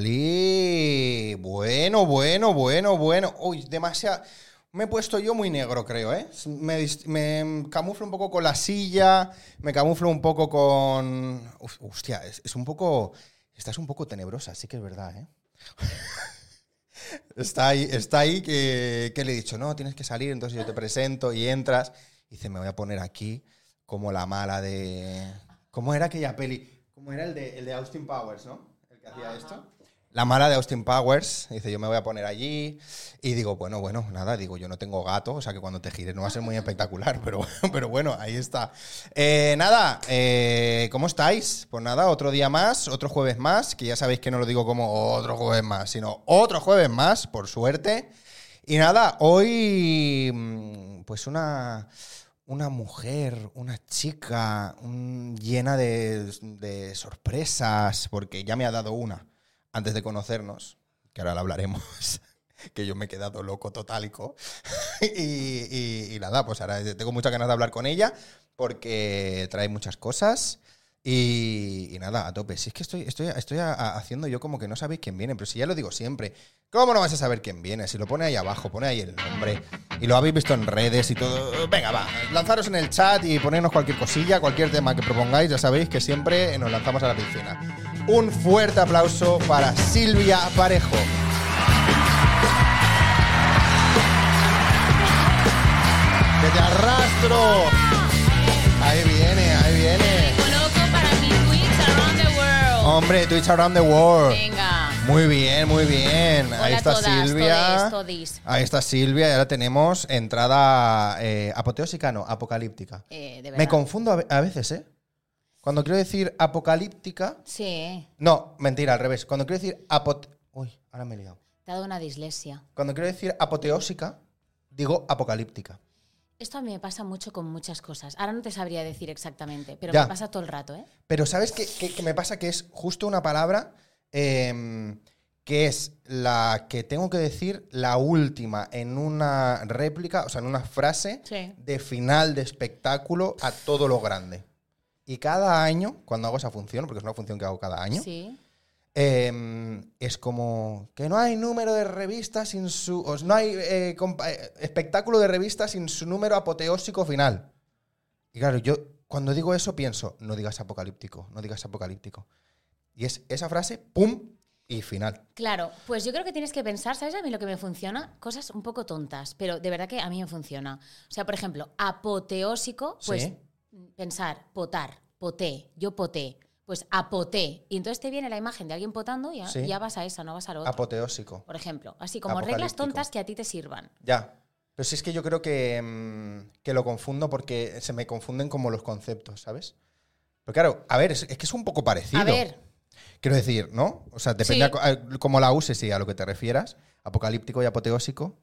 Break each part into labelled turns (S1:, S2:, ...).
S1: Oli, bueno, bueno, bueno, bueno. Uy, demasiado. Me he puesto yo muy negro, creo, ¿eh? Me, dist- me camuflo un poco con la silla, me camuflo un poco con. Uf, hostia, es, es un poco. Estás un poco tenebrosa, sí que es verdad, ¿eh? está ahí, está ahí que, que le he dicho, no, tienes que salir, entonces yo te presento y entras. Y dice, me voy a poner aquí como la mala de. ¿Cómo era aquella peli? ¿Cómo era el de, el de Austin Powers, no? El que hacía esto. La mala de Austin Powers. Dice, yo me voy a poner allí. Y digo, bueno, bueno, nada, digo, yo no tengo gato, o sea que cuando te gires no va a ser muy espectacular, pero, pero bueno, ahí está. Eh, nada, eh, ¿cómo estáis? Pues nada, otro día más, otro jueves más, que ya sabéis que no lo digo como otro jueves más, sino otro jueves más, por suerte. Y nada, hoy mm, pues una, una mujer, una chica mm, llena de, de sorpresas, porque ya me ha dado una antes de conocernos, que ahora la hablaremos, que yo me he quedado loco totálico. y, y- y nada, pues ahora tengo muchas ganas de hablar con ella porque trae muchas cosas. Y, y nada, a tope. Si es que estoy, estoy, estoy a- a- haciendo yo como que no sabéis quién viene, pero si ya lo digo siempre, ¿cómo no vais a saber quién viene? Si lo pone ahí abajo, pone ahí el nombre y lo habéis visto en redes y todo. Venga, va, lanzaros en el chat y ponernos cualquier cosilla, cualquier tema que propongáis, ya sabéis que siempre nos lanzamos a la piscina. Un fuerte aplauso para Silvia Parejo. ¡Que te arrastro! Ahí viene, ahí viene.
S2: Coloco para mi Twitch around the world.
S1: Hombre, Twitch Around the World.
S2: Venga.
S1: Muy bien, muy bien. Ahí
S2: Hola
S1: Oh. está
S2: a todas,
S1: Silvia.
S2: todes, todis.
S1: Ahí está Silvia y ahora tenemos entrada eh, apoteósica, no, apocalíptica.
S2: Eh, de verdad.
S1: Me confundo a ve- a veces, ¿eh? Cuando quiero decir apocalíptica...
S2: Sí, eh,
S1: No, mentira, al revés. Cuando quiero decir apot... Uy, ahora me he liado.
S2: te ha dado una dislexia.
S1: Cuando quiero decir apoteósica, digo apocalíptica.
S2: Esto a mí me pasa mucho con muchas cosas. Ahora no te sabría decir exactamente, pero
S1: Ya.
S2: me pasa todo el rato, ¿eh?
S1: Pero ¿sabes qué, qué- qué me pasa? Que es justo una palabra em, que es la que tengo que decir la última en una réplica, o sea, en una frase
S2: Sí.
S1: de final de espectáculo a todo lo grande. Y cada año, cuando hago esa función, porque es una función que hago cada año,
S2: Sí.
S1: em, es como que no hay número de revistas sin su... o no hay eh, compa- eh, espectáculo de revistas sin su número apoteósico final. Y claro, yo cuando digo eso pienso, no digas apocalíptico, no digas apocalíptico. Y es esa frase, pum, y final.
S2: Claro, pues yo creo que tienes que pensar, ¿sabes a mí lo que me funciona? Cosas un poco tontas, pero de verdad que a mí me funciona. O sea, por ejemplo, apoteósico, pues
S1: Sí.
S2: pensar, potar, poté, yo poté, pues apoté. Y entonces te viene la imagen de alguien potando y ya,
S1: Sí.
S2: ya vas a esa, no vas a lo otro.
S1: Pues, Apoteósico.
S2: por ejemplo. Así como reglas
S1: Apocalíptico.
S2: tontas que a ti te sirvan.
S1: Ya. Pero si es que yo creo que, mm, que lo confundo porque se me confunden como los conceptos, ¿sabes? Pero claro, a ver, es, es que es un poco parecido.
S2: A ver,
S1: Quiero decir, ¿no? O sea, depende
S2: Sí.
S1: a co- a cómo la uses y a lo que te refieras. Apocalíptico y apoteósico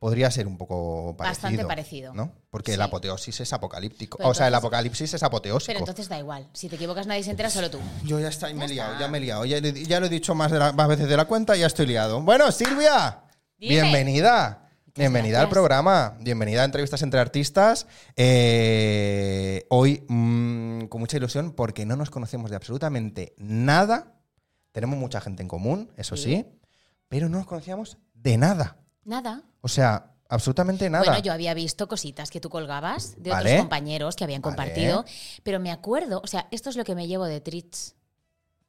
S1: podría ser un poco parecido.
S2: Bastante parecido.
S1: ¿no? Porque el
S2: Sí.
S1: apoteosis es apocalíptico.
S2: Pero
S1: o sea, el
S2: entonces-
S1: apocalipsis es apoteósico.
S2: pero entonces da igual. Si te equivocas nadie se entera, solo tú.
S1: Yo ya está, me he liado,
S2: está.
S1: ya me he liado. Ya, le- ya lo he dicho más, de la- más veces de la cuenta y ya estoy liado. Bueno, Silvia,
S2: Dime.
S1: bienvenida. Bienvenida al
S2: gracias.
S1: programa, bienvenida a Entrevistas entre Artistas. Eh, hoy mm, con mucha ilusión porque no nos conocemos de absolutamente nada. Tenemos mucha gente en común, eso sí,
S2: Sí.
S1: pero no nos conocíamos de nada.
S2: Nada.
S1: O sea, absolutamente nada.
S2: Bueno, yo había visto cositas que tú colgabas de
S1: Vale.
S2: otros compañeros que habían
S1: Vale.
S2: compartido, pero me acuerdo, o sea, esto es lo que me llevo de Trits.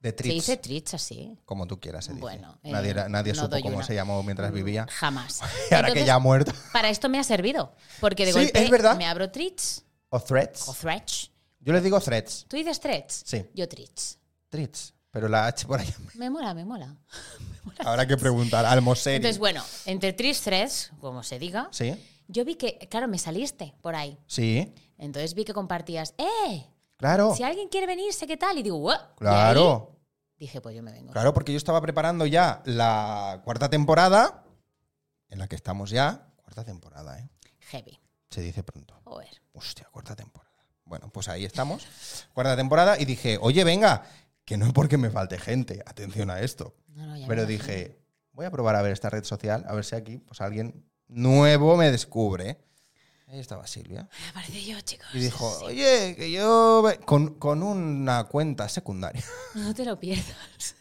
S1: de
S2: Se
S1: trips,
S2: dice Trits así.
S1: como tú quieras. se dice.
S2: Bueno, eh,
S1: nadie era- nadie
S2: no
S1: supo
S2: doy
S1: cómo
S2: una.
S1: se llamó mientras vivía.
S2: Jamás.
S1: Y ahora que
S2: Entonces,
S1: ya ha muerto.
S2: Para esto me ha servido, porque de
S1: Sí,
S2: golpe
S1: es verdad.
S2: me abro Trits
S1: O threads.
S2: o Threads.
S1: Yo les digo threads.
S2: ¿Tú dices Threads?
S1: Sí.
S2: Yo Trits.
S1: Threads. Pero la H por ahí.
S2: Me mola, me mola.
S1: Habrá que preguntar al Moseri.
S2: Entonces, bueno, entre Trits, Threads, como se diga,
S1: Sí,
S2: yo vi que, claro, me saliste por ahí.
S1: sí.
S2: Entonces vi que compartías, ¡eh!
S1: Claro.
S2: Si alguien quiere venirse, ¿qué tal? Y digo, ¡guau! Y ahí
S1: Oh. Claro.
S2: dije, pues yo me vengo.
S1: Claro, porque yo estaba preparando ya la cuarta temporada, en la que estamos ya. Cuarta temporada, ¿eh?
S2: Heavy.
S1: Se dice pronto.
S2: Joder.
S1: Hostia, cuarta temporada. Bueno, pues ahí estamos. Cuarta temporada. Y dije, oye, venga, que no es porque me falte gente. Atención a esto.
S2: No, no, ya me
S1: Pero
S2: imagino.
S1: dije, voy a probar a ver esta red social, a ver si aquí pues alguien nuevo me descubre. Ahí estaba Silvia.
S2: Me aparecí yo, chicos.
S1: Y dijo, oye, que yo... ve-". Con, con una cuenta secundaria.
S2: No te lo pierdas.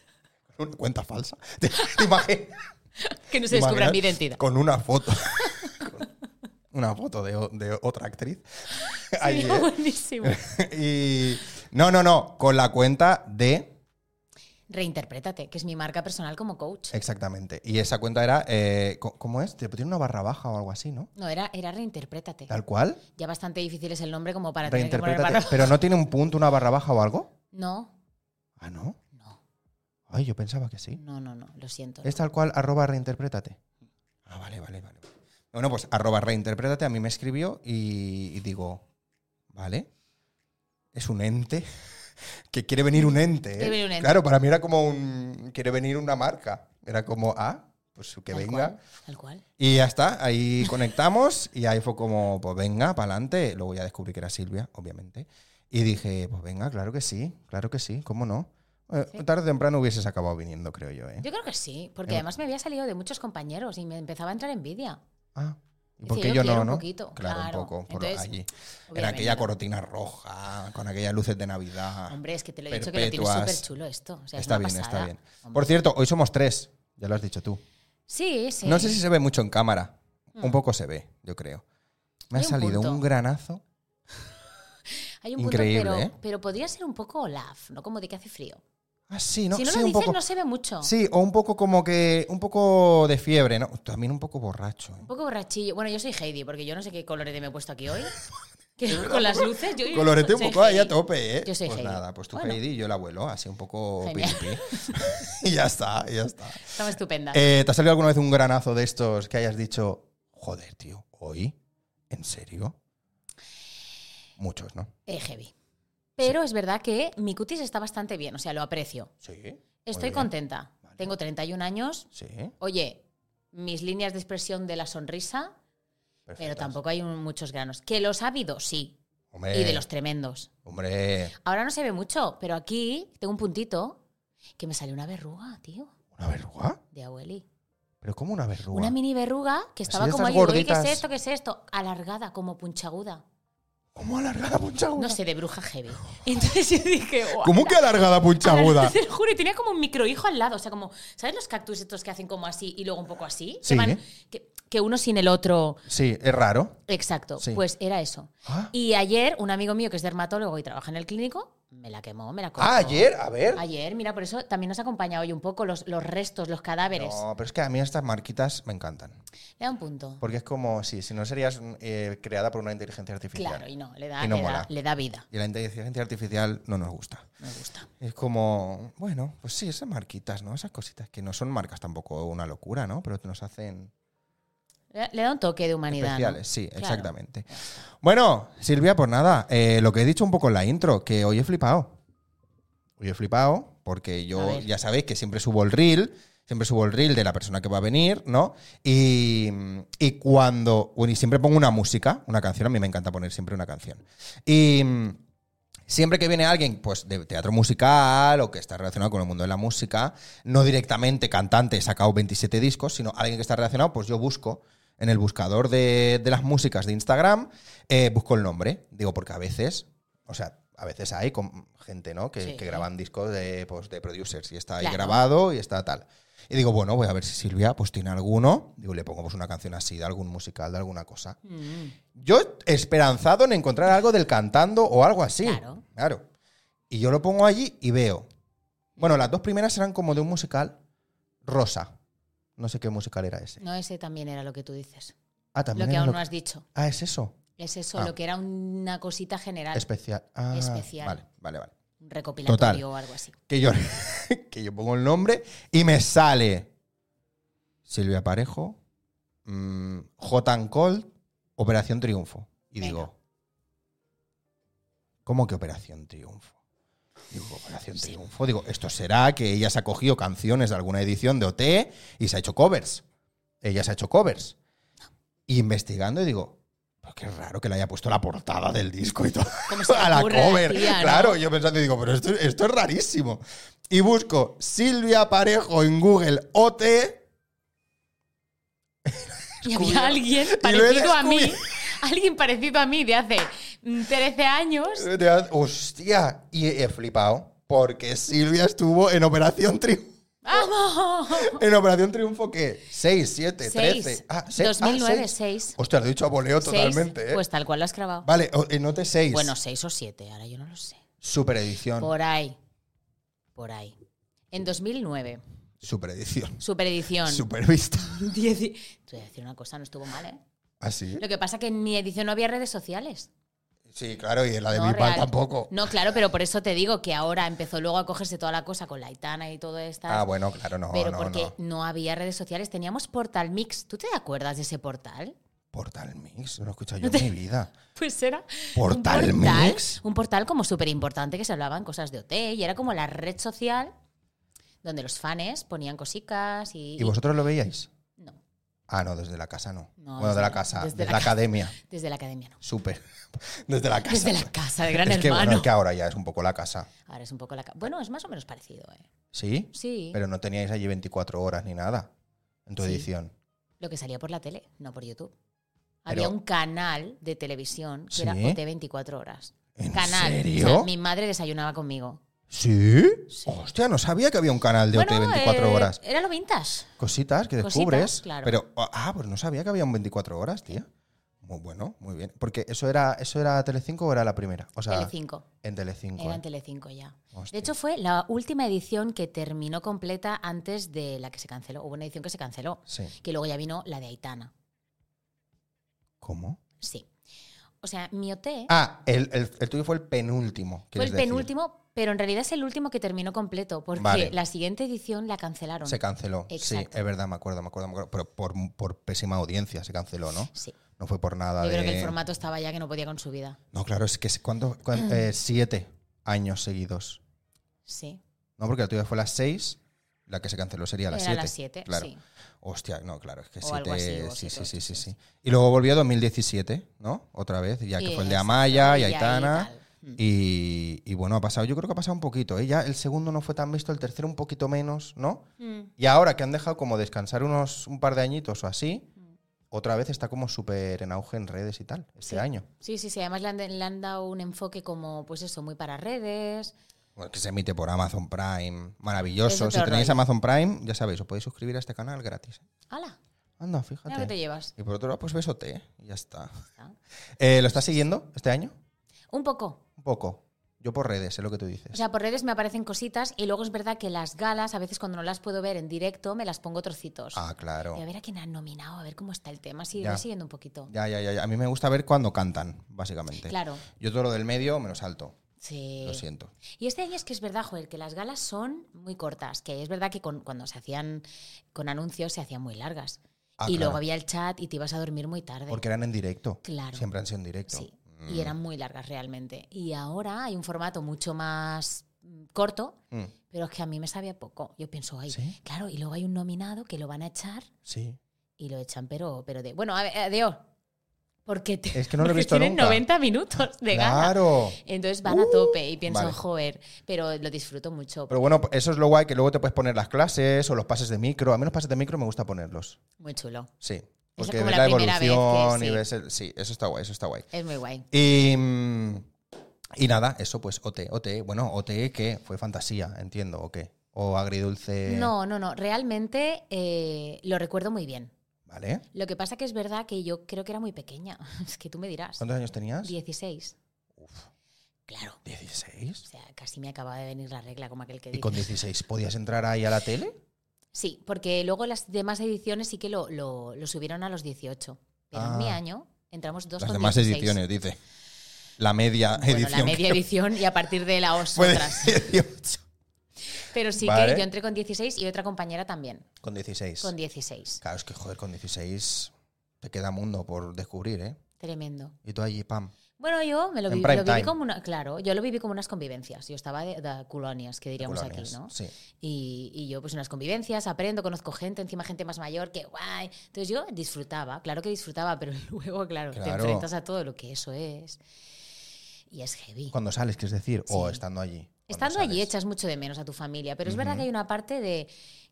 S1: una cuenta falsa. ¿Te, te imaginas?
S2: Que no
S1: ¿Te
S2: se descubra
S1: imaginas?
S2: mi identidad.
S1: Con una foto. Con una foto de, o- de otra actriz. Ahí,
S2: Sería
S1: ¿eh?
S2: buenísimo.
S1: Y. No, no, no. Con la cuenta de.
S2: Reinterprétate, que es mi marca personal como coach.
S1: Eh. Exactamente. Y esa cuenta era. eh, co- ¿Cómo es? Tiene una barra baja o algo así, ¿no?
S2: No, era, era reinterprétate.
S1: Tal cual.
S2: Ya bastante difícil es el nombre como para tener que poner
S1: Reinterprétate.
S2: barra-
S1: Pero no tiene un punto, una barra baja o algo.
S2: No,
S1: Ah, no.
S2: no,
S1: Ay, yo pensaba que sí.
S2: no, no, no, lo siento.
S1: Es tal cual, arroba reinterprétate. Ah, vale, vale, vale. Bueno, pues arroba reinterprétate a mí me escribió y, y digo, vale, es un ente, que quiere venir un ente. ¿eh?
S2: Quiere venir un ente.
S1: Claro, para mí era como un, quiere venir una marca. Era como, ah, pues que
S2: Tal
S1: venga. ¿Eh?
S2: cual, tal cual.
S1: Y ya está, ahí conectamos y ahí fue como, pues venga, para adelante. Luego ya descubrí que era Silvia, obviamente. Y dije, pues venga, claro que sí, claro que sí, ¿cómo no? Eh,
S2: Sí.
S1: Tarde o temprano hubieses acabado viniendo, creo yo, ¿eh?
S2: Yo creo que sí, porque
S1: Yo-
S2: además me había salido de muchos compañeros y me empezaba a entrar envidia.
S1: Ah, ¿y
S2: Dice,
S1: por qué
S2: yo
S1: yo
S2: quiero
S1: no,
S2: un
S1: no?
S2: poquito,
S1: Claro,
S2: claro.
S1: un poco, por
S2: Entonces,
S1: allí. En
S2: obviamente,
S1: aquella
S2: ¿no?
S1: cortina roja, con aquellas luces de Navidad.
S2: Hombre, es que te lo he dicho que lo tienes
S1: perpetuas.
S2: súper chulo esto. O sea, es
S1: está
S2: una
S1: bien, está
S2: pasada.
S1: bien.
S2: Hombre.
S1: Por cierto, hoy somos tres, ya lo has dicho tú.
S2: Sí, sí.
S1: No sé si se ve mucho en cámara. Un
S2: Mm.
S1: poco se ve, yo creo. Me ha
S2: Hay un
S1: salido
S2: punto.
S1: un granazo.
S2: Hay un punto,
S1: Increíble,
S2: pero,
S1: ¿eh?
S2: pero podría ser un poco Olaf, ¿no? Como de que hace frío.
S1: Ah, sí, ¿no?
S2: si no
S1: sí,
S2: lo
S1: un
S2: dices,
S1: poco.
S2: no se ve mucho.
S1: Sí, o un poco como que. Un poco de fiebre, ¿no? También un poco borracho. ¿eh?
S2: Un poco borrachillo. Bueno, yo soy Heidi, porque yo no sé qué colorete me he puesto aquí hoy. Que con las luces. Yo,
S1: Colorete un
S2: soy
S1: poco ahí a
S2: Heidi.
S1: tope, ¿eh?
S2: Yo soy
S1: pues
S2: Heidi.
S1: nada, pues tú
S2: Bueno.
S1: Heidi y yo el abuelo, así un poco
S2: Genial.
S1: piripi. y ya está, y ya está.
S2: Estaba estupenda.
S1: Eh, ¿Te ha salido alguna vez un granazo de estos que hayas dicho, joder, tío, hoy? ¿En serio? Muchos, ¿no?
S2: Eh, heavy. Pero es verdad que mi cutis está bastante bien, o sea, lo aprecio.
S1: Sí.
S2: Estoy contenta.
S1: Vale.
S2: Tengo 31 años.
S1: Sí.
S2: Oye, mis líneas de expresión de la sonrisa, pero
S1: perfectas.
S2: tampoco hay un- muchos granos. Que los ha habido, sí.
S1: Hombre,
S2: Y de los tremendos.
S1: Hombre,
S2: Ahora no se ve mucho, pero aquí tengo un puntito que me salió una verruga, tío,
S1: ¿una verruga?
S2: de abueli.
S1: ¿Pero cómo una verruga?
S2: Una mini verruga que
S1: Así
S2: estaba
S1: de
S2: como
S1: esas
S2: ahí, "Oye, ¿qué es
S1: gorditas".
S2: esto? ¿Qué es esto? Alargada, como punchaguda.
S1: ¿Cómo alargada punchaguda?
S2: No sé, de bruja heavy. Y entonces yo dije, "Guau,
S1: ¿Cómo que alargada punchaguda?
S2: Te lo juro, y tenía como un microhijo al lado. O sea, como, ¿sabes los cactus estos que hacen como así y luego un poco así?
S1: Sí.
S2: Que, van- que, que uno sin el otro.
S1: Sí, es raro.
S2: Exacto.
S1: Sí.
S2: Pues era eso.
S1: Ah,
S2: Y ayer, un amigo mío que es dermatólogo y trabaja en el clínico, me la quemó, me la cortó.
S1: Ah, ayer, a ver.
S2: Ayer, mira, por eso también nos acompaña hoy un poco los, los restos, los cadáveres.
S1: No, pero es que a mí estas marquitas me encantan.
S2: Le da un punto.
S1: Porque es como, sí, si no serías eh, creada por una inteligencia artificial.
S2: Claro, y no, le da,
S1: Y no
S2: le,
S1: mola.
S2: da, le da vida.
S1: Y la inteligencia artificial no nos gusta.
S2: Me gusta.
S1: Es como, bueno, pues sí, esas marquitas, ¿no? Esas cositas que no son marcas tampoco una locura, ¿no? Pero nos hacen
S2: Le, le da un toque de humanidad. ¿no?
S1: especiales, sí,
S2: Claro.
S1: exactamente. Bueno, Silvia, pues nada, eh, lo que he dicho un poco en la intro, que hoy he flipado. Hoy he flipado porque
S2: A
S1: yo,
S2: ver.
S1: ya sabéis que siempre subo el reel, siempre subo el reel de la persona que va a venir, ¿no? Y, y cuando, bueno, y siempre pongo una música, una canción, a mí me encanta poner siempre una canción. Y mm, siempre que viene alguien, pues, de teatro musical o que está relacionado con el mundo de la música, no directamente cantante, he sacado 27 discos, sino alguien que está relacionado, pues yo busco en el buscador de, de las músicas de Instagram, eh, busco el nombre. Digo, porque a veces, o sea, a veces hay com- gente, ¿no? Que,
S2: Sí.
S1: que graban discos de, pues, de producers y está ahí
S2: Claro.
S1: grabado y está tal. Y digo, bueno, voy a ver si Silvia pues tiene alguno. Digo, le pongo pues una canción así, de algún musical, de alguna cosa.
S2: Mm.
S1: Yo esperanzado en encontrar algo del cantando o algo así.
S2: Claro.
S1: Claro. Y yo lo pongo allí y veo. Bueno, las dos primeras eran como de un musical rosa. No sé qué musical era ese.
S2: No, ese también era lo que tú dices.
S1: Ah, también
S2: lo que
S1: era
S2: aún
S1: lo
S2: no
S1: que-
S2: has dicho.
S1: Ah, es eso.
S2: Es eso,
S1: Ah.
S2: lo que era una cosita general,
S1: Especial. Ah,
S2: Especial.
S1: Vale, vale, vale.
S2: un recopilatorio
S1: Total.
S2: o algo así.
S1: Que yo, que yo pongo el nombre y me sale Silvia Parejo, mm, J. and Cold, Operación Triunfo. Y
S2: Venga.
S1: digo, ¿cómo que Operación Triunfo? Digo, Operación
S2: Sí.
S1: Triunfo. Digo, esto será que ella se ha cogido canciones de alguna edición de OT y se ha hecho covers. Ella se ha hecho covers. Y investigando, y digo, pero qué raro que le haya puesto la portada del disco y todo.
S2: ¿Cómo se le
S1: a la
S2: ocurre a la
S1: cover.
S2: tía, no?
S1: claro, yo pensando y digo, pero esto, esto es rarísimo. Y busco Silvia Parejo en Google OT
S2: Y
S1: Descubrió-
S2: había alguien
S1: y lo he
S2: parecido a mí,
S1: descubierto.
S2: alguien parecido a mí de hace mm, 13 años.
S1: de hostia. Y he flipado porque Silvia estuvo en Operación Triunfo.
S2: ¡Vamos!
S1: En Operación Triunfo, ¿qué? 6, 7,
S2: Seis.
S1: 13. Ah, seis.
S2: 2009,
S1: ah, seis.
S2: seis.
S1: Hostia, lo he dicho a voleo
S2: Seis,
S1: totalmente, ¿eh?
S2: Pues tal cual lo has grabado.
S1: Vale, o- y note 6.
S2: Bueno, seis o siete, ahora yo no lo sé.
S1: Superedición.
S2: Por ahí. Por ahí. En 2009,
S1: Superedición.
S2: superedición.
S1: Supervista. ¿Ah,
S2: Dieci- Te voy a decir una cosa, no estuvo mal, ¿eh?
S1: Así.
S2: Lo que pasa que en mi edición no había redes sociales.
S1: Sí, claro, y en la de
S2: No,
S1: mi
S2: real.
S1: tampoco.
S2: No, claro, pero por eso te digo que ahora empezó luego a cogerse toda la cosa con la Itana y todo esto.
S1: Ah, bueno, claro, no,
S2: pero
S1: no,
S2: porque
S1: no.
S2: no. había redes sociales. Teníamos Portal Mix. ¿Tú te acuerdas de ese portal?
S1: Portal Mix, no lo he escuchado yo en mi vida.
S2: Pues era.
S1: ¿Portal
S2: un portal,
S1: Mix?
S2: Un portal como súper importante que se hablaban cosas de OT y era como la red social donde los fans ponían cosicas y.
S1: ¿Y vosotros lo veíais?
S2: No,
S1: Ah, no, desde la casa no.
S2: No,
S1: bueno,
S2: desde
S1: de la
S2: la-
S1: casa,
S2: desde
S1: desde,
S2: la
S1: la
S2: casa.
S1: academia.
S2: desde la academia no.
S1: Súper. Desde la casa.
S2: Desde la casa de Gran
S1: es que, bueno,
S2: Hermano.
S1: es que ahora ya es un poco la casa.
S2: Ahora es un poco la. ca- Bueno, es más o menos parecido, ¿eh?
S1: ¿Sí?
S2: Sí.
S1: Pero no teníais allí 24 horas ni nada en tu
S2: Sí.
S1: edición.
S2: Lo que salía por la tele, no por YouTube.
S1: Pero-
S2: Había un canal de televisión que era
S1: ¿Sí?
S2: OT 24 horas.
S1: ¿En
S2: canal.
S1: serio?
S2: O sea, mi madre desayunaba conmigo.
S1: ¿Sí?
S2: Sí.
S1: Hostia, no sabía que había un canal de OT 24
S2: eh,
S1: horas.
S2: Era lo vintage.
S1: Cositas que
S2: cositas,
S1: descubres.
S2: claro.
S1: Pero, ah, pues no sabía que había un 24 horas, tía. Muy bueno, muy bien. Porque eso era, eso era Telecinco o era la primera. O sea,
S2: Tele5.
S1: en Telecinco.
S2: Era
S1: eh.
S2: en Telecinco ya.
S1: Hostia.
S2: De hecho, fue la última edición que terminó completa antes de la que se canceló. Hubo una edición que se canceló,
S1: Sí.
S2: que luego ya vino la de Aitana.
S1: ¿Cómo?
S2: Sí. O sea, mi OT
S1: Ah, el, el- el tuyo fue el penúltimo.
S2: fue el
S1: quieres decir.
S2: penúltimo, pero en realidad es el último que terminó completo, porque
S1: Vale.
S2: la siguiente edición la cancelaron.
S1: Se canceló.
S2: Exacto.
S1: Sí, es verdad, me acuerdo, me acuerdo, me acuerdo. Pero por, por pésima audiencia se canceló, ¿no?
S2: Sí.
S1: No fue por nada
S2: Yo
S1: de.
S2: creo que el formato estaba ya que no podía con su vida.
S1: No, claro, es que es- ¿cuánto? cuán- eh, siete años seguidos.
S2: Sí.
S1: No, porque la tuya fue a las seis, la que se canceló sería a las
S2: Era a
S1: siete.
S2: las 7,
S1: Claro.
S2: sí.
S1: Hostia, no, claro, es que
S2: O
S1: siete.
S2: algo así, o
S1: sí,
S2: siete,
S1: sí, sí,
S2: ocho,
S1: sí,
S2: sí,
S1: sí. Y luego volvió a 2017, ¿no? Otra vez, ya que
S2: Y
S1: fue el de
S2: exacto,
S1: Amaya y
S2: y ahí
S1: Aitana.
S2: tal. Mm.
S1: Y, y bueno, ha pasado, yo creo que ha pasado un poquito, ¿eh? Ya el segundo no fue tan visto, el tercero un poquito menos, ¿no?
S2: Mm.
S1: Y ahora que han dejado como descansar unos un par de añitos o así, otra vez está como súper en auge en redes y tal, este
S2: Mm. Sí.
S1: año.
S2: Sí, sí, sí. Además le han, le han dado un enfoque como, pues eso, muy para redes.
S1: Bueno, que se emite por Amazon Prime. Maravilloso.
S2: Es
S1: Si
S2: otro
S1: tenéis
S2: rollo.
S1: Amazon Prime, ya sabéis, os podéis suscribir a este canal gratis.
S2: ¡Hala!
S1: Anda,
S2: Mira lo que te
S1: fíjate.
S2: llevas.
S1: Y por otro lado, pues besote, ¿eh? Y ya está.
S2: Está.
S1: Eh, ¿Lo estás siguiendo este año?
S2: Un poco.
S1: Un poco. Yo por redes, es lo que tú dices.
S2: O sea, por redes me aparecen cositas y luego es verdad que las galas, a veces cuando no las puedo ver en directo, me las pongo trocitos.
S1: ah, claro.
S2: Y a ver a quién han nominado, a ver cómo está el tema. Sí,
S1: Ya.
S2: voy siguiendo un poquito.
S1: Ya, ya, ya, ya. A mí me gusta ver cuando cantan, básicamente.
S2: Claro.
S1: Yo todo lo del medio me lo salto.
S2: Sí.
S1: Lo siento.
S2: Y este año es que es verdad, Joel, que las galas son muy cortas, que es verdad que con- cuando se hacían con anuncios se hacían muy largas.
S1: Ah,
S2: y
S1: claro.
S2: luego había el chat y te ibas a dormir muy tarde.
S1: Porque eran en directo.
S2: Claro.
S1: Siempre han sido en directo. Mm.
S2: Sí. Y eran muy largas realmente. Y ahora hay un formato mucho más mm, corto,
S1: Mm,
S2: pero es que a mí me sabía poco. Yo pienso, ay,
S1: ¿Sí?
S2: claro, y luego hay un nominado que lo van a echar
S1: Sí.
S2: y lo echan, pero, pero de. Bueno, a ver, adiós. Porque, te-
S1: Es que no lo he
S2: porque
S1: visto
S2: tienen
S1: nunca.
S2: 90 minutos de gana.
S1: Claro. Uh,
S2: Entonces van a tope y pienso,
S1: vale.
S2: joder, pero lo disfruto mucho.
S1: Pero bueno, eso es lo guay, que luego te puedes poner las clases o los pases de micro. A mí los pases de micro me gusta ponerlos.
S2: Muy chulo.
S1: Sí.
S2: es
S1: Porque
S2: como
S1: ves
S2: la
S1: la,
S2: primera vez que-
S1: evolución y
S2: sí.
S1: ves el- Sí, eso está guay, eso está guay.
S2: Es muy guay.
S1: Y, mm, y nada, eso pues OT, OT. Bueno, OT que fue fantasía, entiendo, o qué. O agridulce.
S2: No, no, no. Realmente eh, lo recuerdo muy bien.
S1: ¿Vale?
S2: Lo que pasa que es verdad que yo creo que era muy pequeña. Es que tú me dirás.
S1: ¿Cuántos años tenías?
S2: 16. Claro. O
S1: 16.
S2: sea, casi me acababa de venir la regla, como aquel que
S1: ¿Y
S2: dice.
S1: con 16 podías entrar ahí a la tele?
S2: Sí, porque luego las demás ediciones sí que lo, lo- lo subieron a los 18. Pero en
S1: Ah.
S2: mi año entramos dos
S1: Las
S2: con
S1: demás
S2: 16.
S1: ediciones, dice. La media
S2: Bueno,
S1: edición.
S2: la media
S1: que
S2: edición y a partir de la os
S1: fue de
S2: otras.
S1: 18.
S2: Pero sí
S1: Vale.
S2: que yo entré con 16 y otra compañera también,
S1: Con 16.
S2: con 16.
S1: Claro, es que joder, con 16 te queda mundo por descubrir, ¿eh?
S2: Tremendo.
S1: Y tú allí, pam.
S2: Bueno, yo me lo,
S1: En
S2: vi-
S1: prime
S2: lo viví
S1: time.
S2: como una, claro, yo lo viví como unas convivencias. Yo estaba de, de colonias, que diríamos
S1: colonias.
S2: aquí, ¿no?
S1: Sí.
S2: Y, y yo pues unas convivencias, aprendo, conozco gente, encima gente más mayor, que guay. Entonces yo disfrutaba, claro que disfrutaba, pero luego, claro, te
S1: Claro.
S2: enfrentas a todo lo que eso es. Y es heavy.
S1: Cuando sales, quieres decir, o
S2: Sí.
S1: estando allí. cuando
S2: Estando allí
S1: sales.
S2: echas mucho de menos a tu familia, pero es verdad
S1: Ujú.
S2: que hay una parte de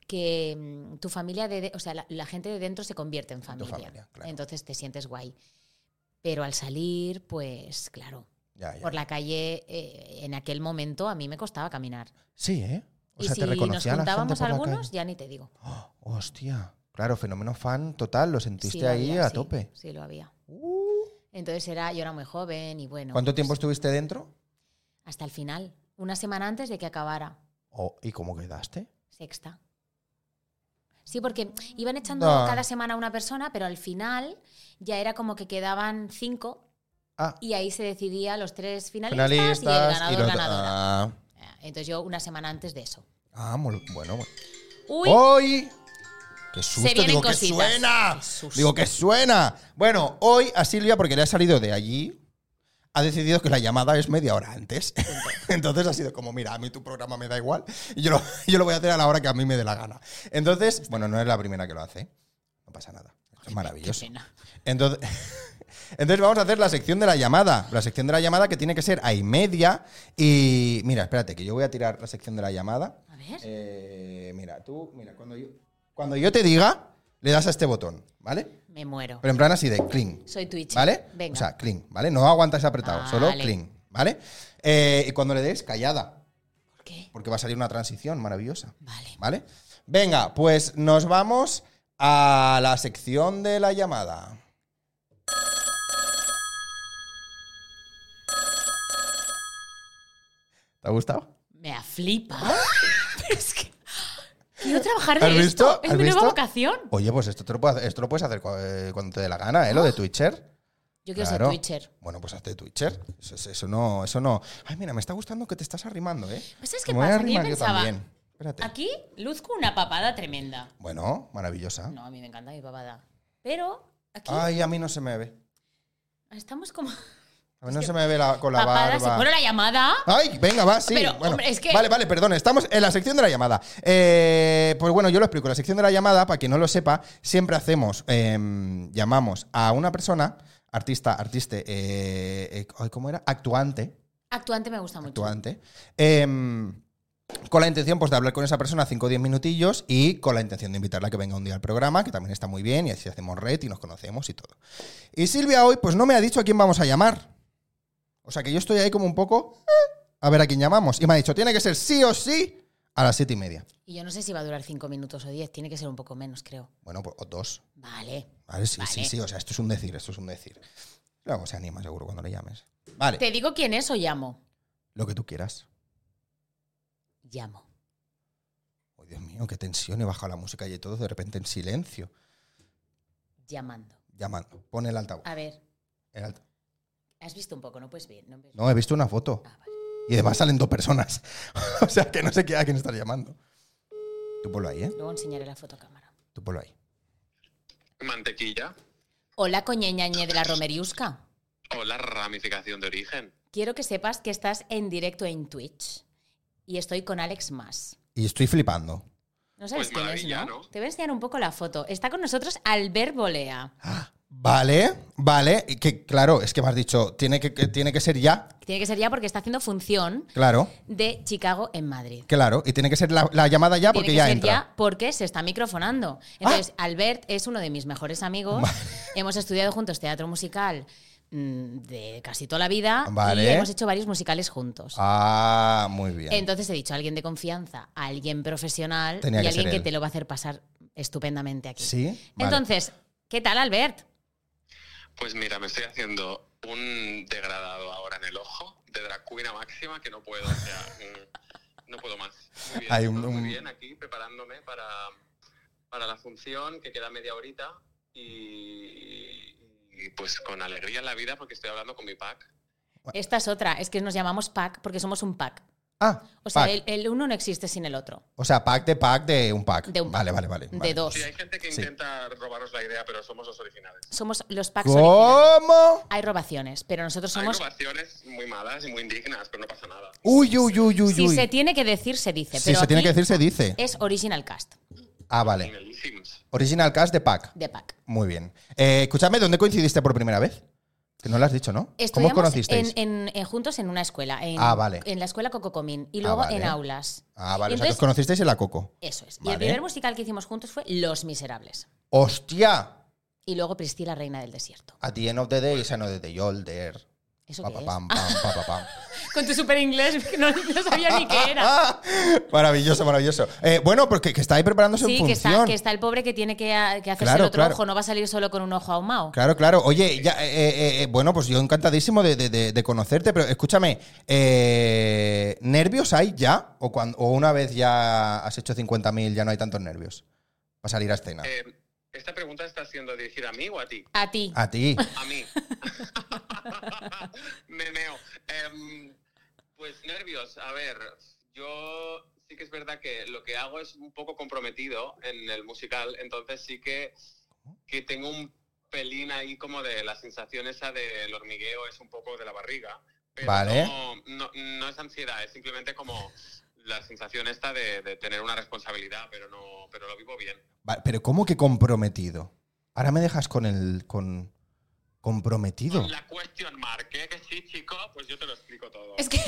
S2: que mm, tu familia, de, de- o sea, la, la gente de dentro se convierte en familia.
S1: familia, claro.
S2: Entonces te sientes guay. Pero al salir, pues claro,
S1: Ya, ya.
S2: por la calle eh, en aquel momento a mí me costaba caminar.
S1: Sí, ¿eh? O sea,
S2: y
S1: te
S2: si nos
S1: reconocía la gente
S2: juntábamos
S1: por la
S2: algunos,
S1: calle. ¡Oh,
S2: ya ni te digo.
S1: Hostia. Claro, fenómeno fan total, lo sentiste
S2: Sí lo
S1: ahí
S2: había,
S1: a
S2: sí,
S1: tope. Uh.
S2: Sí, lo había. Entonces era, yo era muy joven y bueno.
S1: ¿Cuánto
S2: pues,
S1: tiempo estuviste dentro?
S2: Hasta el final. Una semana antes de que acabara.
S1: Oh, ¿Y cómo quedaste?
S2: Sexta. Sí, porque iban echando
S1: No.
S2: cada semana a una persona, pero al final ya era como que quedaban cinco
S1: Ah,
S2: y ahí se decidía los tres finalistas,
S1: finalistas
S2: y el ganador,
S1: los-
S2: ganadora.
S1: Ah,
S2: Entonces yo una semana antes de eso.
S1: ah, mol- bueno. bueno. ¡Oh!
S2: Uy,
S1: Hoy. ¡Qué
S2: se
S1: susto!
S2: vienen
S1: Digo,
S2: cositas.
S1: ¡que suena!
S2: Qué susto.
S1: Digo, ¡que suena! Bueno, hoy a Silvia, porque le ha salido de allí, ha decidido que la llamada es media hora antes. Entonces ha sido como, mira, a mí tu programa me da igual y yo lo, yo lo voy a hacer a la hora que a mí me dé la gana. Entonces, bueno, no es la primera que lo hace. No pasa nada. Es
S2: Qué
S1: maravilloso.
S2: pena.
S1: Entonces, entonces vamos a hacer la sección de la llamada. La sección de la llamada que tiene que ser a y media. Y mira, espérate, que yo voy a tirar la sección de la llamada.
S2: A ver,
S1: Eh, mira, tú, mira, cuando yo, cuando yo te diga, le das a este botón, ¿vale?
S2: me muero.
S1: Pero en plan así de cling,
S2: Soy Twitch.
S1: ¿vale?
S2: Venga.
S1: O sea, cling, ¿vale? No aguantas apretado,
S2: Vale.
S1: solo cling, ¿vale? Eh, y cuando le des, callada,
S2: ¿Por qué?
S1: porque va a salir una transición maravillosa,
S2: Vale.
S1: ¿vale? Venga, pues nos vamos a la sección de la llamada. ¿Te ha gustado?
S2: Me aflipa. Pero es que. Quiero trabajar
S1: ¿Has
S2: de
S1: visto?
S2: esto. Es
S1: ¿Has
S2: mi nueva
S1: visto?
S2: vocación.
S1: Oye, pues esto, te lo, puedes, esto lo puedes hacer cu- eh, cuando te dé la gana, ¿eh? Lo de Twitcher.
S2: Ah, Yo quiero
S1: Claro.
S2: ser Twitcher.
S1: Bueno, pues hazte Twitcher. Eso, eso- eso no, eso no. Ay, mira, me está gustando que te estás arrimando, ¿eh?
S2: Pues ¿sabes
S1: Me
S2: qué
S1: voy a
S2: pasa? Que yo
S1: arrimar yo
S2: pensaba,
S1: también. Espérate.
S2: aquí luzco una papada tremenda.
S1: Bueno, maravillosa.
S2: No, a mí me encanta mi papada. Pero aquí
S1: Ay, a mí no se me ve.
S2: estamos como...
S1: A mí no se me ve la- con la
S2: Papada, se
S1: barba.
S2: fuera la llamada.
S1: Ay, venga, va, sí.
S2: Pero,
S1: bueno,
S2: hombre, es que-
S1: Vale, vale, perdón, estamos en la sección de la llamada. Eh, pues bueno, yo lo explico. La sección de la llamada, para quien no lo sepa, siempre hacemos, em, llamamos a una persona, artista, artiste, eh, eh, ay, ¿cómo era? Actuante.
S2: Actuante me gusta mucho.
S1: actuante. Em, con la intención pues, de hablar con esa persona 5 o 10 minutillos y con la intención de invitarla a que venga un día al programa, que también está muy bien, y así hacemos red y nos conocemos y todo. Y Silvia hoy pues no me ha dicho a quién vamos a llamar. O sea que yo estoy ahí como un poco eh, a ver a quién llamamos. Y me ha dicho, tiene que ser sí o sí a las 7 y media.
S2: Y yo no sé si va a durar cinco minutos o diez. Tiene que ser un poco menos, creo.
S1: Bueno, pues o dos.
S2: Vale.
S1: Vale, sí,
S2: Vale.
S1: sí, sí. O sea, esto es un decir, esto es un decir. Luego se anima seguro cuando le llames. Vale,
S2: ¿Te digo quién es o llamo?
S1: lo que tú quieras.
S2: Llamo.
S1: Oh, Dios mío, qué tensión. He bajado la música y todo de repente en silencio.
S2: Llamando.
S1: llamando. Pon el altavoz.
S2: A ver,
S1: el alta-
S2: has visto un poco, no puedes ver. No, ves-
S1: No, he visto una foto.
S2: Ah, vale.
S1: Y además salen dos personas. o sea, que no sé qué- a quién estar llamando. Tú ponlo ahí, ¿eh?
S2: Luego enseñaré la foto a cámara.
S1: Tú ponlo ahí.
S3: Mantequilla.
S2: Hola, coñeñañe de la Romeriusca.
S3: o la ramificación de origen.
S2: Quiero que sepas que estás en directo en Twitch. Y estoy con Alex Más.
S1: Y estoy flipando.
S2: No sabes
S3: Pues
S2: quién es,
S3: maravilla,
S2: ¿no?
S3: ¿no?
S2: Te voy a enseñar un poco la foto. Está con nosotros Albert Bolea.
S1: Vale, vale. y Que claro, es que me has dicho, tiene que, que- tiene que ser ya.
S2: Tiene que ser ya porque está haciendo función
S1: Claro,
S2: de Chicago en Madrid.
S1: claro. Y tiene que ser la, la llamada ya porque
S2: Tiene que
S1: ya
S2: ser
S1: entra. Ah.
S2: ya porque se está microfonando. Entonces, Albert es uno de mis mejores amigos. Hemos estudiado juntos teatro musical mm, de casi toda la vida y
S1: Vale.
S2: hemos hecho varios musicales juntos.
S1: Ah, muy bien.
S2: Entonces he dicho alguien de confianza, alguien profesional
S1: Tenía
S2: y
S1: que
S2: alguien
S1: ser
S2: que
S1: él.
S2: te lo va a hacer pasar estupendamente aquí.
S1: sí. Vale.
S2: Entonces, ¿qué tal, Albert?
S3: Pues mira, me estoy haciendo un degradado ahora en el ojo de drag queen a máxima que no puedo, o sea, mm, no puedo más. Muy bien,
S1: Hay un-
S3: todo muy
S1: un-
S3: bien aquí preparándome para, para la función que queda media horita y, y pues con alegría en la vida porque estoy hablando con mi pack.
S2: Esta es otra, es que nos llamamos pack porque somos un pack.
S1: Ah,
S2: O sea,
S1: pack.
S2: el, el uno no existe sin el otro.
S1: o sea, pack de pack de un pack.
S2: De un
S1: vale, vale, vale.
S2: de
S1: vale.
S2: dos.
S3: Sí, hay gente que
S1: Sí.
S3: intenta robaros la idea, pero somos los originales.
S2: Somos los packs originales.
S1: ¿Cómo?
S2: Hay robaciones, pero nosotros
S3: Hay
S2: somos
S3: innovaciones muy malas y muy indignas, pero no pasa nada.
S1: Uy, uy, uy, uy,
S2: Si
S1: uy.
S2: se tiene que decir, se dice.
S1: Si
S2: pero
S1: se tiene
S2: aquí
S1: que decir, se dice.
S2: Es original cast
S1: Ah, vale.
S3: Genialísimos.
S1: Original cast de pack.
S2: de PAC.
S1: Muy bien. Eh, escúchame, ¿dónde coincidiste por primera vez? Que no lo has dicho, ¿no? ¿Cómo os
S2: Estudiamos
S1: conocisteis?
S2: en- en- en- juntos en una escuela. En,
S1: Ah, vale. Ah,
S2: En la escuela Cococomín. Y luego
S1: vale.
S2: en aulas.
S1: Ah, vale. o sea, que
S2: Entonces-
S1: os conocisteis en la Coco.
S2: Eso es. Y
S1: Vale.
S2: el primer musical que hicimos juntos fue Los Miserables.
S1: ¡Hostia!
S2: Y luego Priscila, Reina del Desierto.
S1: At the end of the day, is another day older.
S2: ¿Eso
S1: Pa,
S2: qué
S1: pa,
S2: es?
S1: pam, pam, pa, pa, pam.
S2: Con tu super inglés, no, no sabía ni qué era.
S1: Ah, maravilloso, maravilloso. Eh, bueno, porque que está ahí preparándose en
S2: Sí, que
S1: función.
S2: está, que está el pobre que tiene que, ah, que hacerse
S1: Claro,
S2: el otro
S1: claro.
S2: ojo, no va a salir solo con un ojo ahumado.
S1: Claro, claro. Oye, ya, eh, eh, eh, bueno, pues yo encantadísimo de, de- de- de conocerte, pero escúchame, eh, ¿nervios hay ya? ¿O, cuan- o una vez ya has hecho 50.000 ya no hay tantos nervios para salir a escena?
S3: Eh, esta pregunta está siendo dirigida a mí o a ti.
S2: A ti.
S1: A ti.
S3: A mí. Me meo. Em, pues nervios. A ver, yo sí que es verdad que lo que hago es un poco comprometido en el musical, entonces sí que, que tengo un pelín ahí como de la sensación esa del hormigueo, es un poco de la barriga. Pero
S1: Vale.
S3: No, no- no es ansiedad, es simplemente como la sensación esta de, de tener una responsabilidad, pero no, pero lo vivo bien.
S1: Va- pero ¿cómo que comprometido? Ahora me dejas con el... con comprometido.
S3: La question mark, ¿eh? Que sí, chico, pues yo te lo explico todo.
S2: Es que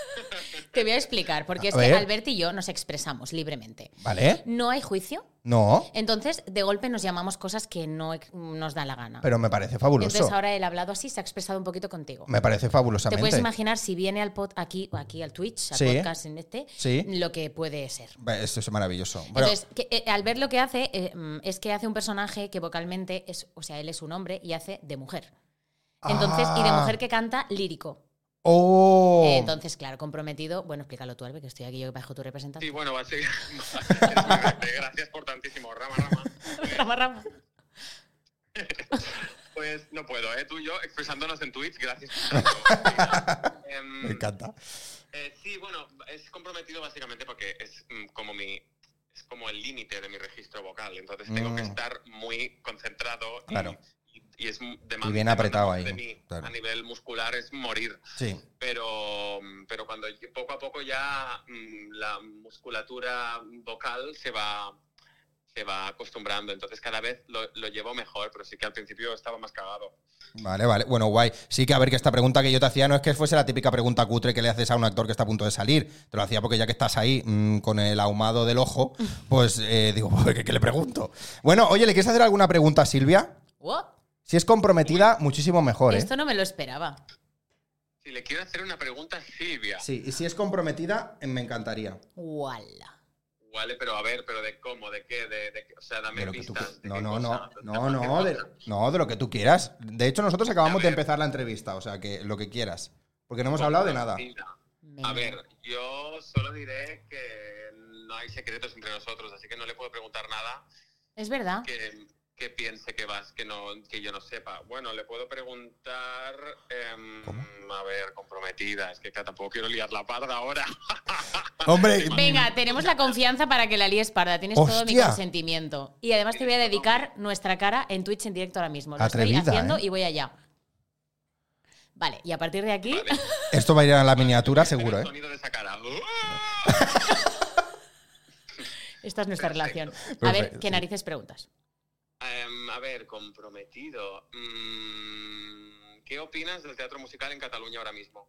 S2: te voy a explicar, porque es
S1: A
S2: que
S1: ver.
S2: Albert y yo nos expresamos libremente.
S1: ¿Vale?
S2: No hay juicio,
S1: No,
S2: entonces de golpe nos llamamos cosas que no ex- nos da la gana.
S1: pero me parece
S2: entonces
S1: fabuloso.
S2: ahora él ha hablado así, se ha expresado un poquito contigo.
S1: Me parece
S2: Te
S1: fabulosamente.
S2: puedes imaginar si viene al pod aquí, aquí al Twitch, al
S1: Sí.
S2: podcast en este,
S1: Sí.
S2: lo que puede ser.
S1: Va, Esto es maravilloso. Pero-
S2: Entonces, que, eh, Albert lo que hace eh, mm, es que hace un personaje que vocalmente es, o sea, él es un hombre y hace de mujer. Entonces, y de
S1: Ah.
S2: mujer que canta lírico.
S1: ¡Oh!
S2: Eh, Entonces, claro, comprometido. Bueno, explícalo tú, Albert, que estoy aquí yo bajo tu representante.
S3: Sí, bueno, va a ser. va a ser- Gracias por tantísimo, Rama Rama.
S2: Rama, rama.
S3: Pues no puedo, ¿eh? Tú y yo expresándonos en Twitch, gracias. por tanto. Em,
S1: me encanta.
S3: eh, sí, bueno, es comprometido básicamente porque es mm, como mi. Es como el límite de mi registro vocal. Entonces tengo que
S1: Mm.
S3: estar muy concentrado. y-
S1: Claro.
S3: Y, y es m- demanda-
S1: Y bien
S3: demanda
S1: apretado
S3: mucho
S1: ahí,
S3: de mí.
S1: claro.
S3: A nivel muscular es morir.
S1: Sí.
S3: pero, pero cuando yo- poco a poco ya mm, la musculatura vocal se va se va acostumbrando, entonces cada vez lo, lo llevo mejor, pero sí que al principio estaba más cagado.
S1: Vale, vale. Bueno, guay. Sí que a ver que esta pregunta que yo te hacía no es que fuese la típica pregunta cutre que le haces a un actor que está a punto de salir. Te lo hacía porque ya que estás ahí mm, con el ahumado del ojo, pues eh, digo, ¿qué, qué le pregunto? Bueno, oye, ¿le quieres hacer alguna pregunta a Silvia?
S2: Wow,
S1: Si es comprometida, muchísimo mejor, ¿eh?
S2: Esto no me lo esperaba.
S3: Si le quiero hacer una pregunta a Silvia,
S1: Sí, y si es comprometida, eh, me encantaría.
S2: Wala.
S3: vale, pero a ver, pero de cómo, de qué, de, de qué? o sea, dame
S1: De lo que tú
S3: pistas.
S1: qui-
S3: de
S1: no,
S3: qué
S1: no, no,
S3: cosa,
S1: no,
S3: de qué
S1: no, de,
S3: cosa.
S1: no, de lo que tú quieras. De hecho, nosotros acabamos
S3: A
S1: de
S3: ver.
S1: empezar la entrevista, o sea, que lo que quieras. Porque no hemos hablado de nada.
S3: Mira,
S2: Me-
S3: A ver, yo solo diré que no hay secretos entre nosotros, así que no le puedo preguntar nada.
S2: Es verdad.
S3: que, que piense que vas, que no, que yo no sepa. Bueno, le puedo preguntar, em, a ver, comprometida, es que tampoco quiero liar la parda ahora.
S1: Hombre,
S2: Venga, tenemos la confianza para que la líes parda. Tienes todo mi
S1: Hostia.
S2: consentimiento. Y además te voy a dedicar nuestra cara en Twitch en directo ahora mismo. Lo
S1: Atrevida,
S2: estoy haciendo
S1: ¿eh?
S2: y voy allá. Vale, y a partir de aquí,
S3: Vale.
S1: esto va a ir a la miniatura
S3: Pero
S1: seguro,
S3: El
S1: ¿eh?
S3: sonido de esa cara.
S2: esta es nuestra relación. A ver,
S1: Perfecto.
S2: ¿qué narices preguntas?
S3: Em, a ver, comprometido. Mm, ¿Qué opinas del teatro musical en Cataluña ahora mismo?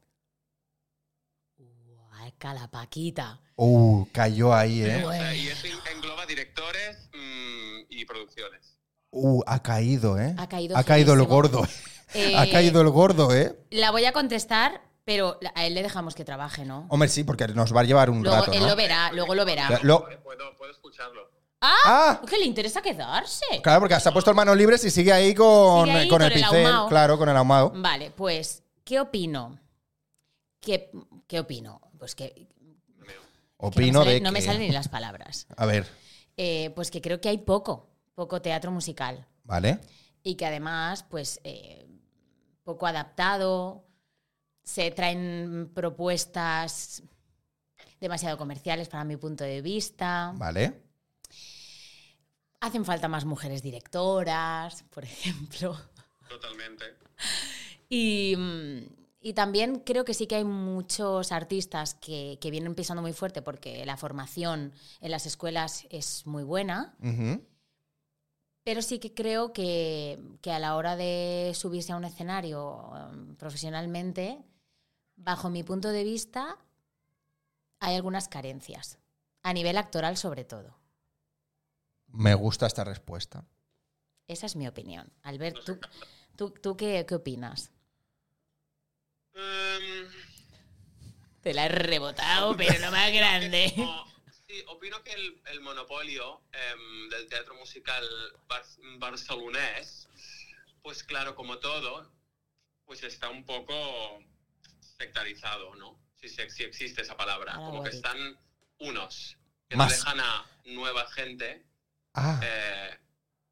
S2: Guau, Calapaquita.
S1: Uh, cayó ahí, ¿eh?
S3: O sea,
S2: Ué,
S3: y eso engloba directores mm, y producciones.
S1: Uh, ha caído, ¿eh?
S2: Ha caído
S1: Ha caído el
S2: feísimo.
S1: gordo.
S2: Eh,
S1: ha caído el gordo, ¿eh?
S2: La voy a contestar, pero a él le dejamos que trabaje, ¿no?
S1: Hombre, sí, porque nos va a llevar un
S2: Luego
S1: rato,
S2: él
S1: ¿no?
S2: lo verá, luego lo verá.
S1: Claro. Lo-
S3: Puedo, puedo escucharlo.
S1: ¡Ah!
S2: Es que le interesa quedarse.
S1: Claro, porque se ha puesto en manos libres y sigue ahí con,
S2: Sigue ahí
S1: eh, con,
S2: con
S1: el
S2: el
S1: pincel.
S2: ahumado.
S1: Claro, con el ahumado.
S2: Vale, pues, ¿qué opino? ¿Qué, qué opino? Pues que. que
S3: Me meo.
S1: Opino
S2: no me sale-
S1: de
S2: No me
S1: que-
S2: salen ni las palabras.
S1: A ver,
S2: Eh, pues que creo que hay poco, poco teatro musical.
S1: ¿vale?
S2: Y que además, pues, eh, poco adaptado. Se traen propuestas demasiado comerciales para mi punto de vista.
S1: ¿Vale?
S2: Hacen falta más mujeres directoras, por ejemplo.
S3: Totalmente.
S2: Y, mm, y también creo que sí que hay muchos artistas que, que vienen pisando muy fuerte porque la formación en las escuelas es muy buena,
S1: Ujú.
S2: pero sí que creo que, que a la hora de subirse a un escenario em, profesionalmente, bajo mi punto de vista, hay algunas carencias, a nivel actoral sobre todo.
S1: Me gusta esta respuesta.
S2: Esa es mi opinión. Albert,
S3: Nos
S2: ¿tú,
S3: encanta.
S2: tú, tú qué, qué opinas?
S3: Em,
S2: Te la he rebotado, pero no más grande.
S3: O- sí, opino que el, el monopolio em, del teatro musical bar- barcelonés, pues claro, como todo, pues está un poco sectarizado, ¿no? Si, se- si existe esa palabra.
S2: Ah,
S3: como que
S2: vale.
S3: están unos que no
S1: Más.
S3: dejan a nueva gente
S1: Ah,
S3: eh,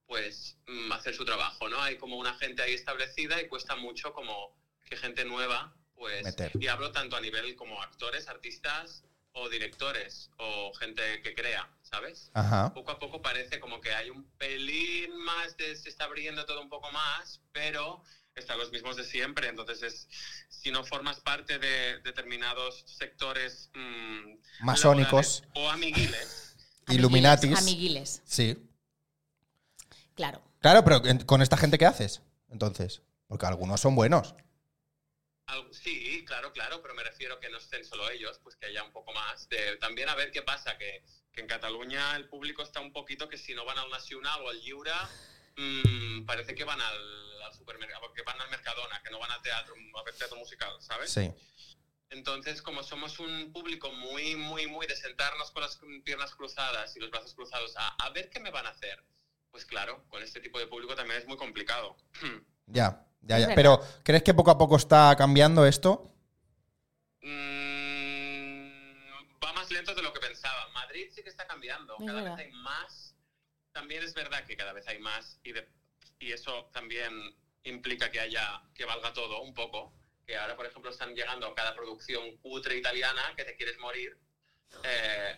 S3: pues mm, hacer su trabajo, ¿no? Hay como una gente ahí establecida y cuesta mucho como que gente nueva, pues...
S1: Meter.
S3: Y hablo tanto a nivel como actores, artistas o directores o gente que crea, ¿sabes?
S1: ajá.
S3: Poco a poco parece como que hay un pelín más, de, se está abriendo todo un poco más, pero están los mismos de siempre. Entonces, es, si no formas parte de determinados sectores... mm,
S1: Masónicos,
S3: laborales O amiguiles.
S2: Amiguiles,
S1: Illuminatis.
S2: Amiguiles,
S1: Sí.
S2: claro.
S1: Claro, pero en- con esta gente, ¿qué haces? Entonces, porque algunos son buenos.
S3: Al- Sí, claro, claro, pero me refiero que no estén solo ellos, pues que haya un poco más. De, también a ver qué pasa, que, que en Cataluña el público está un poquito que si no van al Nacional o al Lliure, mm, parece que van al, al supermercado, que van al Mercadona, que no van al teatro, a ver teatro musical, ¿sabes?
S1: Sí.
S3: Entonces, como somos un público muy, muy, muy de sentarnos con las piernas cruzadas y los brazos cruzados a, a ver qué me van a hacer, pues claro, con este tipo de público también es muy complicado.
S1: Ya, ya,
S2: Es
S1: ya.
S2: verdad.
S1: Pero, ¿crees que poco a poco está cambiando esto?
S3: Mm, va más lento de lo que pensaba. Madrid sí que está cambiando.
S2: Es
S3: cada
S2: verdad.
S3: vez hay más. También es verdad que cada vez hay más y, de- y eso también implica que haya que valga todo un poco. Que ahora, por ejemplo, están llegando a cada producción cutre italiana que te quieres morir. eh,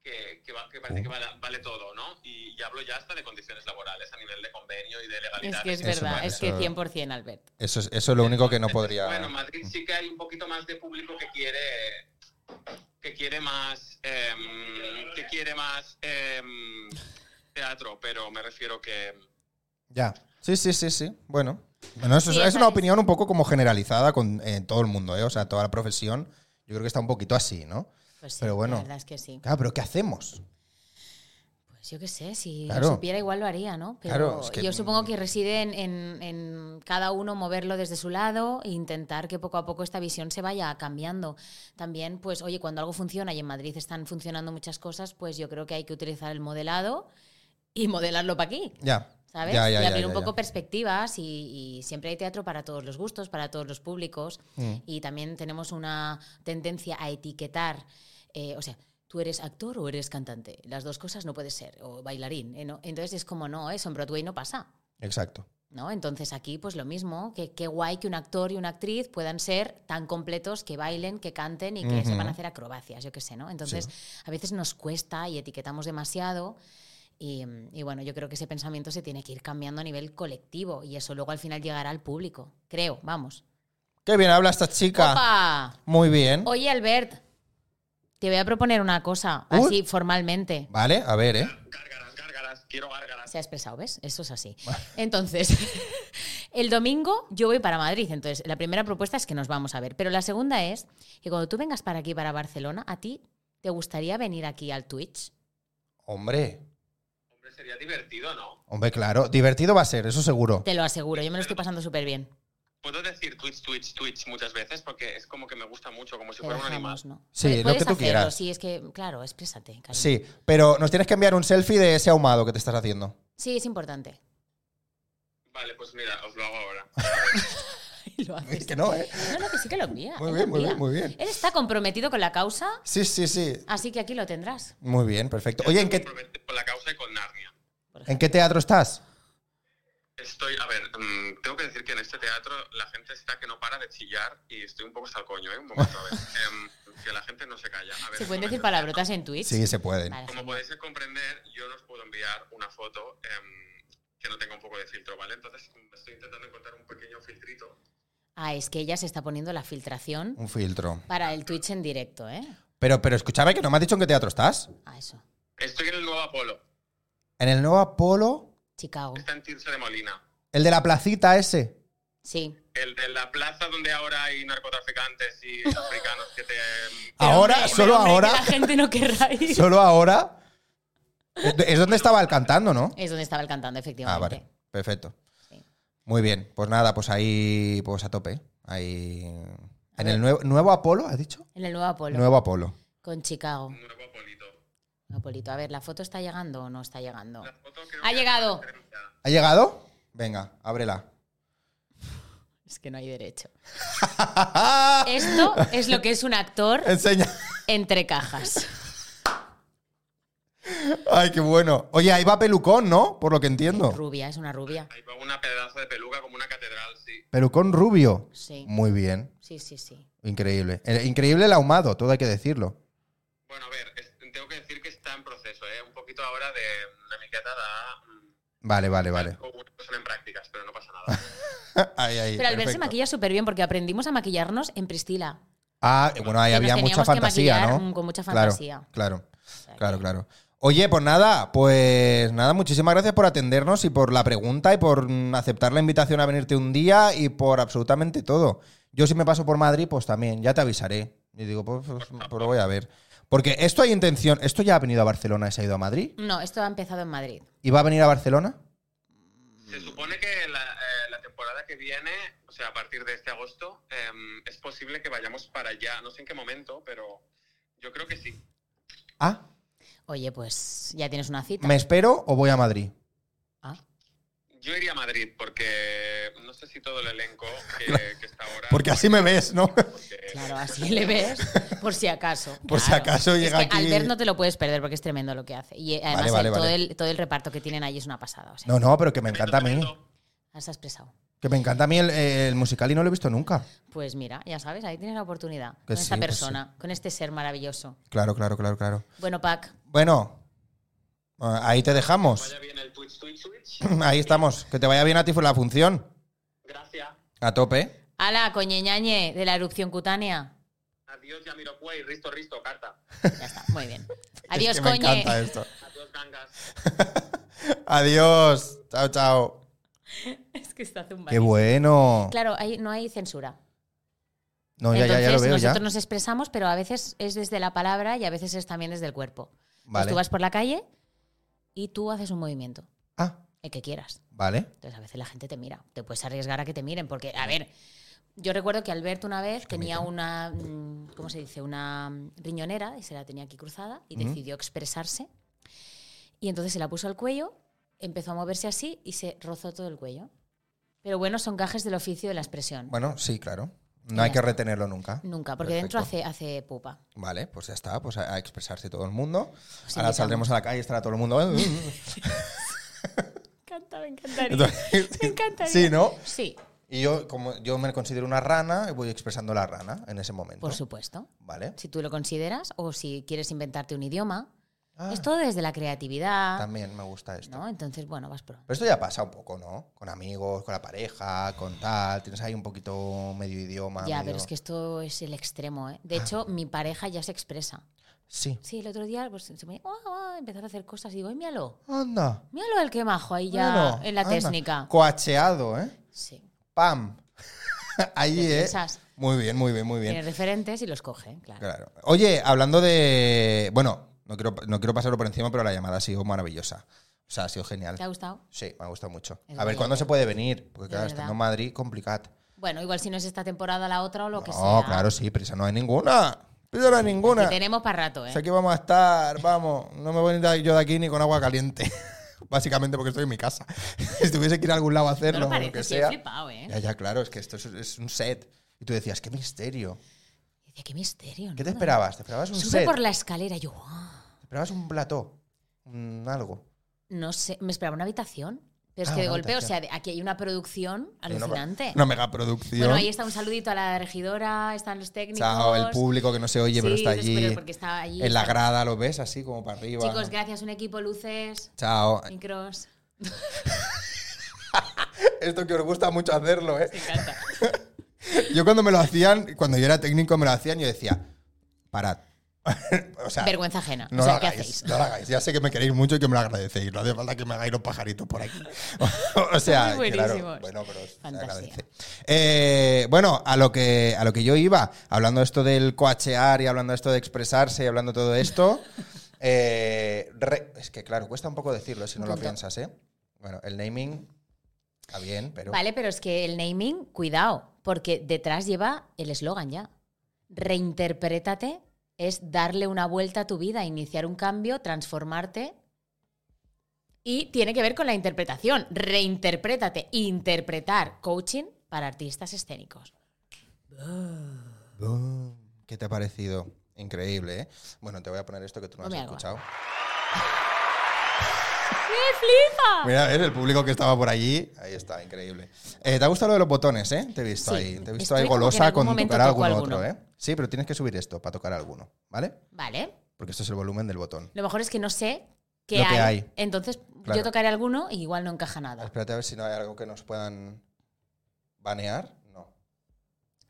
S3: que, que va- que parece que vale, vale todo, ¿no? Y, y hablo ya hasta de condiciones laborales a nivel de convenio y de legalidad.
S2: Es que es
S1: Eso
S2: verdad,
S1: me-
S2: es que
S1: eso-
S2: 100% Albert.
S1: Eso es, eso es lo único que no
S3: Entonces,
S1: podría.
S3: Bueno, en Madrid sí que hay un poquito más de público que quiere que quiere más em, que quiere más em, teatro, pero me refiero que
S1: Ya. Sí, sí, sí, sí. Bueno. Bueno, eso
S2: Sí,
S1: es, es
S2: esa
S1: una
S2: es.
S1: opinión un poco como generalizada con eh, todo el mundo, ¿eh? O sea, toda la profesión. Yo creo que está un poquito así, ¿no?
S2: Pues sí,
S1: Pero bueno.
S2: La verdad es que sí.
S1: Claro, pero ¿qué hacemos?
S2: Pues yo qué sé, si
S1: Claro.
S2: lo supiera igual lo haría, ¿no? Pero
S1: Claro, es que- mm.
S2: yo supongo que reside en, en- en cada uno moverlo desde su lado e intentar que poco a poco esta visión se vaya cambiando. También, pues, oye, cuando algo funciona y en Madrid están funcionando muchas cosas, pues yo creo que hay que utilizar el modelado y modelarlo para aquí.
S1: Ya.
S2: ¿Sabes?
S1: Ya, ya,
S2: y
S1: ya,
S2: abrir
S1: ya,
S2: un poco
S1: ya.
S2: perspectivas y, y siempre hay teatro para todos los gustos, para todos los públicos
S1: Mm.
S2: y también tenemos una tendencia a etiquetar, eh, o sea, tú eres actor o eres cantante, las dos cosas no puede ser, o bailarín, eh, ¿no? entonces es como no, eso en Broadway no pasa.
S1: Exacto.
S2: ¿No? Entonces aquí pues lo mismo, que qué guay que un actor y una actriz puedan ser tan completos que bailen, que canten y que
S1: Ujú.
S2: sepan hacer acrobacias, yo qué sé, ¿no? Entonces a veces nos cuesta y etiquetamos demasiado y, y, bueno, yo creo que ese pensamiento se tiene que ir cambiando a nivel colectivo y eso luego al final llegará al público, creo, vamos.
S1: Qué bien habla esta chica.
S2: ¡Opa!
S1: Muy bien.
S2: Oye, Albert, te voy a proponer una cosa,
S1: Uy.
S2: así formalmente.
S1: Vale, a ver, ¿eh?
S3: gárgaras, gárgaras, quiero gárgaras.
S2: Se ha expresado, ¿ves? Eso es así. Entonces, el domingo yo voy para Madrid. Entonces, la primera propuesta es que nos vamos a ver. Pero la segunda es que cuando tú vengas para aquí, para Barcelona, ¿a ti te gustaría venir aquí al Twitch?
S1: Hombre.
S3: Hombre, sería divertido, ¿no?
S1: Hombre, claro. Divertido va a ser, eso seguro.
S2: Te lo aseguro, yo me lo estoy pasando súper bien.
S3: Puedo decir Twitch, Twitch, Twitch muchas veces porque es como que me gusta mucho, como si
S2: Te
S3: fuera un animal.
S2: dejamos, ¿no?
S1: Sí, lo
S2: Puedes
S1: que tú
S2: hacerlo,
S1: quieras.
S2: Sí, es que, claro, exprésate. cariño.
S1: Sí, pero nos tienes que enviar un selfie de ese ahumado que te estás haciendo.
S2: Sí, es importante.
S3: Vale, pues mira, os lo hago ahora.
S2: Y lo haces.
S1: que no, ¿eh?
S2: No, no, que sí que lo envía.
S1: Muy
S2: él lo
S1: bien, muy
S2: envía.
S1: bien, muy bien.
S2: Él está comprometido con la causa
S1: Sí, sí, sí.
S2: Así que aquí lo tendrás.
S1: Muy bien, perfecto. Oye, ¿en qué,
S3: Con la causa y con Narnia.
S2: por
S1: ¿en
S2: ejemplo.
S1: qué teatro estás?
S3: Estoy, a ver, mm, tengo que decir que en este teatro la gente está que no para de chillar y estoy un poco hasta el coño, ¿eh? Un momento, a ver. Em, que la gente no se calla. A ver,
S2: ¿Se
S3: un
S2: pueden decir
S3: momento.
S2: palabrotas en Twitch?
S1: Sí, se pueden.
S2: Vale,
S3: Como podéis comprender, yo no os puedo enviar una foto em, que no tenga un poco de filtro, ¿vale? Entonces mm, estoy intentando encontrar un pequeño filtrito.
S2: Ah, es que ella se está poniendo la filtración
S1: Un filtro.
S2: para el Twitch en directo, ¿eh?
S1: Pero, pero escúchame, que no me has dicho en qué teatro estás.
S2: Ah, eso.
S3: Estoy en el nuevo Apolo.
S1: En el nuevo Apolo,
S2: Chicago.
S3: Está en Tirso de Molina.
S1: el de la placita ese.
S2: Sí.
S3: El de la plaza donde ahora hay narcotraficantes y africanos que te... em,
S1: ahora,
S2: Pero hombre,
S1: solo
S2: hombre,
S1: ahora,
S2: que La gente no querrá ir.
S1: solo ahora. Es es donde estaba el cantando, ¿no?
S2: Es donde estaba el cantando, efectivamente.
S1: Ah, vale. Perfecto.
S2: Sí.
S1: Muy bien, pues nada, pues ahí, pues a tope. Ahí. En el nuevo, nuevo Apolo, ¿has dicho?
S2: En el nuevo Apolo.
S1: Nuevo Apolo.
S2: Con Chicago.
S3: Nuevo Apolito.
S2: Apolito. A ver, ¿la foto está llegando o no está llegando?
S3: La foto creo
S2: Ha
S3: que-
S2: llegado.
S1: ¿Ha llegado? Venga, ábrela.
S2: Es que no hay derecho. Esto es lo que es un actor
S1: Enseña.
S2: entre cajas.
S1: Ay, qué bueno. Oye, ahí va pelucón, ¿no? Por lo que entiendo.
S2: Rubia, es una rubia.
S3: Ahí va una pedazo de peluca como una catedral, sí.
S1: Pelucón rubio.
S2: Sí,
S1: Muy bien.
S2: sí, sí, sí.
S1: Increíble. Eh, Increíble el ahumado, todo hay que decirlo.
S3: Bueno, a ver, es- tengo que decir que está en proceso, ¿eh? Un poquito ahora de la miqueta da mm,
S1: Vale, vale, vale.
S3: como una persona en prácticas, pero no pasa nada.
S1: Ahí, ahí,
S2: Pero al ver se
S1: perfecto.
S2: maquilla súper bien porque aprendimos a maquillarnos en Pristila.
S1: Ah, bueno, ahí
S2: Que nos
S1: había
S2: teníamos
S1: mucha
S2: que
S1: fantasía,
S2: maquillar,
S1: ¿no?
S2: mm, con mucha fantasía.
S1: Claro,
S2: O sea
S1: claro,
S2: que-
S1: claro, claro. Oye, pues nada, pues nada, muchísimas gracias por atendernos y por la pregunta y por mm, aceptar la invitación a venirte un día y por absolutamente todo. Yo si me paso por Madrid, pues también, ya te avisaré. Y digo, pues, pues, pues lo voy a ver. Porque esto hay intención, esto ya ha venido a Barcelona y se ha ido a Madrid.
S2: No, esto ha empezado en Madrid.
S1: ¿Y va a venir a Barcelona?
S3: Se supone que la, eh, la temporada que viene, o sea, a partir de este agosto, em, es posible que vayamos para allá. No sé en qué momento, pero yo creo que sí.
S1: Ah,
S2: Oye, pues ya tienes una cita.
S1: ¿me espero o voy a Madrid?
S2: Ah,
S3: Yo iría a Madrid porque no sé si todo el elenco que, que está ahora.
S1: Porque así me ves, ¿no?
S3: porque-
S2: claro, así le ves, por si acaso.
S1: Por si
S2: Claro.
S1: acaso
S2: Es
S1: llega
S2: que
S1: aquí-
S2: Al ver no te lo puedes perder porque es tremendo lo que hace. Y eh, además
S1: vale,
S2: el- todo,
S1: vale.
S2: El, todo el reparto que tienen ahí es una pasada. O sea,
S1: No, no, pero que me encanta a mí.
S2: has expresado.
S1: Que me encanta a mí el, el musical y no lo he visto nunca.
S2: Pues mira, ya sabes, ahí tienes la oportunidad.
S1: Que
S2: con esta
S1: sí, que
S2: persona, con este ser maravilloso.
S1: Claro, claro, claro, claro.
S2: Bueno, Pac,
S1: Bueno, ah, ahí te dejamos.
S3: Vaya bien el Twitch, Twitch, Twitch.
S1: Ahí estamos. Que te vaya bien a ti por la función.
S3: Gracias.
S1: A tope.
S2: ala, coñeñañe, de la erupción cutánea.
S3: Adiós, Yamiroquai. Risto, risto, carta.
S2: Ya está, muy bien. Adiós,
S1: Es que
S2: coñe.
S1: Me encanta eh. esto.
S3: Adiós, gangas.
S1: Adiós. Chao, chao.
S2: Es que está zumbado.
S1: Qué bueno.
S2: Claro, ahí no hay censura.
S1: No, ya, ya,
S2: Entonces
S1: ya lo veo, ya.
S2: nosotros nos expresamos, pero a veces es desde la palabra y a veces es también desde el cuerpo. Entonces,
S1: Vale.
S2: tú vas por la calle y tú haces un movimiento,
S1: Ah,
S2: el que quieras.
S1: vale.
S2: Entonces a veces la gente te mira. Te puedes arriesgar a que te miren, porque, a ver, yo recuerdo que Alberto una vez tenía una, mm, ¿cómo se dice? Una mm, riñonera y se la tenía aquí cruzada y
S1: Ujú.
S2: decidió expresarse. Y entonces se la puso al cuello, empezó a moverse así y se rozó todo el cuello. Pero bueno, son gajes del oficio de la expresión.
S1: Bueno, sí, claro. No
S2: Ya
S1: hay que
S2: está.
S1: retenerlo nunca.
S2: Nunca, porque
S1: Perfecto.
S2: dentro hace, hace pupa.
S1: Vale, pues ya está, pues a, a expresarse todo el mundo.
S2: Os
S1: Ahora
S2: invitamos.
S1: saldremos a la calle y estará todo el mundo. ¿eh?
S2: Me encanta, me encantaría.
S1: Entonces-
S2: Me encantaría.
S1: Sí, ¿no?
S2: Sí,
S1: Y yo, como yo me considero una rana, voy expresando la rana en ese momento.
S2: por supuesto.
S1: Vale.
S2: Si tú lo consideras o si quieres inventarte un idioma.
S1: Ah,
S2: Es todo desde la creatividad,
S1: También me gusta esto.
S2: ¿no? Entonces, bueno, vas pro.
S1: Pero esto ya pasa un poco, ¿no? Con amigos, con la pareja, con tal. Tienes ahí un poquito medio idioma.
S2: Ya,
S1: medio-
S2: pero es que esto es el extremo, ¿eh?
S1: Ah.
S2: De hecho, mi pareja ya se expresa.
S1: Sí.
S2: Sí, el otro día pues, se me "Oh, oh", empezar a hacer cosas y digo, "Ay, míralo,
S1: Anda.
S2: míralo el que majo ahí ya
S1: bueno,
S2: en la
S1: anda.
S2: técnica.
S1: Coacheado, ¿eh?
S2: Sí,
S1: Pam. ahí,
S2: Te
S1: ¿eh?
S2: piensas.
S1: Muy bien, muy bien, muy bien.
S2: tiene referentes y los coge, claro.
S1: Claro. Oye, hablando de. Bueno, no quiero, no quiero pasarlo por encima, pero la llamada ha sido maravillosa. O sea, ha sido genial.
S2: ¿Te ha gustado?
S1: Sí, me ha gustado mucho.
S2: Es
S1: A ver,
S2: muy
S1: ¿cuándo
S2: bien.
S1: se puede venir? Porque
S2: De
S1: claro,
S2: verdad.
S1: estando en Madrid, complicado.
S2: Bueno, igual si no es esta temporada, la otra o lo que sea.
S1: No, claro, sí, prisa no hay ninguna. Prisa no hay
S2: Que
S1: ninguna.
S2: tenemos para rato, ¿eh?
S1: O sea, aquí vamos a estar, vamos, no me voy a ir yo de aquí ni con agua caliente. Básicamente porque estoy en mi casa. si tuviese que ir a algún lado a
S2: no
S1: hacerlo,
S2: lo
S1: o lo
S2: parece,
S1: que
S2: sí, he
S1: sea.
S2: flipado, ¿eh?
S1: Ya, ya, claro, es que esto es, es un set. Y tú decías, qué misterio.
S2: Y Dice, qué misterio,
S1: ¿Qué
S2: ¿no?
S1: te esperabas? ¿Te esperabas un
S2: Sube
S1: set?
S2: por la escalera, y yo, "Ah".
S1: ¿Te esperabas un plató? Un algo.
S2: no sé, me esperaba una habitación. Pero es
S1: Ah,
S2: que de
S1: una
S2: golpe, o sea,
S1: habitación.
S2: de- aquí hay una producción
S1: Sí, una-
S2: alucinante.
S1: Una megaproducción.
S2: Bueno, ahí está un saludito a la regidora, están los técnicos.
S1: Chao, el público que no se oye, pero
S2: Sí,
S1: está
S2: los-
S1: allí.
S2: pero porque está allí.
S1: En la grada lo ves así como para arriba.
S2: Chicos, gracias, un equipo, luces,
S1: Chao.
S2: micros.
S1: Esto que os gusta mucho hacerlo, ¿eh?
S2: Me encanta.
S1: Yo cuando me lo hacían, cuando yo era técnico me lo hacían, yo decía, parad. o sea,
S2: Vergüenza ajena.
S1: no
S2: o sea,
S1: lo
S2: ¿qué
S1: hagáis,
S2: hacéis?
S1: no lo hagáis. Ya sé que me queréis mucho y que me lo agradecéis. No hace falta que me hagáis los pajaritos por aquí. o sea,
S2: Muy
S1: claro,
S2: buenísimos.
S1: bueno, pero se
S2: Fantasía.
S1: agradece. Eh, bueno, a lo que a lo que yo iba, hablando esto del coachear y hablando esto de expresarse y hablando todo esto, eh, re- es que claro, cuesta un poco decirlo si no lo
S2: Punto.
S1: piensas, ¿eh? Bueno, el naming Está bien, pero.
S2: Vale, pero es que el naming, cuidado, porque detrás lleva el eslogan ya. Reinterprétate es darle una vuelta a tu vida, iniciar un cambio, transformarte. Y tiene que ver con la interpretación. Reinterprétate, interpretar coaching para artistas escénicos.
S1: Boom. ¿Qué te ha parecido? Increíble, ¿eh? Bueno, te voy a poner esto que tú no has
S2: Ponme algo.
S1: escuchado.
S2: ¡Flipa!
S1: Mira, a ver, el público que estaba por allí. Ahí está, increíble. Eh, te ha gustado lo de los botones, ¿eh? Te he visto
S2: Sí,
S1: ahí. Te he visto
S2: estoy
S1: ahí
S2: como que en
S1: golosa
S2: algún
S1: con
S2: momento
S1: tocar
S2: toco
S1: algún
S2: alguno.
S1: otro, ¿eh? Sí, pero tienes que subir esto para tocar alguno, ¿vale?
S2: Vale.
S1: Porque esto es el volumen del botón.
S2: Lo mejor es que no sé qué
S1: Lo
S2: hay.
S1: que hay.
S2: Entonces
S1: Claro.
S2: yo tocaré alguno y igual no encaja nada.
S1: Espérate a ver si no hay algo que nos puedan banear. No.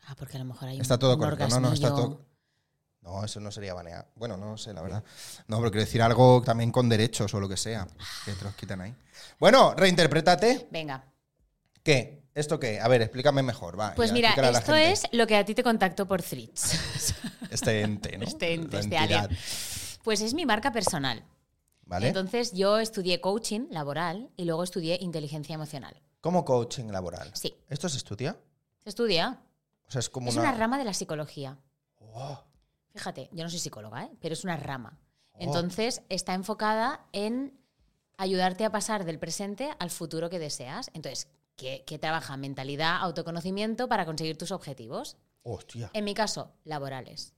S2: Ah, porque a lo mejor hay
S1: Está todo
S2: un
S1: correcto. No, no, está
S2: orgasmillo.
S1: todo. No, eso no sería banear. Bueno, no sé, la verdad. No, pero quiero decir algo también con derechos o lo que sea. Que te los quitan ahí. Bueno, reinterprétate.
S2: Venga.
S1: ¿Qué? ¿Esto qué? A ver, explícame mejor. Va,
S2: Pues
S1: y
S2: mira,
S1: explícale a la
S2: esto
S1: gente.
S2: es lo que a ti te contactó por Fritz.
S1: Este ente, ¿no?
S2: Este ente,
S1: La
S2: este alien.
S1: entidad,
S2: Pues es mi marca personal.
S1: ¿Vale?
S2: Entonces yo estudié coaching laboral y luego estudié inteligencia emocional.
S1: ¿Cómo coaching laboral?
S2: Sí,
S1: ¿Esto se estudia?
S2: se estudia.
S1: O sea, es como
S2: Es
S1: una...
S2: una rama de la psicología.
S1: Oh,
S2: Fíjate, yo no soy psicóloga, ¿eh? pero es una rama.
S1: oh.
S2: Entonces está enfocada en ayudarte a pasar del presente al futuro que deseas. Entonces, ¿qué, qué trabaja? Mentalidad, autoconocimiento para conseguir tus objetivos.
S1: Hostia.
S2: En mi caso, laborales.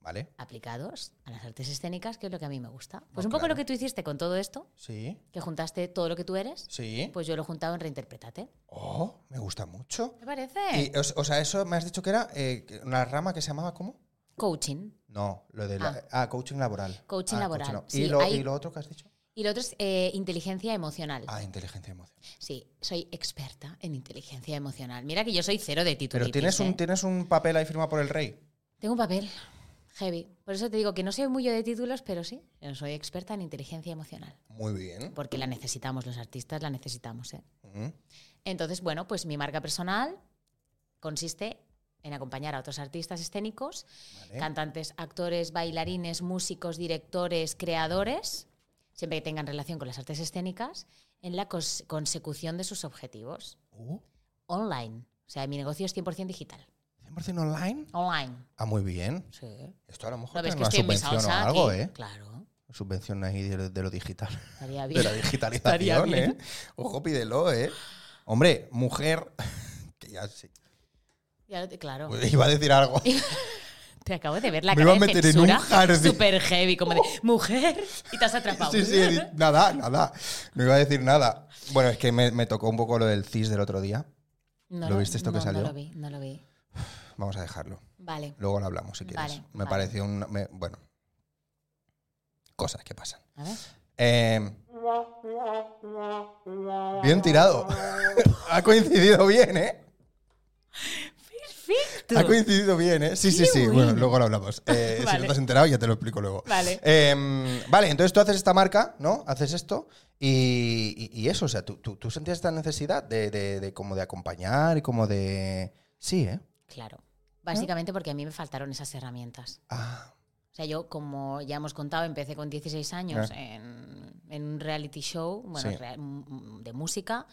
S1: ¿Vale?
S2: aplicados a las artes escénicas, que es lo que a mí me gusta. Pues
S1: No,
S2: un poco
S1: Oh, claro.
S2: lo que tú hiciste con todo esto,
S1: Sí.
S2: que juntaste todo lo que tú eres,
S1: Sí.
S2: pues yo lo he juntado en Reinterpretate.
S1: Oh, me gusta mucho.
S2: ¿Te parece?
S1: Y, o, o sea, eso me has dicho que era eh, que una rama que se llamaba ¿cómo?
S2: Coaching.
S1: No, lo de la- ah. coaching laboral.
S2: Coaching
S1: Ah,
S2: laboral,
S1: no.
S2: sí,
S1: ¿Y, lo,
S2: hay-
S1: y lo otro que has dicho?
S2: Y lo otro es eh, inteligencia emocional.
S1: Ah, inteligencia emocional.
S2: Sí, soy experta en inteligencia emocional. Mira que yo soy cero de título.
S1: Pero tienes un, tienes un papel ahí firmado por el rey.
S2: Tengo un papel heavy. Por eso te digo que no soy muy yo de títulos, pero sí, yo soy experta en inteligencia emocional.
S1: Muy bien. Mm,
S2: Porque la necesitamos, los artistas la necesitamos, ¿eh?
S1: Ujú.
S2: Entonces, bueno, pues mi marca personal consiste en acompañar a otros artistas escénicos,
S1: Vale.
S2: cantantes, actores, bailarines, músicos, directores, creadores, siempre que tengan relación con las artes escénicas, en la cons- consecución de sus objetivos.
S1: Uh,
S2: Online. O sea, mi negocio es 100% digital.
S1: 100% online.
S2: Online.
S1: Ah, muy bien.
S2: Sí.
S1: Esto a lo mejor
S2: ¿No ves
S1: tiene una
S2: que estoy en mi
S1: subvención o
S2: salsa?
S1: algo,
S2: aquí?
S1: ¿eh?
S2: Claro,
S1: Subvención ahí de, de lo digital.
S2: estaría
S1: De
S2: bien.
S1: la
S2: Estaría
S1: digitalización,
S2: bien.
S1: ¿eh? Ojo, pídelo, ¿eh? Hombre, mujer. Que ya sí.
S2: Ya lo te- claro.
S1: Iba a decir algo.
S2: Te acabo de ver la
S1: Me
S2: cara
S1: iba a
S2: de
S1: meter en un
S2: censura
S1: jardín. Uh.
S2: super heavy, como de mujer y te has atrapado.
S1: Sí, sí, di- nada, nada. No iba a decir nada. Bueno, es que me, me tocó un poco lo del CIS del otro día.
S2: No
S1: ¿Lo viste esto que
S2: no,
S1: salió?
S2: No lo vi, no lo vi.
S1: Vamos a dejarlo.
S2: Vale.
S1: Luego lo hablamos si quieres.
S2: Vale,
S1: me
S2: vale.
S1: pareció un. me- bueno. Cosas que pasan.
S2: A ver.
S1: Eh, bien tirado. ha coincidido bien, ¿eh?
S2: Perfecto.
S1: Ha coincidido bien, ¿eh? Sí, sí,
S2: Qué
S1: sí. Bueno,
S2: bueno.
S1: luego lo hablamos. Eh, Si
S2: Vale.
S1: no te has enterado, ya te lo explico luego.
S2: Vale.
S1: Eh, vale, entonces tú haces esta marca, ¿no? Haces esto y, y- y eso, o sea, tú, tú- tú sentías esta necesidad de, de- de como de acompañar y como de... Sí, ¿eh?
S2: Claro. Básicamente porque a mí me faltaron esas herramientas.
S1: Ah,
S2: O sea, yo, como ya hemos contado, empecé con 16 años en, en un reality show bueno,
S1: Sí.
S2: rea- mm, de música.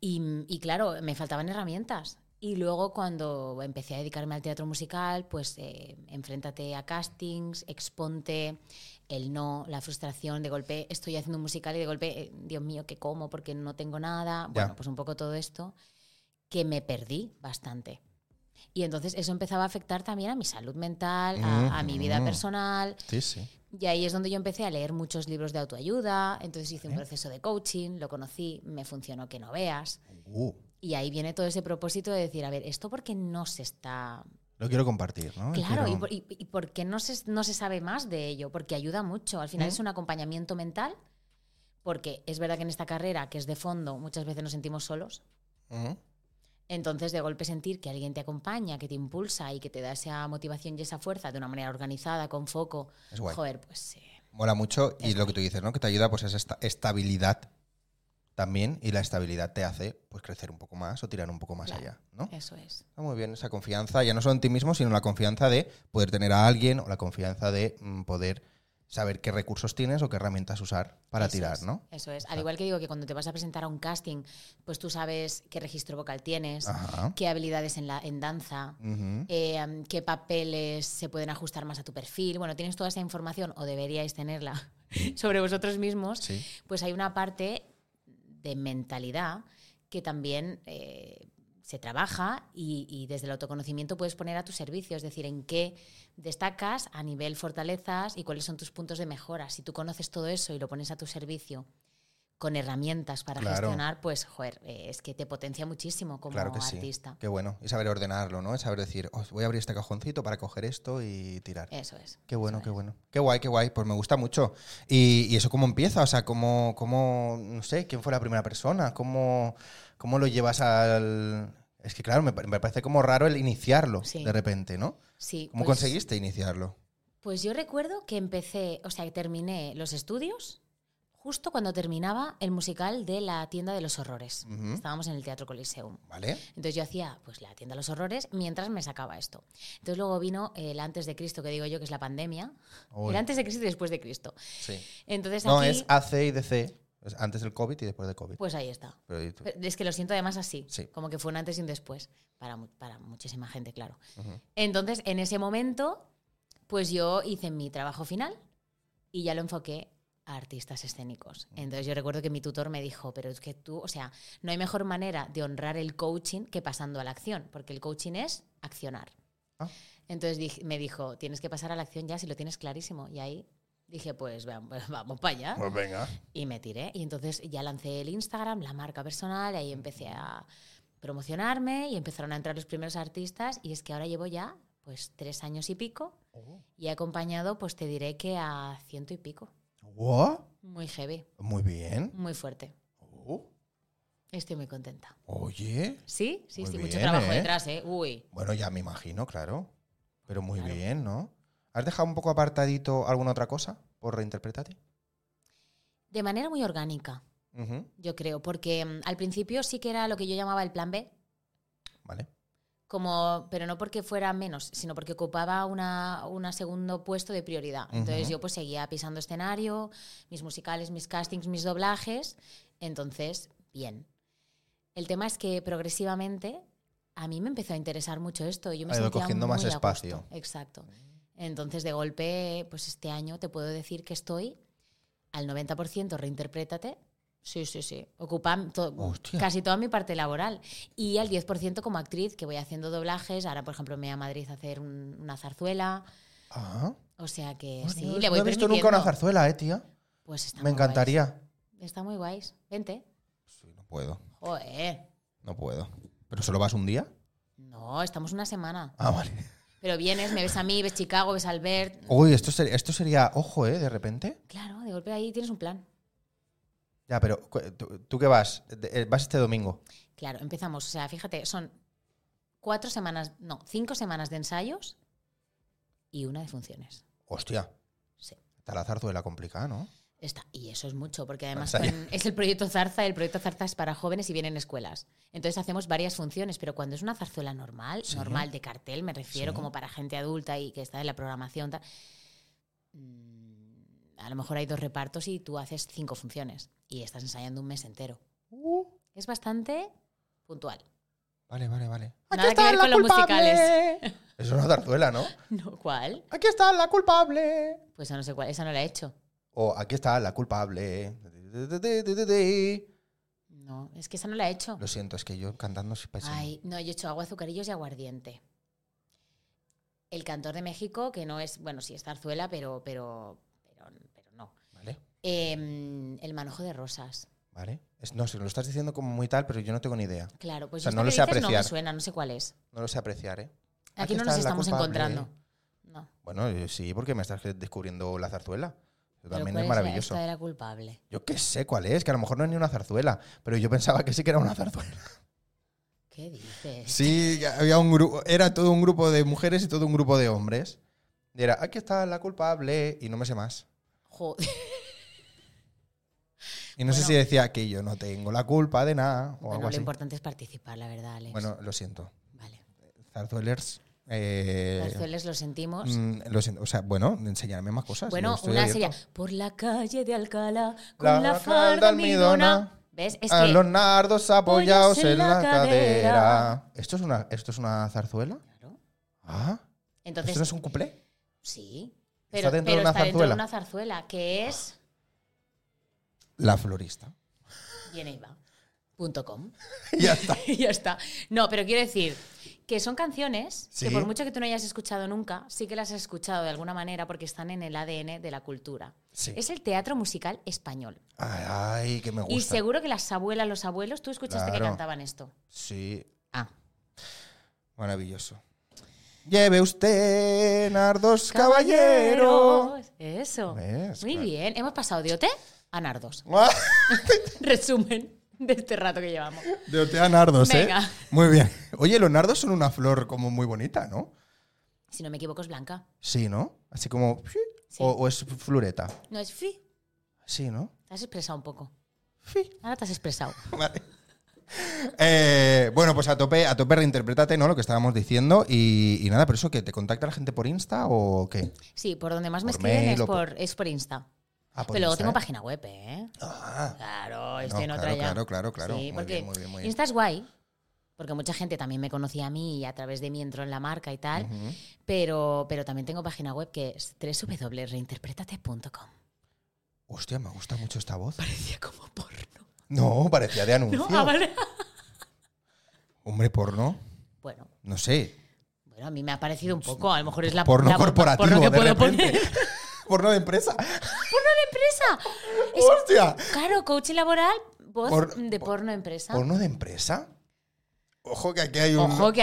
S2: Y, y claro, me faltaban herramientas. Y luego cuando empecé a dedicarme al teatro musical, pues eh, enfréntate a castings, exponte el no, la frustración, de golpe estoy haciendo un musical y de golpe, eh, Dios mío, ¿qué como? Porque no tengo nada. Bueno, pues un poco todo esto que me perdí bastante. Y entonces eso empezaba a afectar también a mi salud mental, a, a mi vida
S1: Ujú.
S2: personal.
S1: sí, sí.
S2: Y ahí es donde yo empecé a leer muchos libros de autoayuda. Entonces hice un
S1: Vale.
S2: proceso de coaching, lo conocí, me funcionó que no veas.
S1: Uh,
S2: Y ahí viene todo ese propósito de decir, a ver, esto porque no se está...
S1: lo quiero compartir, ¿no?
S2: Claro, y
S1: Quiero-
S2: por, y, y por qué no se, no se sabe más de ello, porque ayuda mucho. Al final es un acompañamiento mental, porque es verdad que en esta carrera, que es de fondo, muchas veces nos sentimos solos.
S1: Ujú.
S2: Entonces, de golpe sentir que alguien te acompaña, que te impulsa y que te da esa motivación y esa fuerza de una manera organizada, con foco,
S1: Es guay.
S2: joder, pues eh,
S1: Mola mucho y
S2: Es
S1: lo que tú dices, ¿no? Que te ayuda pues a esa esta- estabilidad también y la estabilidad te hace pues crecer un poco más o tirar un poco más
S2: Claro. Eh.
S1: allá, ¿no?
S2: eso es.
S1: Está muy bien esa confianza, ya no solo en ti mismo, sino la confianza de poder tener a alguien o la confianza de mm, poder saber qué recursos tienes o qué herramientas usar para
S2: Eso
S1: tirar,
S2: es,
S1: ¿no?
S2: Eso es. Al
S1: Claro.
S2: igual que digo que cuando te vas a presentar a un casting, pues tú sabes qué registro vocal tienes,
S1: Ajá.
S2: qué habilidades en, la, en danza,
S1: Ujú.
S2: eh, um, qué papeles se pueden ajustar más a tu perfil. Bueno, tienes toda esa información, o deberíais tenerla, sobre vosotros mismos.
S1: Sí.
S2: Pues hay una parte de mentalidad que también eh, se trabaja y, y desde el autoconocimiento puedes poner a tu servicio, es decir, en qué destacas a nivel fortalezas y cuáles son tus puntos de mejora. Si tú conoces todo eso y lo pones a tu servicio con herramientas para
S1: Claro.
S2: gestionar, pues, joder, eh, es que te potencia muchísimo como
S1: claro que
S2: artista.
S1: sí. Qué bueno. Y saber ordenarlo, ¿no? Es saber decir, "Oh, voy a abrir este cajoncito para coger esto y tirar.
S2: Eso es.
S1: Qué bueno,
S2: eso
S1: qué
S2: es.
S1: bueno. Qué guay, qué guay. Pues me gusta mucho. ¿Y, y eso cómo empieza? O sea, ¿cómo, cómo, no sé, quién fue la primera persona? ¿Cómo, cómo lo llevas al...? Es que claro, me, pa- me parece como raro el iniciarlo
S2: Sí.
S1: de repente, ¿no?
S2: Sí,
S1: ¿Cómo
S2: pues-
S1: conseguiste iniciarlo?
S2: Pues yo recuerdo que empecé, o sea, que terminé los estudios justo cuando terminaba el musical de La tienda de los horrores.
S1: Ujú.
S2: Estábamos en el Teatro Coliseum.
S1: ¿Vale?
S2: Entonces yo hacía pues La tienda de los horrores mientras me sacaba esto. Entonces luego vino el antes de Cristo, que digo yo que es la pandemia.
S1: Uy,
S2: El antes de Cristo y después de Cristo.
S1: sí.
S2: Entonces
S1: No,
S2: aquí,
S1: es AC y DC. Es antes del COVID y después del COVID.
S2: pues ahí está.
S1: Pero y tú-
S2: Es que lo siento además así,
S1: Sí.
S2: como que fue un antes y un después, para, mu- para muchísima gente, claro.
S1: Ujú.
S2: Entonces, en ese momento, pues yo hice mi trabajo final y ya lo enfoqué a artistas escénicos. Entonces yo recuerdo que mi tutor me dijo, pero es que tú, o sea, no hay mejor manera de honrar el coaching que pasando a la acción, porque el coaching es accionar.
S1: Ah.
S2: Entonces dij- me dijo, tienes que pasar a la acción ya si lo tienes clarísimo. Y ahí dije, pues va- vamos para allá.
S1: Pues venga.
S2: Y me tiré. Y entonces ya lancé el Instagram, la marca personal, y ahí empecé a promocionarme y empezaron a entrar los primeros artistas. Y es que ahora llevo ya pues tres años y pico
S1: Oh.
S2: y he acompañado, pues te diré que a ciento y pico.
S1: Wow,
S2: Muy heavy,
S1: Muy bien.
S2: muy fuerte.
S1: Oh,
S2: Estoy muy contenta.
S1: Oye.
S2: Sí, sí,
S1: Muy
S2: sí, mucho
S1: bien,
S2: trabajo
S1: ¿eh?
S2: detrás, ¿eh? Uy.
S1: Bueno, ya me imagino, claro. Pero muy
S2: Claro.
S1: bien, ¿no? ¿Has dejado un poco apartadito alguna otra cosa por reinterpretarte?
S2: De manera muy orgánica,
S1: Ujú,
S2: yo creo, porque mm, al principio sí que era lo que yo llamaba el plan B,
S1: Vale.
S2: como pero no porque fuera menos sino porque ocupaba una, una segundo puesto de prioridad entonces
S1: Ujú.
S2: yo pues seguía pisando escenario mis musicales mis castings mis doblajes entonces bien el tema es que progresivamente a mí me empezó a interesar mucho esto yo me
S1: Ha ido
S2: sentía
S1: cogiendo
S2: muy
S1: más
S2: a gusto.
S1: espacio.
S2: exacto entonces de golpe pues este año te puedo decir que estoy al 90% reinterprétate Sí, sí, sí. Ocupa to-
S1: Hostia.
S2: casi toda mi parte laboral. Y al 10% como actriz, que voy haciendo doblajes. Ahora, por ejemplo, me voy a Madrid a hacer un- una zarzuela.
S1: Ah.
S2: O sea que
S1: Bueno,
S2: sí,
S1: no,
S2: le
S1: no
S2: voy
S1: he visto nunca una
S2: permitiendo.
S1: zarzuela, eh, tía.
S2: Pues está
S1: Me
S2: muy
S1: encantaría.
S2: guays. Está muy guays. Vente.
S1: Sí, no puedo.
S2: Joder.
S1: No puedo. ¿Pero solo vas un día?
S2: No, estamos una semana.
S1: Ah, vale.
S2: Pero vienes, me ves a mí, ves Chicago, ves Albert.
S1: Uy, esto, ser- esto sería, ojo, ¿eh? De repente.
S2: Claro, de golpe ahí tienes un plan.
S1: Ya, pero cu- ¿tú, tú qué vas? De- eh, ¿Vas este domingo?
S2: Claro, empezamos. O sea, fíjate, son cuatro semanas, no, cinco semanas de ensayos y una de funciones.
S1: Hostia.
S2: Sí.
S1: Está la zarzuela complicada, ¿no?
S2: Está, y eso es mucho, porque además
S1: Vaya.
S2: con- es el proyecto Zarza, el proyecto Zarza es para jóvenes y vienen escuelas. Entonces hacemos varias funciones, pero cuando es una zarzuela normal,
S1: Sí.
S2: normal de cartel, me refiero
S1: Sí.
S2: como para gente adulta y que está en la programación, tal, mm, a lo mejor hay dos repartos y tú haces cinco funciones y estás ensayando un mes entero. Es bastante puntual.
S1: Vale, vale, vale.
S2: Nada que ver con los musicales.
S1: Es una zarzuela, ¿no?
S2: No, ¿Cuál?
S1: Aquí está la culpable.
S2: Pues esa no sé cuál, esa no la he hecho.
S1: O aquí está la culpable. Lo
S2: No, es que esa no la he hecho.
S1: siento, es que yo cantando soy pésimo.
S2: Ay, no, yo he hecho agua, azucarillos y aguardiente. El cantor de México, que no es, bueno, sí es zarzuela, pero, pero, pero, pero no.
S1: ¿Vale?
S2: Em, el manojo de rosas.
S1: ¿Vale? Es- no, si lo estás diciendo como muy tal, pero yo no tengo ni idea.
S2: Claro,
S1: O
S2: pues
S1: sea,
S2: esta
S1: no
S2: que
S1: lo sé
S2: dices no me
S1: apreciar.
S2: suena, no sé cuál es.
S1: No lo sé apreciar, ¿eh?
S2: Aquí,
S1: Aquí
S2: no nos
S1: está la
S2: estamos
S1: culpable.
S2: encontrando. No.
S1: Bueno, eh, sí, porque me estás descubriendo la zarzuela.
S2: Pero
S1: También
S2: ¿cuál
S1: es
S2: la-
S1: maravilloso.
S2: Esta era culpable.
S1: Yo qué sé cuál es, que a lo mejor no es ni una zarzuela, pero yo pensaba que sí que era una zarzuela.
S2: ¿Qué dices?
S1: Sí, que había un grupo, era todo un grupo de mujeres y todo un grupo de hombres. Y era, aquí está la culpable y no me sé más.
S2: Joder.
S1: Y no sé
S2: Bueno.
S1: si decía que yo no tengo la culpa de nada o
S2: Bueno,
S1: algo
S2: lo
S1: así.
S2: importante es participar, la verdad, Alex.
S1: Bueno, lo siento.
S2: Vale.
S1: Zarzuelers, Eh,
S2: Zarzueles, lo sentimos.
S1: mm, lo siento, o sea, bueno, enseñarme más cosas. Ah, yo
S2: Bueno,
S1: estoy
S2: una
S1: abierto.
S2: sería por la calle de Alcalá con
S1: La
S2: la,
S1: falda
S2: falda almidona. ¿Ves? Es
S1: A
S2: que
S1: los nardos apoyados en la, cadera.
S2: cadera.
S1: ¿Esto es una, esto es una zarzuela?
S2: Claro.
S1: Ah,
S2: entonces
S1: ¿esto no es un cuplé?
S2: sí, pero
S1: dentro de
S2: pero
S1: una
S2: está dentro
S1: zarzuela.
S2: de una zarzuela que es
S1: La florista.
S2: vieneiva.com.
S1: ya está.
S2: y ya está. No, pero quiero decir que son canciones
S1: Sí.
S2: que por mucho que tú no hayas escuchado nunca, sí que las has escuchado de alguna manera porque están en el ADN de la cultura.
S1: Sí.
S2: Es el teatro musical español.
S1: Ay, ay, que me gusta.
S2: Y seguro que las abuelas, los abuelos, tú escuchaste que
S1: Claro.
S2: cantaban esto.
S1: Sí,
S2: Ah.
S1: maravilloso. Lleve usted, nardos caballero.
S2: Eso.
S1: ¿Ves? Ah,
S2: Muy
S1: Claro.
S2: bien. Hemos pasado de OT a Nardos. Resumen de este rato que llevamos.
S1: De Otea Nardos, ¿eh?
S2: Venga.
S1: Muy bien. Oye, los nardos son una flor como muy bonita, ¿no?
S2: Si no me equivoco, es blanca.
S1: Sí, ¿no? Así como...
S2: Sí.
S1: O, o es floreta.
S2: No es fi.
S1: Sí, ¿no?
S2: Te has expresado un poco.
S1: Sí.
S2: Ahora te has expresado.
S1: Vale. Eh, bueno, pues a tope, a tope reinterprétate, ¿no? Lo que estábamos diciendo. Y, y nada, pero eso que te contacta la gente por Insta o qué?
S2: Sí, por donde más me
S1: Por
S2: escriben
S1: mail
S2: es
S1: o por-
S2: por, es por Insta.
S1: Ah, por
S2: Pero luego
S1: Insta,
S2: tengo
S1: ¿eh?
S2: página web, ¿eh?
S1: Ah,
S2: Claro, estoy
S1: No,
S2: en otra
S1: claro,
S2: ya.
S1: claro, claro, claro.
S2: Sí,
S1: Muy
S2: porque
S1: bien, muy bien, muy bien.
S2: Insta es guay, porque mucha gente también me conocía a mí y a través de mí entró en la marca y tal. pero, pero también tengo página web que es www.reinterpretate.com.
S1: hostia, me gusta mucho esta voz.
S2: Parecía como porno.
S1: No, parecía de anuncio.
S2: ¿No? Ah, vale.
S1: Hombre, porno.
S2: Bueno,
S1: No sé.
S2: bueno, a mí me ha parecido un poco. A lo mejor es la
S1: Pues, Porno
S2: la-
S1: corporativo,
S2: porno que
S1: de
S2: puedo
S1: repente.
S2: poner.
S1: porno de empresa.
S2: Empresa. Es-
S1: ¡Hostia!
S2: claro, coach laboral, voz
S1: Por-
S2: de
S1: por-
S2: porno empresa.
S1: ¿Porno de empresa? Ojo que aquí hay un.
S2: Ojo que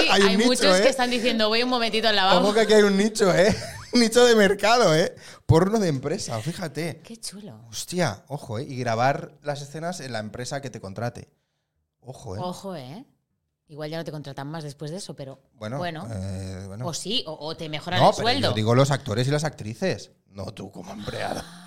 S1: Hay
S2: hay,
S1: un nicho,
S2: muchos
S1: ¿eh?
S2: que están diciendo voy un momentito al lavabo.
S1: Ojo que aquí hay un nicho, ¿eh? nicho de mercado, ¿eh? Porno de empresa, fíjate.
S2: Qué chulo.
S1: Hostia, ojo, ¿eh? Y grabar las escenas en la empresa que te contrate. Ojo, ¿eh?
S2: Ojo, ¿eh? Igual ya no te contratan más después de eso, pero
S1: Bueno,
S2: bueno. Pues
S1: eh, bueno.
S2: O sí, o, o te mejoran
S1: no,
S2: el
S1: pero
S2: sueldo.
S1: yo digo los actores y las actrices. No tú como empleada.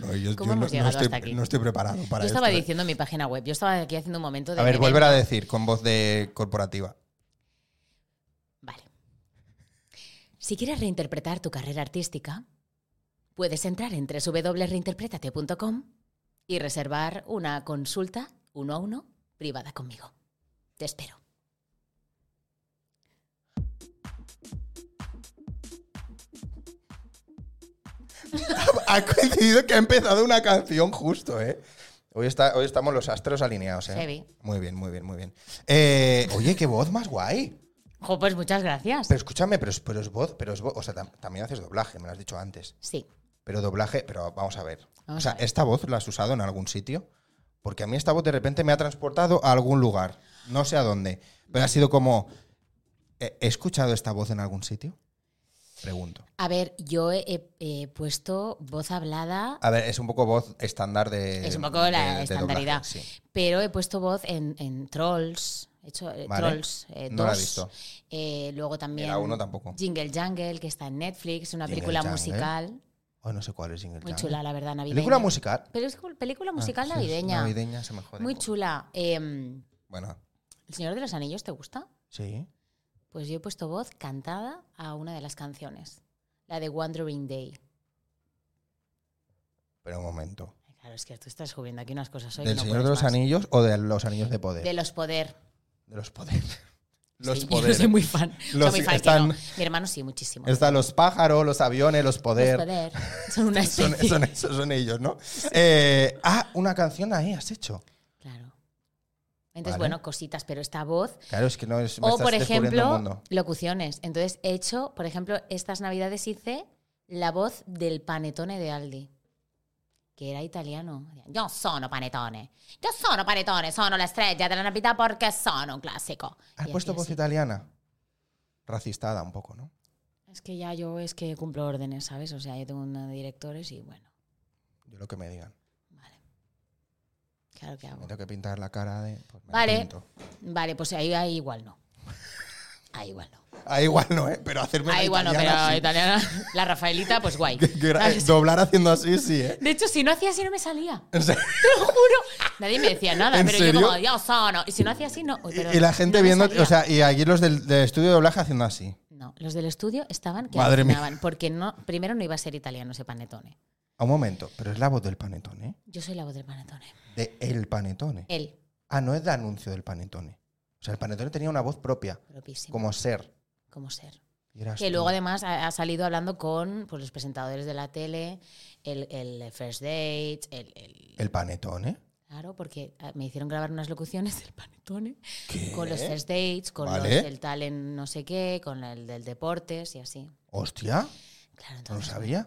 S1: No, yo,
S2: ¿Cómo
S1: yo no,
S2: hemos llegado
S1: no estoy,
S2: hasta aquí?
S1: no estoy preparado para
S2: Yo estaba
S1: esto, ¿eh?
S2: diciendo en mi página web, yo estaba aquí haciendo un momento de...
S1: A ver,
S2: me
S1: volver
S2: vengo.
S1: a decir con voz de corporativa.
S2: Vale. Si quieres reinterpretar tu carrera artística, puedes entrar en www.reinterpretate.com y reservar una consulta uno a uno privada conmigo. Te espero.
S1: Ha coincidido que ha empezado una canción justo, ¿eh? Hoy, está, hoy estamos los astros alineados, ¿eh?
S2: Heavy.
S1: Muy bien, muy bien, muy bien. Eh, oye, qué voz más guay.
S2: Jo, pues muchas gracias.
S1: Pero escúchame, pero es, pero es voz, pero es voz. O sea, tam- también haces doblaje, me lo has dicho antes.
S2: Sí.
S1: Pero doblaje, pero vamos a ver. o
S2: Vamos
S1: sea,
S2: a ver.
S1: ¿esta voz la has usado en algún sitio? Porque a mí esta voz de repente me ha transportado a algún lugar. No sé a dónde. Pero ha sido como. ¿He he escuchado esta voz en algún sitio? Pregunto.
S2: A ver, yo he, he- he puesto voz hablada,
S1: A ver, es un poco voz estándar de.
S2: Es un poco la estandaridad.
S1: doblaje, sí.
S2: pero he puesto voz en, en Trolls. He hecho eh,
S1: Vale.
S2: Trolls eh,
S1: No la he
S2: dos.
S1: visto.
S2: Eh, luego
S1: Ni
S2: también
S1: la uno tampoco.
S2: Jingle Jungle, que está en Netflix, una
S1: Jingle
S2: película
S1: Jungle.
S2: musical.
S1: Ay, no sé cuál es Jingle
S2: Muy
S1: Jam.
S2: chula, la verdad, navideña.
S1: ¿Película musical?
S2: Pero es como película
S1: Ah,
S2: musical
S1: sí, es
S2: navideña.
S1: Navideña, se me jode.
S2: Muy chula. Eh, ¿El
S1: Bueno,
S2: Señor de los Anillos te gusta?
S1: sí.
S2: Pues yo he puesto voz cantada a una de las canciones, la de Wandering Day.
S1: Pero un momento.
S2: Ay, Claro, es que tú estás subiendo aquí unas cosas hoy. que
S1: ¿Del
S2: no
S1: Señor de
S2: puedes
S1: los
S2: más.
S1: Anillos o de los Anillos de Poder?
S2: De los poder.
S1: De los poderes. Los
S2: Sí,
S1: poderes.
S2: Yo soy muy fan.
S1: Los-
S2: soy muy fan que
S1: están-
S2: no. Mi hermano sí, muchísimo.
S1: Están los pájaros, los aviones, los
S2: Los
S1: poderes.
S2: poder. Son una
S1: Son,
S2: especie.
S1: son, esos son ellos, ¿no? Eh, ah, una canción ahí has hecho.
S2: Claro. Entonces,
S1: Vale.
S2: bueno, cositas, pero esta voz
S1: Claro, es que no es. me
S2: O,
S1: estás
S2: por
S1: descubriendo el
S2: ejemplo,
S1: mundo.
S2: locuciones. Entonces, he hecho, por ejemplo, estas navidades hice la voz del panetone de Aldi, que era italiano. Yo sono panetone, yo sono panetone, sono la estrella de la Navidad porque sono un clásico.
S1: Has
S2: Y
S1: puesto
S2: hacía
S1: voz
S2: así.
S1: italiana. Racistada un poco, ¿no?
S2: Es que ya yo es que cumplo órdenes, ¿sabes? O sea, yo tengo una de directores y bueno,
S1: Yo lo que me digan.
S2: vale. Claro que
S1: Me
S2: hago.
S1: tengo que pintar la cara de. pues me la
S2: Vale.
S1: pinto.
S2: Vale, pues ahí, ahí igual no. Ah, igual no.
S1: Ah, igual no, ¿eh? Pero hacerme
S2: Ah,
S1: la
S2: igual no, pero
S1: italiana, sí.
S2: italiana. La Rafaelita, pues guay.
S1: Que- que era- eh,
S2: ¿Sabes?
S1: doblar haciendo así, sí, ¿eh?
S2: De hecho, si no hacía así no me salía.
S1: En serio.
S2: Te lo juro. Nadie me decía nada,
S1: ¿En
S2: pero
S1: serio?
S2: yo como, Dios, oh, no. Y si no hacía así, no. Uy,
S1: Y-
S2: pero
S1: y la gente
S2: no me
S1: viendo,
S2: salía.
S1: o sea, y aquí los del, del estudio de doblaje haciendo así.
S2: No, los del estudio estaban que
S1: Madre mía.
S2: alucinaban, porque no, primero no iba a ser italiano ese panetone.
S1: A un momento, pero es la voz del panetone,
S2: Yo soy la voz del panetone.
S1: de el panetone.
S2: Él,
S1: Ah, no es de anuncio del panetone. O sea, el panetone tenía una voz propia,
S2: propísimo, como,
S1: como ser.
S2: ser.
S1: Y eras
S2: Que
S1: tú.
S2: luego además ha, ha salido hablando con pues, los presentadores de la tele, el, el First Date, el, el-
S1: El panetone.
S2: Claro, porque ah, me hicieron grabar unas locuciones del panetone
S1: ¿Qué?
S2: con los First Dates, con
S1: ¿Eh? Vale.
S2: los del talent no sé qué, con el del deportes y así.
S1: Hostia,
S2: Claro,
S1: no lo
S2: entonces
S1: sabía.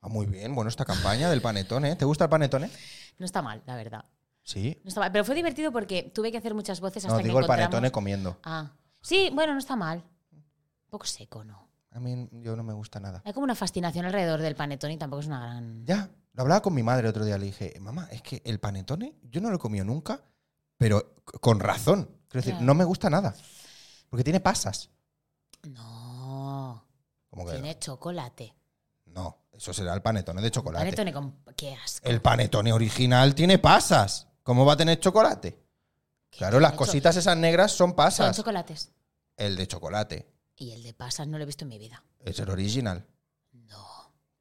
S1: Ah, muy bien, bueno, esta campaña del panetone. ¿eh? ¿Te gusta el panetone?
S2: no está mal, la verdad.
S1: Sí.
S2: No está mal. Pero fue divertido porque tuve que hacer muchas voces Pues hasta
S1: No,
S2: que
S1: digo el
S2: encontramos-
S1: panetone comiendo.
S2: Ah, sí, bueno, no está mal. Un poco seco, ¿no?
S1: A mí yo no me gusta nada.
S2: Hay como una fascinación alrededor del panetón y tampoco es una gran...
S1: Ya, lo hablaba con mi madre otro día. Le dije, mamá, es que el panetone yo no lo he comido nunca, pero c- con razón. Quiero decir,
S2: Claro.
S1: no me gusta nada. Porque tiene pasas.
S2: No,
S1: Como que
S2: tiene chocolate.
S1: no, eso será el panetone de chocolate.
S2: Panetone con... ¡Qué asco!
S1: El panetone original tiene pasas. ¿Cómo va a tener chocolate? Claro, las
S2: Cho-
S1: cositas esas negras son
S2: Son
S1: pasas.
S2: chocolates.
S1: El de chocolate.
S2: Y el de pasas no lo he visto en mi vida.
S1: Es el original.
S2: No.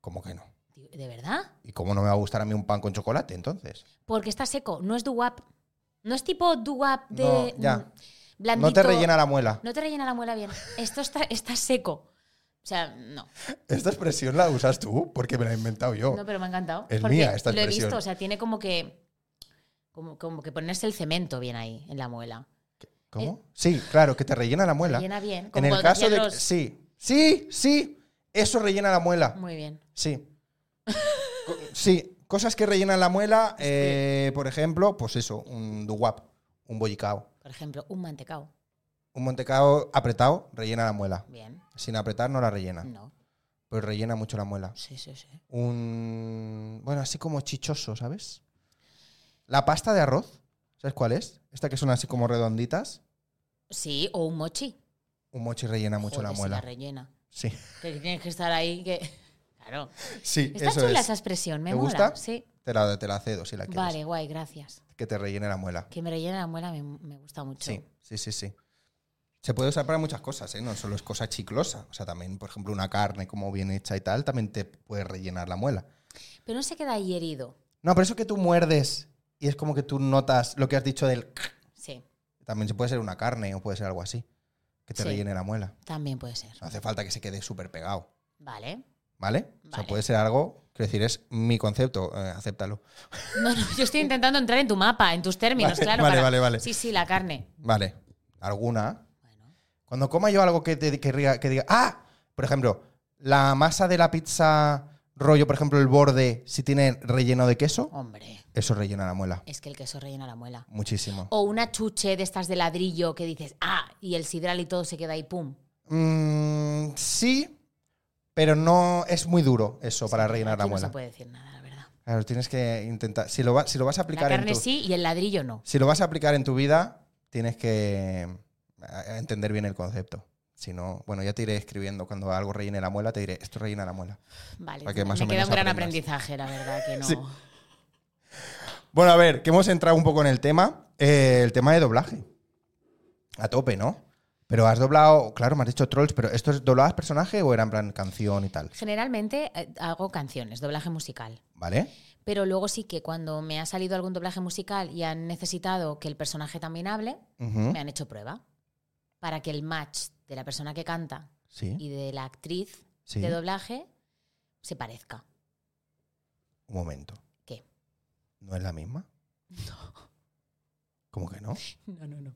S1: ¿Cómo que no?
S2: tío, ¿De verdad?
S1: ¿Y cómo no me va a gustar a mí un pan con chocolate entonces?
S2: Porque está seco, no es duwap. No es tipo duwap de...
S1: No, ya.
S2: mm, Blandito.
S1: No te rellena la muela.
S2: No te rellena la muela bien. Esto está, está seco. O sea, no.
S1: Esta expresión la usas tú porque me la he inventado yo.
S2: No, pero me ha encantado.
S1: Es
S2: Porque
S1: mía esta
S2: Lo he
S1: expresión.
S2: visto, o sea, tiene como que. Como, como que ponerse el cemento bien ahí, en la muela.
S1: ¿Cómo? Sí, claro, que te rellena la muela.
S2: Llena bien.
S1: En
S2: eh, como
S1: el
S2: cuando
S1: caso
S2: hacían
S1: de...
S2: los-
S1: Sí, sí, sí. Eso rellena la muela.
S2: Muy bien.
S1: Sí. Co- sí, cosas que rellenan la muela, eh, por ejemplo, pues eso, un duwap, un bollicao.
S2: Por ejemplo, un mantecao.
S1: Un montecao apretado rellena la muela.
S2: Bien.
S1: Sin apretar no la rellena,
S2: No.
S1: pero rellena mucho la muela.
S2: Sí, sí, sí.
S1: Un... Bueno, así como chichoso, ¿sabes? La pasta de arroz, ¿sabes cuál es? Esta que son así como redonditas.
S2: Sí, o un mochi.
S1: Un mochi rellena mucho
S2: Joder,
S1: la
S2: si
S1: muela.
S2: la rellena.
S1: Sí,
S2: Que tienes que estar ahí que. Claro.
S1: sí,
S2: Está
S1: eso
S2: chula
S1: es.
S2: esa expresión, me
S1: ¿Te
S2: mola.
S1: gusta?
S2: Sí.
S1: Te la, te la cedo si la quieres.
S2: Vale, guay, gracias.
S1: Que te rellene la muela.
S2: Que me rellene la muela me, me gusta mucho.
S1: Sí, sí, sí, sí. Se puede usar para muchas cosas, ¿eh? No solo es cosa chiclosa. O sea, también, por ejemplo, una carne como bien hecha y tal, también te puede rellenar la muela.
S2: Pero no se queda ahí herido.
S1: No, pero eso que tú muerdes y es como que tú notas lo que has dicho del...
S2: Sí,
S1: También se puede ser una carne o puede ser algo así. Que te
S2: Sí.
S1: rellene la muela.
S2: también puede ser.
S1: No hace falta que se quede súper pegado,
S2: Vale.
S1: ¿vale? O sea,
S2: Vale.
S1: puede ser algo... Quiero decir, es mi concepto, eh, acéptalo.
S2: No, no, yo estoy intentando entrar en tu mapa, en tus términos,
S1: Vale,
S2: claro.
S1: vale,
S2: para-
S1: vale, vale.
S2: Sí, sí, la carne.
S1: Vale, alguna...
S2: Bueno,
S1: Cuando coma yo algo que, te- que, riga- que diga, ah, por ejemplo, la masa de la pizza rollo, por ejemplo, el borde, si tiene relleno de queso,
S2: hombre,
S1: eso rellena la muela.
S2: es que el queso rellena la muela.
S1: Muchísimo.
S2: O una chuche de estas de ladrillo que dices, ah, y el sidral y todo se queda ahí, pum.
S1: Mm, sí, pero no es muy duro eso para rellenar la
S2: Aquí No se
S1: muela.
S2: puede decir nada, la verdad.
S1: Claro, tienes que intentar. Si lo, va- si lo vas a
S2: La
S1: aplicar en
S2: carne
S1: tu,
S2: sí y el ladrillo no.
S1: si lo vas a aplicar en tu vida, tienes que eh, entender bien el concepto. Si no, bueno, ya te iré escribiendo cuando algo rellene la muela, te diré, esto rellena la muela.
S2: Vale,
S1: Para que
S2: me
S1: más o
S2: queda
S1: menos
S2: un gran
S1: aprendas.
S2: aprendizaje, la verdad, que no.
S1: Sí. Bueno, a ver, que hemos entrado un poco en el tema. eh, el tema de doblaje. A tope, ¿no? Pero has doblado, claro, me has dicho trolls, pero ¿esto es doblabas personaje o era en plan canción y tal?
S2: Generalmente eh, hago canciones, doblaje musical.
S1: ¿Vale?
S2: Pero luego sí que cuando me ha salido algún doblaje musical y han necesitado que el personaje también hable,
S1: Ujú,
S2: me han hecho prueba para que el match de la persona que canta
S1: Sí.
S2: y de la actriz
S1: Sí.
S2: de doblaje se parezca.
S1: Un momento.
S2: ¿Qué?
S1: ¿No es la misma? ¿Cómo que no?
S2: No, no, no.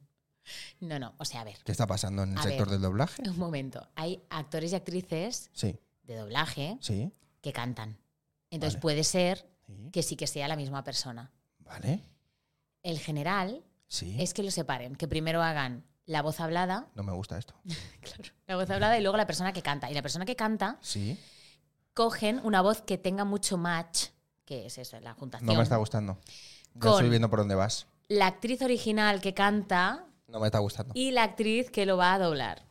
S2: No, no, o sea, a ver,
S1: ¿Qué está pasando en el
S2: A
S1: sector
S2: ver.
S1: del doblaje?
S2: un momento. Hay actores y actrices
S1: Sí,
S2: de doblaje
S1: sí,
S2: que cantan. Entonces
S1: Vale.
S2: puede ser
S1: sí.
S2: que sí que sea la misma persona.
S1: ¿Vale?
S2: El general
S1: Sí.
S2: es que lo separen, que primero hagan la voz hablada,
S1: No me gusta esto.
S2: claro, la voz hablada y luego la persona que canta. Y la persona que canta
S1: Sí.
S2: cogen una voz que tenga mucho match, que es eso, la juntación.
S1: No me está gustando. Ya
S2: Con-
S1: estoy viendo por dónde vas.
S2: la actriz original que canta
S1: No me está gustando.
S2: y la actriz que lo va a doblar.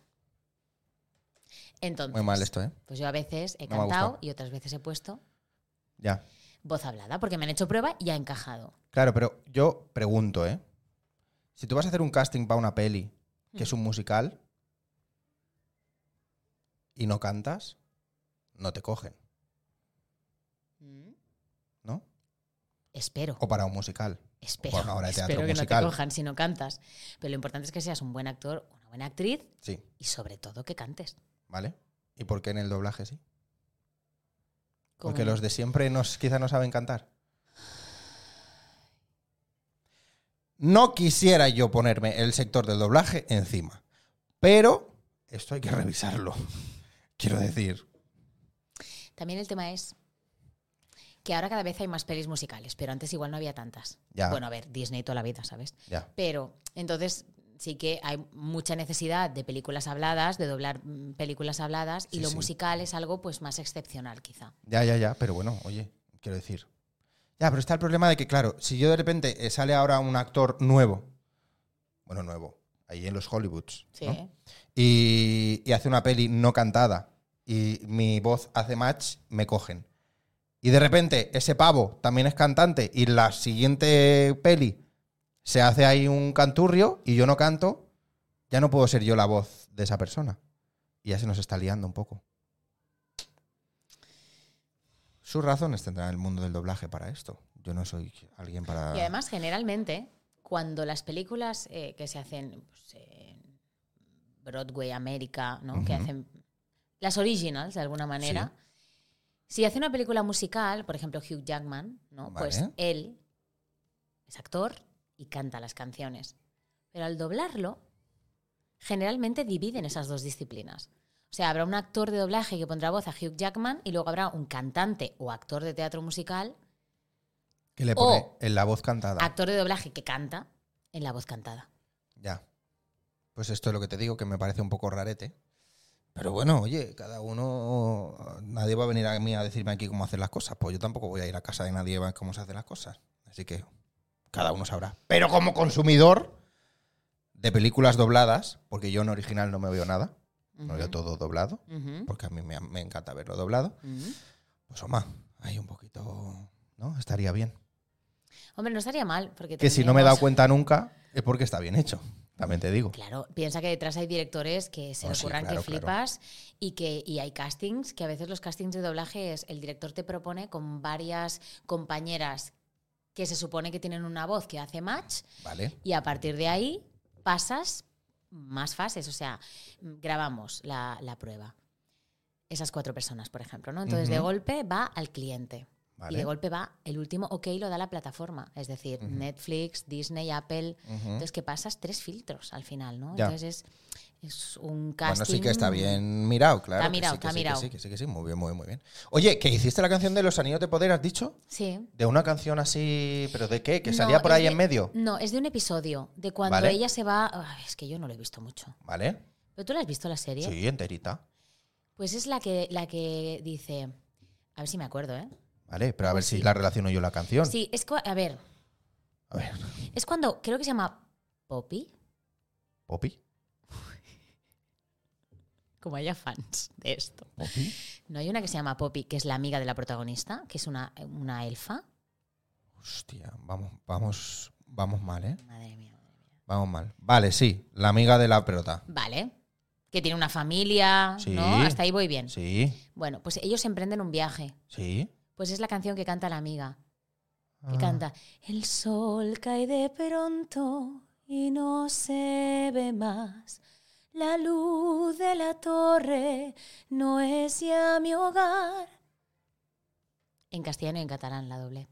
S2: Entonces,
S1: Muy mal esto, ¿eh?
S2: pues yo a veces he
S1: No me ha
S2: cantado
S1: gustado.
S2: y otras veces he puesto
S1: Ya.
S2: voz hablada, porque me han hecho prueba y ha encajado.
S1: Claro, pero yo pregunto, ¿eh? Si tú vas a hacer un casting para una peli que
S2: Mm.
S1: es un musical y no cantas, no te cogen,
S2: Mm.
S1: ¿no?
S2: Espero,
S1: O para un musical.
S2: espero,
S1: por Oh, pues una obra de teatro
S2: espero que
S1: musical.
S2: no te cojan si no cantas. Pero lo importante es que seas un buen actor, una buena actriz
S1: Sí,
S2: y sobre todo que cantes.
S1: ¿vale? ¿Y por qué en el doblaje sí?
S2: Como
S1: Porque los de siempre nos, quizá no saben cantar. No quisiera yo ponerme el sector del doblaje encima, pero esto hay que revisarlo. Quiero decir,
S2: También el tema es que ahora cada vez hay más pelis musicales, pero antes igual no había tantas.
S1: Ya.
S2: Bueno, a ver, Disney toda la vida, ¿sabes?
S1: ya.
S2: Pero entonces sí que hay mucha necesidad de películas habladas, de doblar mm, películas habladas, y
S1: Sí,
S2: lo
S1: sí.
S2: musical es algo pues más excepcional quizá.
S1: Ya, ya, ya, pero bueno, oye, quiero decir. Ya, pero está el problema de que, claro, si yo de repente eh, sale ahora un actor nuevo, bueno, nuevo, ahí en los Hollywoods,
S2: Sí. ¿eh?
S1: ¿no? y, y hace una peli no cantada y mi voz hace match, me cogen. Y de repente ese pavo también es cantante y la siguiente peli se hace ahí un canturrio y yo no canto, ya no puedo ser yo la voz de esa persona. Y ya se nos está liando un poco. Sus razones tendrá el mundo del doblaje para esto. Yo no soy alguien para...
S2: Y además, generalmente, cuando las películas eh, que se hacen pues, en Broadway, América, ¿no? que
S1: Ujú.
S2: hacen las originals de alguna manera, si hace una película musical, por ejemplo Hugh Jackman, ¿no? pues
S1: Vale.
S2: él es actor y canta las canciones. Pero al doblarlo, generalmente dividen esas dos disciplinas. O sea, habrá un actor de doblaje que pondrá voz a Hugh Jackman y luego habrá un cantante o actor de teatro musical
S1: que le pone
S2: o-
S1: en la voz cantada.
S2: actor de doblaje que canta en la voz cantada.
S1: Ya. Pues esto es lo que te digo, que me parece un poco rarete. Pero bueno, oye, cada uno. Nadie va a venir a mí a decirme aquí cómo hacer las cosas. Pues yo tampoco voy a ir a casa de nadie a ver cómo se hacen las cosas. Así que cada uno sabrá. Pero como consumidor de películas dobladas, porque yo en original no me veo nada, me veo
S2: Ujú,
S1: todo doblado,
S2: ujú,
S1: porque a mí me, me encanta verlo doblado.
S2: ujú.
S1: Pues Oma, hay un poquito. ¿No? Estaría bien.
S2: Hombre, no estaría mal. Porque
S1: Que si no me he dado
S2: tendremos-
S1: cuenta nunca, es porque está bien hecho. También te digo.
S2: Claro, piensa que detrás hay directores que se
S1: No,
S2: le
S1: Oh, sí,
S2: ocurran
S1: claro,
S2: que flipas y que y hay castings, que a veces los castings de doblaje es el director te propone con varias compañeras que se supone que tienen una voz que hace match
S1: Vale.
S2: y a partir de ahí pasas más fases. O sea, mm, grabamos la, la prueba. Esas cuatro personas, por ejemplo, ¿no? Entonces, de
S1: Ujú.
S2: golpe va al cliente.
S1: Vale.
S2: Y de golpe va, el último ok lo da la plataforma, es decir,
S1: Ujú.
S2: Netflix, Disney, Apple.
S1: Ujú.
S2: Entonces que pasas tres filtros al final, ¿no?
S1: Ya.
S2: Entonces es, es un casting.
S1: Bueno, sí que está bien mirado, claro.
S2: Está
S1: que sí,
S2: mirado,
S1: que
S2: está
S1: sí, que
S2: mirado.
S1: Sí, que sí, que sí, muy bien, muy bien, muy bien. Oye, que hiciste la canción de Los Anillos de Poder, has dicho,
S2: Sí.
S1: de una canción así, pero ¿de qué? Que
S2: No,
S1: salía por
S2: es
S1: ahí
S2: de-
S1: en medio.
S2: No, es de un episodio, de cuando
S1: Vale.
S2: ella se va. Ay, es que yo no lo he visto mucho.
S1: ¿Vale?
S2: ¿Pero tú la has visto la serie?
S1: Sí, enterita.
S2: Pues es la que, la que dice. A ver si me acuerdo, ¿eh?
S1: Vale, pero a ver
S2: Pues
S1: si
S2: sí.
S1: la relaciono yo la canción.
S2: Sí, es cua- a ver,
S1: A ver,
S2: es cuando creo que se llama Poppy,
S1: Poppy.
S2: como haya fans de esto.
S1: Poppy.
S2: No hay una que se llama Poppy, que es la amiga de la protagonista, que es una, una elfa.
S1: Hostia, vamos, vamos, vamos mal, ¿eh?
S2: Madre mía, madre mía.
S1: Vamos mal. Vale, sí, la amiga de la pelota.
S2: Vale. Que tiene una familia,
S1: Sí.
S2: ¿no? Hasta ahí voy bien.
S1: Sí,
S2: Bueno, pues ellos emprenden un viaje.
S1: sí.
S2: Pues es la canción que canta la amiga. Que
S1: Ah,
S2: canta, el sol cae de pronto y no se ve más. La luz de la torre no es ya mi hogar. En castellano y en catalán la doble.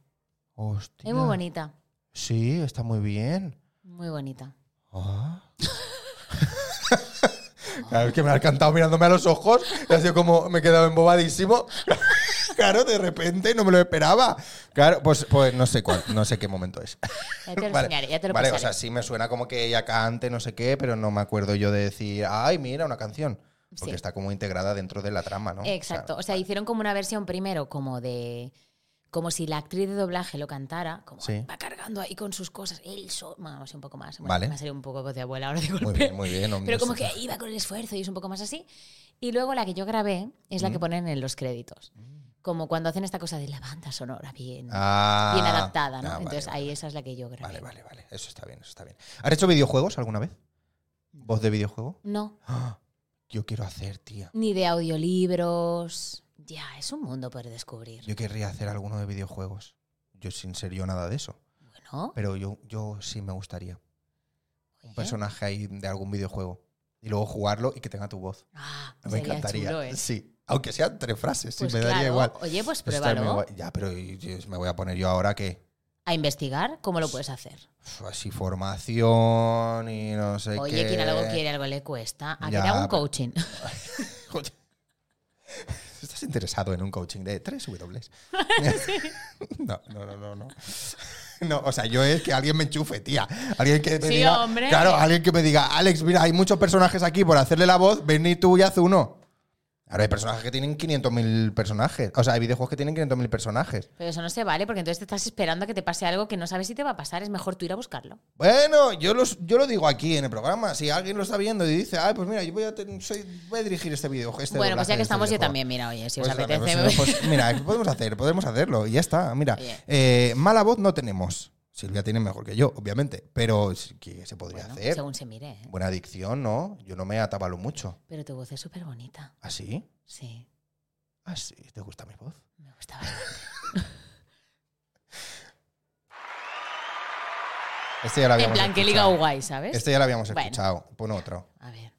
S1: Ah, Hostia.
S2: Es muy bonita,
S1: Sí, está muy bien.
S2: muy bonita.
S1: Ah. claro, es que me la has cantado mirándome a los ojos. Y ha sido como, me he quedado embobadísimo. claro, de repente no me lo esperaba. Claro, pues, pues no sé cuál, no sé qué momento es.
S2: Ya te lo
S1: Vale,
S2: enseñaré, ya te lo
S1: vale, o
S2: pasaré.
S1: sea, sí me suena como que ella cante, no sé qué, pero no me acuerdo yo de decir, ay, mira, una canción. Porque
S2: Sí.
S1: está como integrada dentro de la trama, ¿no?
S2: Exacto.
S1: Claro.
S2: O sea, hicieron como una versión primero como de como si la actriz de doblaje lo cantara, como
S1: Sí.
S2: va cargando ahí con sus cosas, él solo, vamos, un poco más. Bueno,
S1: Vale.
S2: Me ha salido un poco voz de abuela ahora de golpe.
S1: Muy bien, muy bien. hombre,
S2: Pero como que
S1: súper.
S2: iba con el esfuerzo y es un poco más así. Y luego la que yo grabé es la que
S1: Mm.
S2: ponen en los créditos. Como cuando hacen esta cosa de la banda sonora bien,
S1: Ah,
S2: bien adaptada, ¿no?
S1: ah, vale,
S2: Entonces
S1: vale,
S2: ahí esa es la que yo grabé.
S1: Vale, vale, vale. Eso está bien, eso está bien. ¿Has hecho videojuegos alguna vez? ¿Voz de videojuego?
S2: No,
S1: ¡Ah! Yo quiero hacer, tía.
S2: ni de audiolibros. Ya, es un mundo por descubrir.
S1: Yo querría hacer alguno de videojuegos. Yo sin ser yo nada de eso.
S2: Bueno,
S1: Pero yo, yo sí me gustaría. Un
S2: oye.
S1: personaje ahí de algún videojuego. Y luego jugarlo y que tenga tu voz.
S2: Ah,
S1: Me
S2: sería
S1: encantaría.
S2: chulo, ¿eh?
S1: Sí. Aunque sean tres frases,
S2: Pues
S1: sí, me daría
S2: claro.
S1: igual.
S2: Oye, pues
S1: Pero está muy
S2: pruébalo.
S1: guay. Ya, pero y- y me voy a poner yo ahora que
S2: A investigar cómo lo puedes hacer.
S1: Uf, así formación y no sé qué.
S2: Oye, quien algo quiere, algo le cuesta. A que
S1: Ya,
S2: te haga un
S1: pero-
S2: coaching.
S1: Joder. ¿Estás interesado en un coaching de tres W? no, no, no, no, no. No, o sea, yo es que alguien me enchufe, tía. Alguien que me
S2: Sí,
S1: diga.
S2: hombre.
S1: Claro, alguien que me diga, Alex, mira, hay muchos personajes aquí por hacerle la voz, ven y tú y haz uno. Ahora hay personajes que tienen 500.000 personajes. O sea, hay videojuegos que tienen 500.000 personajes.
S2: Pero eso no se vale porque entonces te estás esperando a que te pase algo que no sabes si te va a pasar. Es mejor tú ir a buscarlo.
S1: Bueno, yo, los, yo lo digo aquí en el programa. Si alguien lo está viendo y dice, ay, pues mira, yo voy a, ten- soy- voy a dirigir este video. este
S2: bueno, pues
S1: doblaje
S2: ya que
S1: de este
S2: estamos, yo
S1: videojuego".
S2: también. Mira, oye, si os
S1: Pues dale,
S2: apetece.
S1: pues, pues, mira, ¿qué podemos hacer? Podemos hacerlo y ya está. Mira,
S2: Oye.
S1: eh, mala voz no tenemos. Silvia tiene mejor que yo, obviamente, pero sí que se podría
S2: Bueno,
S1: hacer.
S2: según se mire. ¿eh?
S1: Buena adicción, ¿no? Yo no me atabalo mucho.
S2: Pero tu voz es súper bonita.
S1: ¿Así?
S2: Sí,
S1: ¿Así? ¿Te gusta mi voz?
S2: me gusta bastante.
S1: Este ya lo
S2: en
S1: habíamos
S2: plan, que liga
S1: escuchado.
S2: guay, ¿sabes?
S1: Este ya lo habíamos
S2: Bueno.
S1: escuchado. Pon otro.
S2: A ver.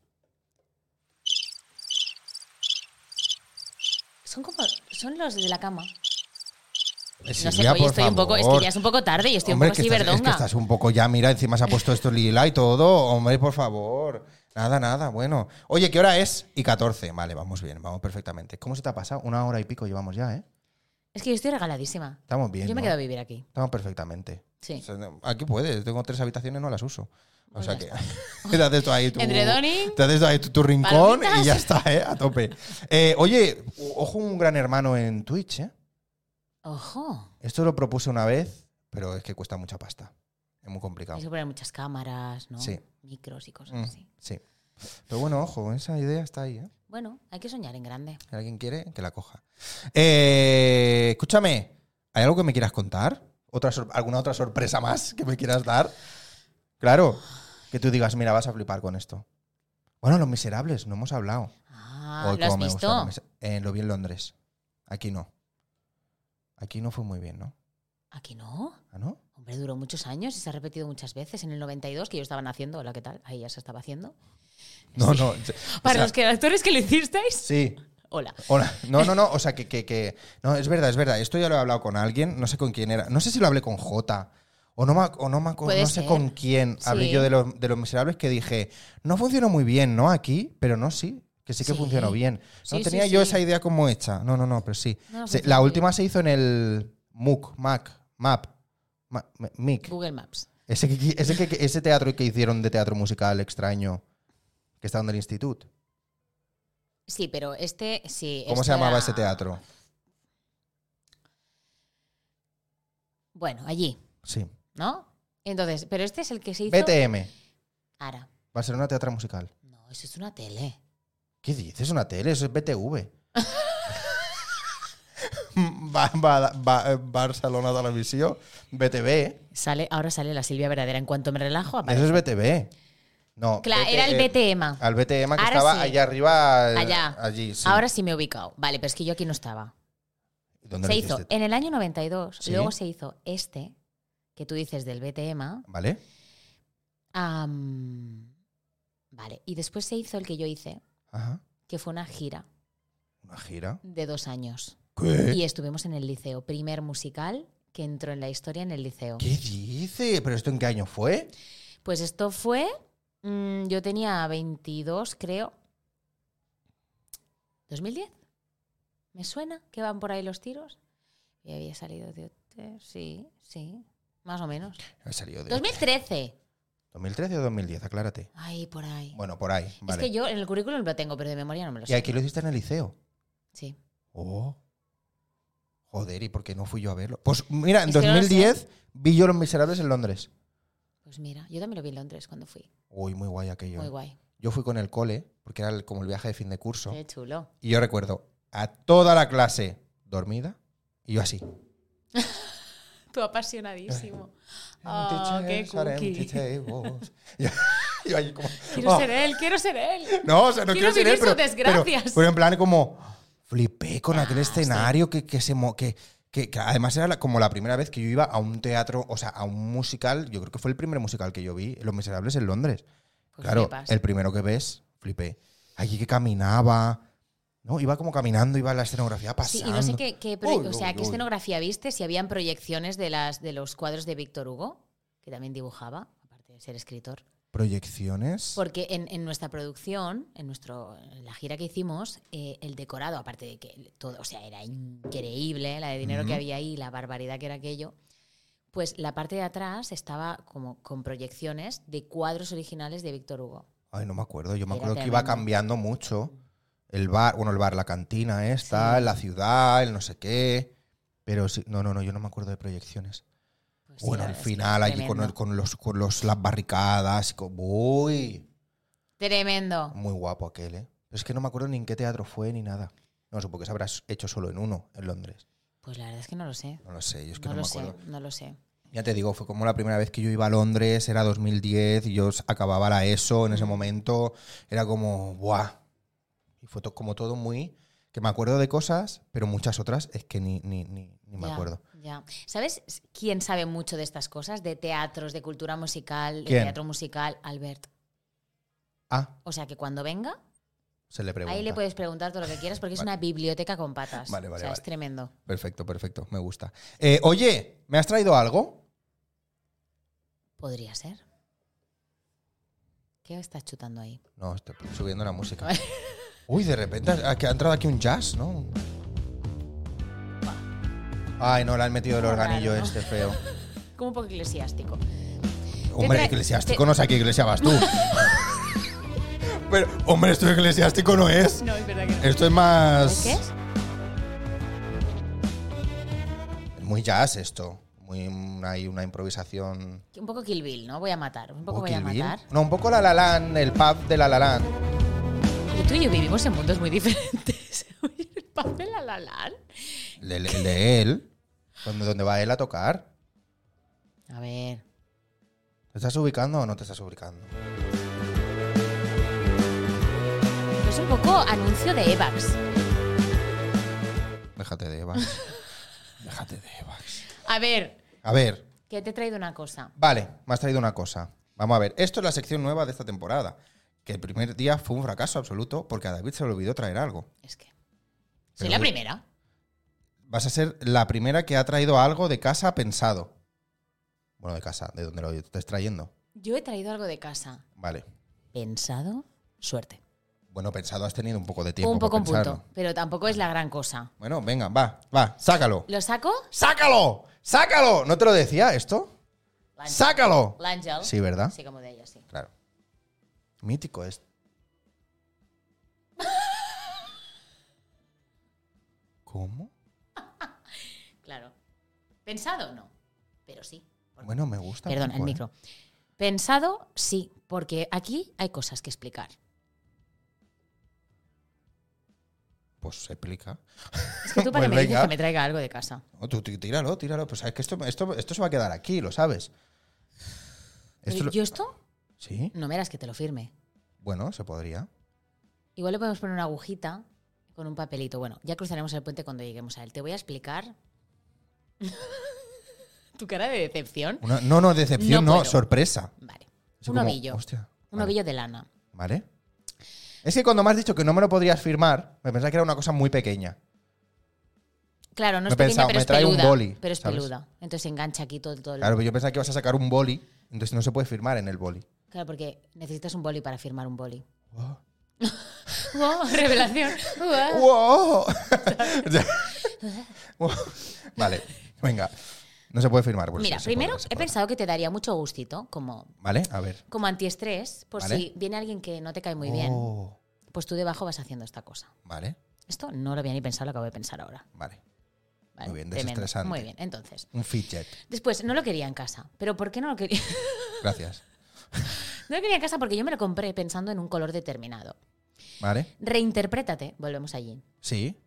S2: Son como. Son los de la cama. no sé,
S1: Silvia,
S2: oye,
S1: por
S2: estoy un poco. Es
S1: favor.
S2: que ya es un poco tarde y estoy
S1: Hombre,
S2: un poco
S1: que
S2: así
S1: estás, es que
S2: verdonga.
S1: estás un poco ya, mira, encima se ha puesto esto lila y todo. Hombre, por favor. Nada, nada, bueno. Oye, ¿qué hora es? Y 14. Vale, vamos bien, vamos perfectamente. ¿Cómo se te ha pasado? Una hora y pico llevamos ya, ¿eh?
S2: Es que yo estoy regaladísima.
S1: Estamos bien.
S2: yo me
S1: ¿no?
S2: quedo a vivir aquí.
S1: Estamos perfectamente.
S2: Sí.
S1: O sea, no- aquí puedes, tengo tres habitaciones, no las uso. O
S2: Pues
S1: sea
S2: ya
S1: que te haces tú ahí tu,
S2: Entre Donning,
S1: te haces tú ahí tu, tu rincón y
S2: palomitas.
S1: ya está, ¿eh? A tope. Eh, oye, o- ojo un gran hermano en Twitch, ¿eh?
S2: Ojo.
S1: Esto lo propuse una vez, pero es que cuesta mucha pasta. Es muy complicado.
S2: Hay que poner muchas cámaras, ¿no?
S1: Sí.
S2: Micros y cosas
S1: Mm,
S2: así.
S1: sí. Pero bueno, ojo, esa idea está ahí, ¿eh?
S2: Bueno, hay que soñar en grande.
S1: Si alguien quiere, que la coja. Eh, escúchame, ¿hay algo que me quieras contar? ¿Otra sor- ¿Alguna otra sorpresa más que me quieras dar? Claro, que tú digas, mira, vas a flipar con esto. Bueno, Los Miserables, no hemos hablado.
S2: Ah,
S1: Hoy,
S2: ¿lo has
S1: cómo me gustó Los
S2: visto?
S1: Mis- eh, lo vi en Londres. Aquí no. Aquí no fue muy bien, ¿no?
S2: Aquí no.
S1: ¿Ah, no?
S2: Hombre, duró muchos años y se ha repetido muchas veces. En el 92, que yo estaba naciendo, hola, ¿qué tal? Ahí ya se estaba haciendo.
S1: No, no. o
S2: Para
S1: sea,
S2: los que, actores que lo hicisteis,
S1: Sí,
S2: hola.
S1: Hola. No, no, no. O sea, que, que, que- No, es verdad, es verdad. Esto ya lo he hablado con alguien. No sé con quién era. No sé si lo hablé con J. O no, me ac- o no, me acu-
S2: Puede
S1: no sé
S2: ser.
S1: con quién hablé
S2: Sí.
S1: yo de los, de los miserables que dije, no funcionó muy bien, ¿no? Aquí, pero no sí, que sí que
S2: Sí.
S1: funcionó bien. No
S2: Sí,
S1: tenía
S2: sí,
S1: yo
S2: sí.
S1: esa idea como hecha. No, no, no, pero sí.
S2: No,
S1: Se-
S2: funcionó
S1: la
S2: bien.
S1: última se hizo en el MOOC, Mac, Map, Ma- M- Mic.
S2: Google Maps.
S1: Ese, que- ese, que- ese teatro que hicieron de teatro musical extraño que está en el instituto.
S2: Sí, pero este, sí.
S1: ¿Cómo
S2: esto
S1: se llamaba
S2: era-
S1: ese teatro?
S2: Bueno, allí,
S1: Sí.
S2: ¿no? Entonces, pero este es el que se hizo.
S1: BTM.
S2: Ahora.
S1: Va a ser una teatro musical.
S2: No, eso es una tele.
S1: ¿Qué dices? Una tele, eso es BTV. Ba- ba- ba- Barcelona Televisión, BTV.
S2: Sale, ahora sale la Silvia Verdadera. En cuanto me relajo,
S1: Eso
S2: aparece.
S1: es BTV. No.
S2: Claro, era el
S1: BTM.
S2: BTM.
S1: Al BTM que
S2: Ahora
S1: estaba
S2: sí.
S1: allá arriba. eh,
S2: Allá.
S1: Allí, Ah, sí.
S2: Ahora sí me he ubicado. Vale, pero es que yo aquí no estaba.
S1: ¿Dónde
S2: Se
S1: lo
S2: hizo
S1: hiciste?
S2: en el año 92,
S1: Sí.
S2: luego se hizo este, que tú dices del BTM.
S1: ¿Vale?
S2: am, vale, y después se hizo el que yo hice,
S1: Ajá.
S2: que fue una gira
S1: Una gira.
S2: de dos años.
S1: ¿Qué?
S2: Y estuvimos en el liceo, primer musical que entró en la historia en el liceo.
S1: ¿Qué dice? ¿Pero esto en qué año fue?
S2: Pues esto fue, mm, yo tenía 22, creo. ¿2010? ¿Me suena que van por ahí los tiros? Y había salido de... hotel, Sí, sí, más o menos.
S1: Ha salido de.
S2: 2013.
S1: 2013 o 2010, aclárate.
S2: Ay, por ahí.
S1: Bueno, por ahí. Vale.
S2: Es que yo en el currículum lo tengo, pero de memoria no me lo
S1: y
S2: sé.
S1: aquí lo hiciste en el liceo.
S2: Sí.
S1: Oh. Joder, ¿y por qué no fui yo a verlo? Pues mira, en
S2: Es que no lo
S1: 2010 vi yo Los Miserables en Londres.
S2: Pues mira, yo también lo vi en Londres cuando fui.
S1: Uy, muy guay aquello.
S2: Muy
S1: ¿eh?
S2: guay.
S1: Yo fui con el cole, porque era el- como el viaje de fin de curso.
S2: Qué chulo.
S1: Y yo recuerdo a toda la clase dormida y yo así.
S2: Tú apasionadísimo.
S1: Empty
S2: Ah, qué
S1: chairs are empty
S2: cookie.
S1: tables. Yo, yo ahí como,
S2: Quiero
S1: "Oh".
S2: ser él, quiero ser él.
S1: No, o sea, no quiero,
S2: Quiero
S1: ser
S2: vivir
S1: él, pero,
S2: sus desgracias.
S1: Pero, pero en plan como flipé con aquel
S2: Ah,
S1: escenario que, que se mo- que, que- que además era la- como la primera vez que yo iba a un teatro, o sea, a un musical, yo creo que fue el primer musical que yo vi, Los Miserables en Londres.
S2: Pues
S1: claro,
S2: flipas.
S1: el primero que ves, flipé. Allí que caminaba, ¿no? Iba como caminando, iba la escenografía
S2: Sí,
S1: pasando.
S2: y no sé qué, qué proye-
S1: Uy,
S2: o sea,
S1: uy,
S2: ¿qué
S1: uy.
S2: escenografía viste? Si habían proyecciones de, las, de los cuadros de Víctor Hugo, que también dibujaba, aparte de ser escritor.
S1: Proyecciones.
S2: Porque en, en nuestra producción, en, nuestro, en la gira que hicimos, eh, el decorado, aparte de que el- todo, o sea, era increíble ¿eh? la de dinero que
S1: Ujú.
S2: había ahí, la barbaridad que era aquello, pues la parte de atrás estaba como con proyecciones de cuadros originales de Víctor Hugo.
S1: Ay, no me acuerdo. Yo me
S2: Era
S1: acuerdo que iba
S2: tremendo. Mm.
S1: cambiando mucho. El bar, bueno, el bar, la cantina esta, la ciudad, el no sé qué. Pero sí, no, no, no, yo no me acuerdo de proyecciones.
S2: Pues sí,
S1: bueno,
S2: la
S1: al
S2: verdad es que
S1: final, allí con, el-
S2: tremendo.
S1: con los, con los, las barricadas. y con- uy,
S2: Tremendo.
S1: muy guapo aquel, ¿eh? Pero es que no me acuerdo ni en qué teatro fue ni nada. No, supongo que se habrá hecho solo en uno, en Londres.
S2: Pues la verdad es que no lo sé.
S1: No lo sé, yo es que
S2: no
S1: no, me
S2: lo sé,
S1: acuerdo.
S2: no lo sé.
S1: Ya te digo, fue como la primera vez que yo iba a Londres, era 2010, y yo s- acababa la ESO
S2: Mm.
S1: en ese momento, era como, ¡buah! Y fue to- como todo muy... Que me acuerdo de cosas, pero muchas otras es que ni, ni, ni, ni me
S2: Ya,
S1: acuerdo.
S2: Ya. ¿Sabes s- quién sabe mucho de estas cosas? De teatros, de cultura musical, de
S1: ¿Quién?
S2: teatro musical, Albert.
S1: Ah,
S2: O sea que cuando venga,
S1: se le pregunta.
S2: ahí le puedes preguntar todo lo que quieras porque es
S1: Vale.
S2: una biblioteca con patas.
S1: Vale, vale,
S2: o sea, es
S1: vale.
S2: tremendo.
S1: Perfecto, perfecto, me gusta. Eh, oye, ¿me has traído algo?
S2: Podría ser. ¿Qué estás chutando ahí?
S1: No, estoy subiendo la música. Uy, de repente ha, que ha entrado aquí un jazz, ¿no? Ay, no, le han metido el
S2: Raro,
S1: organillo
S2: ¿no?
S1: este feo.
S2: Como un poco eclesiástico.
S1: Hombre,
S2: Te tra-
S1: eclesiástico
S2: te-
S1: no sé a qué iglesia vas tú. Pero, hombre, esto eclesiástico no es.
S2: No, es verdad que
S1: Esto es más.
S2: ¿Qué es?
S1: Muy jazz esto. Muy, un- hay una improvisación.
S2: Un poco Kill Bill, ¿no? Voy a matar. Un poco voy a
S1: Oh, Kill Bill.
S2: matar.
S1: No, un poco la la Land, el pub de la la Land.
S2: Y tú y yo vivimos en mundos muy diferentes. Oye, El papel a la Land.
S1: El, el- el de él. Donde, donde va él a tocar.
S2: A ver.
S1: ¿Te estás ubicando o no te estás ubicando?
S2: Es Pues un poco anuncio de Evax.
S1: Déjate de Eva. Déjate de Eva.
S2: A ver,
S1: A ver,
S2: que te he traído una cosa.
S1: Vale, me has traído una cosa. Vamos a ver, esto es la sección nueva de esta temporada. Que el primer día fue un fracaso absoluto porque a David se le olvidó traer algo.
S2: Es que. Soy
S1: Pero
S2: la
S1: di-
S2: primera.
S1: Vas a ser la primera que ha traído algo de casa pensado. Bueno, de casa, de donde lo estés trayendo.
S2: Yo he traído algo de casa.
S1: Vale.
S2: Pensado, suerte.
S1: Bueno, pensado has tenido un poco de tiempo.
S2: un poco
S1: para
S2: un
S1: pensarlo.
S2: punto, pero tampoco es la gran cosa.
S1: Bueno, venga, va, va, sácalo.
S2: ¿Lo saco?
S1: ¡Sácalo! ¡Sácalo! ¿No te lo decía esto?
S2: Lange-
S1: ¡Sácalo!
S2: Langel.
S1: Sí, ¿verdad?
S2: Sí, como de ella, sí.
S1: Claro. Mítico es. ¿Cómo?
S2: Claro. ¿Pensado? No. Pero sí. Porque-
S1: Bueno, me gusta.
S2: Perdón, el
S1: poco, ¿eh?
S2: micro. Pensado, sí, porque aquí hay cosas que explicar.
S1: Pues se explica.
S2: Es que tú para
S1: Pues
S2: que me dices
S1: venga.
S2: que me traiga algo de casa.
S1: No, tú, tú tíralo, tíralo. Pues sabes que esto, esto, esto se va a quedar aquí, lo sabes. Esto
S2: Pero
S1: lo-
S2: yo esto
S1: Sí,
S2: no me das que te lo firme.
S1: bueno, se podría.
S2: Igual le podemos poner una agujita con un papelito. Bueno, ya cruzaremos el puente cuando lleguemos a él. Te voy a explicar. tu cara de decepción.
S1: Una- no, no, decepción,
S2: No
S1: no,
S2: puedo.
S1: sorpresa.
S2: Vale.
S1: Así
S2: Un
S1: como,
S2: ovillo.
S1: Hostia.
S2: Un
S1: vale,
S2: ovillo de lana.
S1: Vale. Es que cuando me has dicho que no me lo podrías firmar, me pensaba que era una cosa muy pequeña.
S2: Claro, no
S1: Me
S2: es
S1: he pensado,
S2: pequeña, pero
S1: me
S2: es
S1: trae un
S2: peluda.
S1: boli,
S2: pero es
S1: ¿sabes?
S2: peluda. Entonces se engancha aquí todo, todo el-
S1: Claro, pero yo pensaba que ibas a sacar un boli, entonces no se puede firmar en el boli.
S2: Claro, porque necesitas un boli para firmar un boli.
S1: Wow.
S2: ¡Wow! ¡Revelación! Wow.
S1: ¡Wow! Wow. vale, venga. No se puede firmar. pues
S2: Mira,
S1: sí, se
S2: primero
S1: podrá, se
S2: he
S1: podrá.
S2: pensado que te daría mucho gustito como,
S1: Vale, a ver.
S2: como antiestrés, por
S1: Vale.
S2: si viene alguien que no te cae muy bien,
S1: Oh,
S2: pues tú debajo vas haciendo esta cosa.
S1: Vale,
S2: Esto no lo había ni pensado, lo acabo de pensar ahora.
S1: vale.
S2: ¿vale?
S1: Muy bien,
S2: Tremendo.
S1: desestresante.
S2: Muy bien, entonces.
S1: Un fidget.
S2: Después, no lo quería en casa. ¿Pero por qué no lo quería?
S1: Gracias.
S2: no lo quería en casa porque yo me lo compré pensando en un color determinado.
S1: ¿Vale?
S2: Reinterprétate, volvemos allí.
S1: Sí.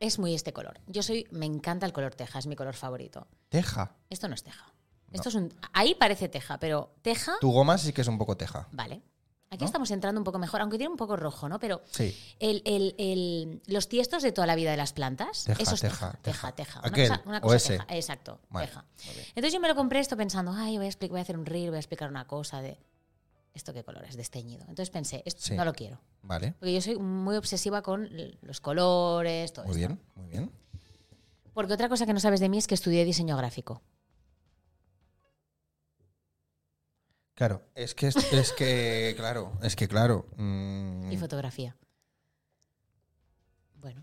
S2: Es muy este color. Yo soy, me encanta el color teja, es mi color favorito.
S1: Teja.
S2: Esto no es teja. Esto es un, ahí parece teja, pero teja,
S1: Tu goma sí que es un poco teja.
S2: vale. Aquí
S1: ¿No?
S2: estamos entrando un poco mejor, aunque tiene un poco rojo, ¿no? Pero
S1: Sí.
S2: el- el- el- los tiestos de toda la vida de las plantas,
S1: Teja,
S2: eso es
S1: teja,
S2: teja, teja,
S1: teja.
S2: teja.
S1: Aquel,
S2: cosa,
S1: o
S2: cosa
S1: ese.
S2: teja, exacto,
S1: Vale,
S2: teja.
S1: muy bien.
S2: Entonces yo me lo compré esto pensando, ay, voy a, expli- voy a hacer un reel, voy a explicar una cosa de esto qué color es, desteñido. Entonces pensé, esto
S1: Sí.
S2: no lo quiero,
S1: Vale.
S2: porque yo soy muy obsesiva con l- los colores, todo
S1: Muy
S2: esto.
S1: bien, muy bien.
S2: Porque otra cosa que no sabes de mí es que estudié diseño gráfico.
S1: Claro, es que, es, es que, claro, es que, claro. mm,
S2: y fotografía. Bueno,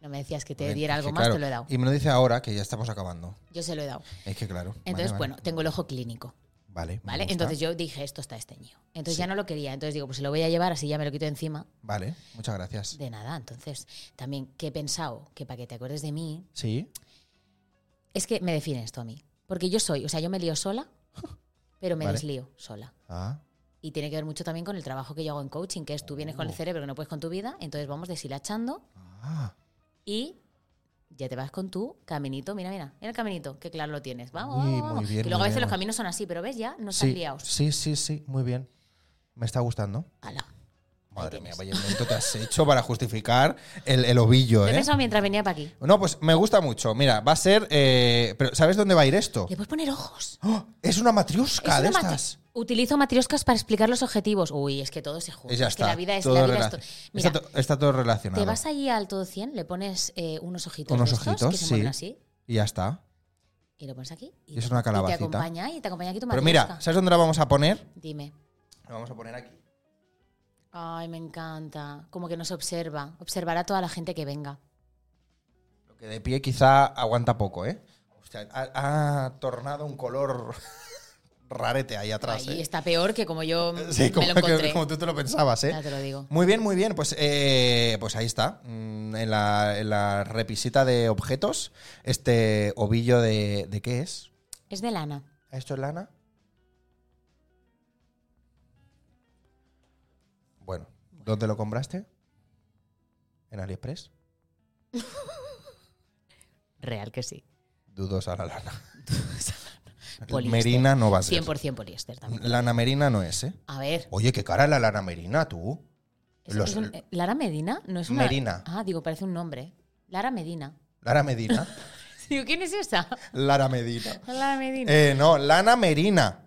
S2: no me decías que te
S1: bien,
S2: diera
S1: es
S2: algo
S1: que,
S2: más,
S1: claro.
S2: te lo he dado.
S1: Y me lo dice ahora que ya estamos acabando.
S2: Yo se lo he dado.
S1: Es que, claro. Vale,
S2: Entonces,
S1: vale.
S2: bueno, tengo el ojo clínico,
S1: Vale. me
S2: ¿vale?
S1: gusta.
S2: Entonces yo dije, esto está esteñido. Entonces
S1: Sí.
S2: ya no lo quería. Entonces digo, pues se lo voy a llevar, así ya me lo quito encima.
S1: Vale, muchas gracias.
S2: De nada. Entonces, también, que he pensado? Que para que te acuerdes de mí,
S1: Sí.
S2: es que me define esto a mí. Porque yo soy, o sea, yo me lío sola, pero me
S1: Vale.
S2: deslío sola.
S1: Ah,
S2: Y tiene que ver mucho también con el trabajo que yo hago en coaching, que es tú vienes con el
S1: Oh.
S2: cerebro que no puedes con tu vida, entonces vamos deshilachando
S1: ah.
S2: y ya te vas con tu caminito. Mira, mira, mira el caminito, que claro lo tienes. Vamos,
S1: Uy,
S2: vamos,
S1: muy
S2: vamos.
S1: bien,
S2: que luego
S1: muy
S2: a veces
S1: bien.
S2: los caminos son así, pero ves, ya no están
S1: Sí,
S2: liados.
S1: sí, sí, sí, muy bien. Me está gustando.
S2: Ala.
S1: Madre
S2: tienes.
S1: mía, vaya invento te has hecho para justificar el, el ovillo,
S2: Lo he
S1: ¿eh?
S2: pensado mientras venía para aquí.
S1: No, pues me gusta mucho. Mira, va a ser. eh, pero ¿sabes dónde va a ir esto?
S2: Le puedes poner ojos.
S1: ¡Oh! Es una matriosca
S2: Es
S1: de
S2: una matri-
S1: estas.
S2: Utilizo matrioscas para explicar los objetivos. Uy, es que todo se junta.
S1: Y ya
S2: es que
S1: está.
S2: la vida es
S1: todo
S2: la vida es
S1: relac-
S2: to- Mira,
S1: está, to- está todo relacionado.
S2: te vas allí al todo 100, le pones eh, unos ojitos
S1: Unos
S2: de estos
S1: ojitos,
S2: que se
S1: sí.
S2: mueven así
S1: Y ya está.
S2: y lo pones aquí
S1: Y es
S2: te-
S1: una
S2: Y te
S1: calabacita.
S2: acompaña y te acompaña aquí tu
S1: Pero
S2: matriosca.
S1: mira, ¿sabes dónde la vamos a poner?
S2: Dime.
S1: La vamos a poner aquí.
S2: Ay, me encanta. Como que nos observa. Observará a toda la gente que venga.
S1: Lo que de pie quizá aguanta poco, ¿eh? Hostia, ha, ha tornado un color rarete ahí atrás.
S2: Ahí
S1: ¿eh?
S2: está peor que como yo
S1: Sí, como,
S2: me lo
S1: que-
S2: encontré.
S1: como tú te lo pensabas, ¿eh?
S2: Ya te lo digo.
S1: Muy bien, muy bien. Pues, eh, pues ahí está. Mm, En la, en la repisita de objetos, este ovillo de. ¿De qué es?
S2: Es de lana.
S1: ¿Esto es lana? Bueno, ¿dónde lo compraste? ¿En AliExpress?
S2: Real que sí.
S1: Dudosa la lana.
S2: Poliéster.
S1: Merina no va a ser.
S2: 100% poliéster también.
S1: Lana merina no es, ¿eh?
S2: A ver.
S1: Oye, qué cara la lana merina, tú.
S2: es-
S1: Los-
S2: es un- eh, ¿Lara Medina? No es una.
S1: Merina.
S2: Ah, digo, parece un nombre. Lara Medina.
S1: Lara Medina.
S2: Digo, ¿quién es esa?
S1: Lara Medina.
S2: Lara Medina.
S1: Eh, no, Lana Merina.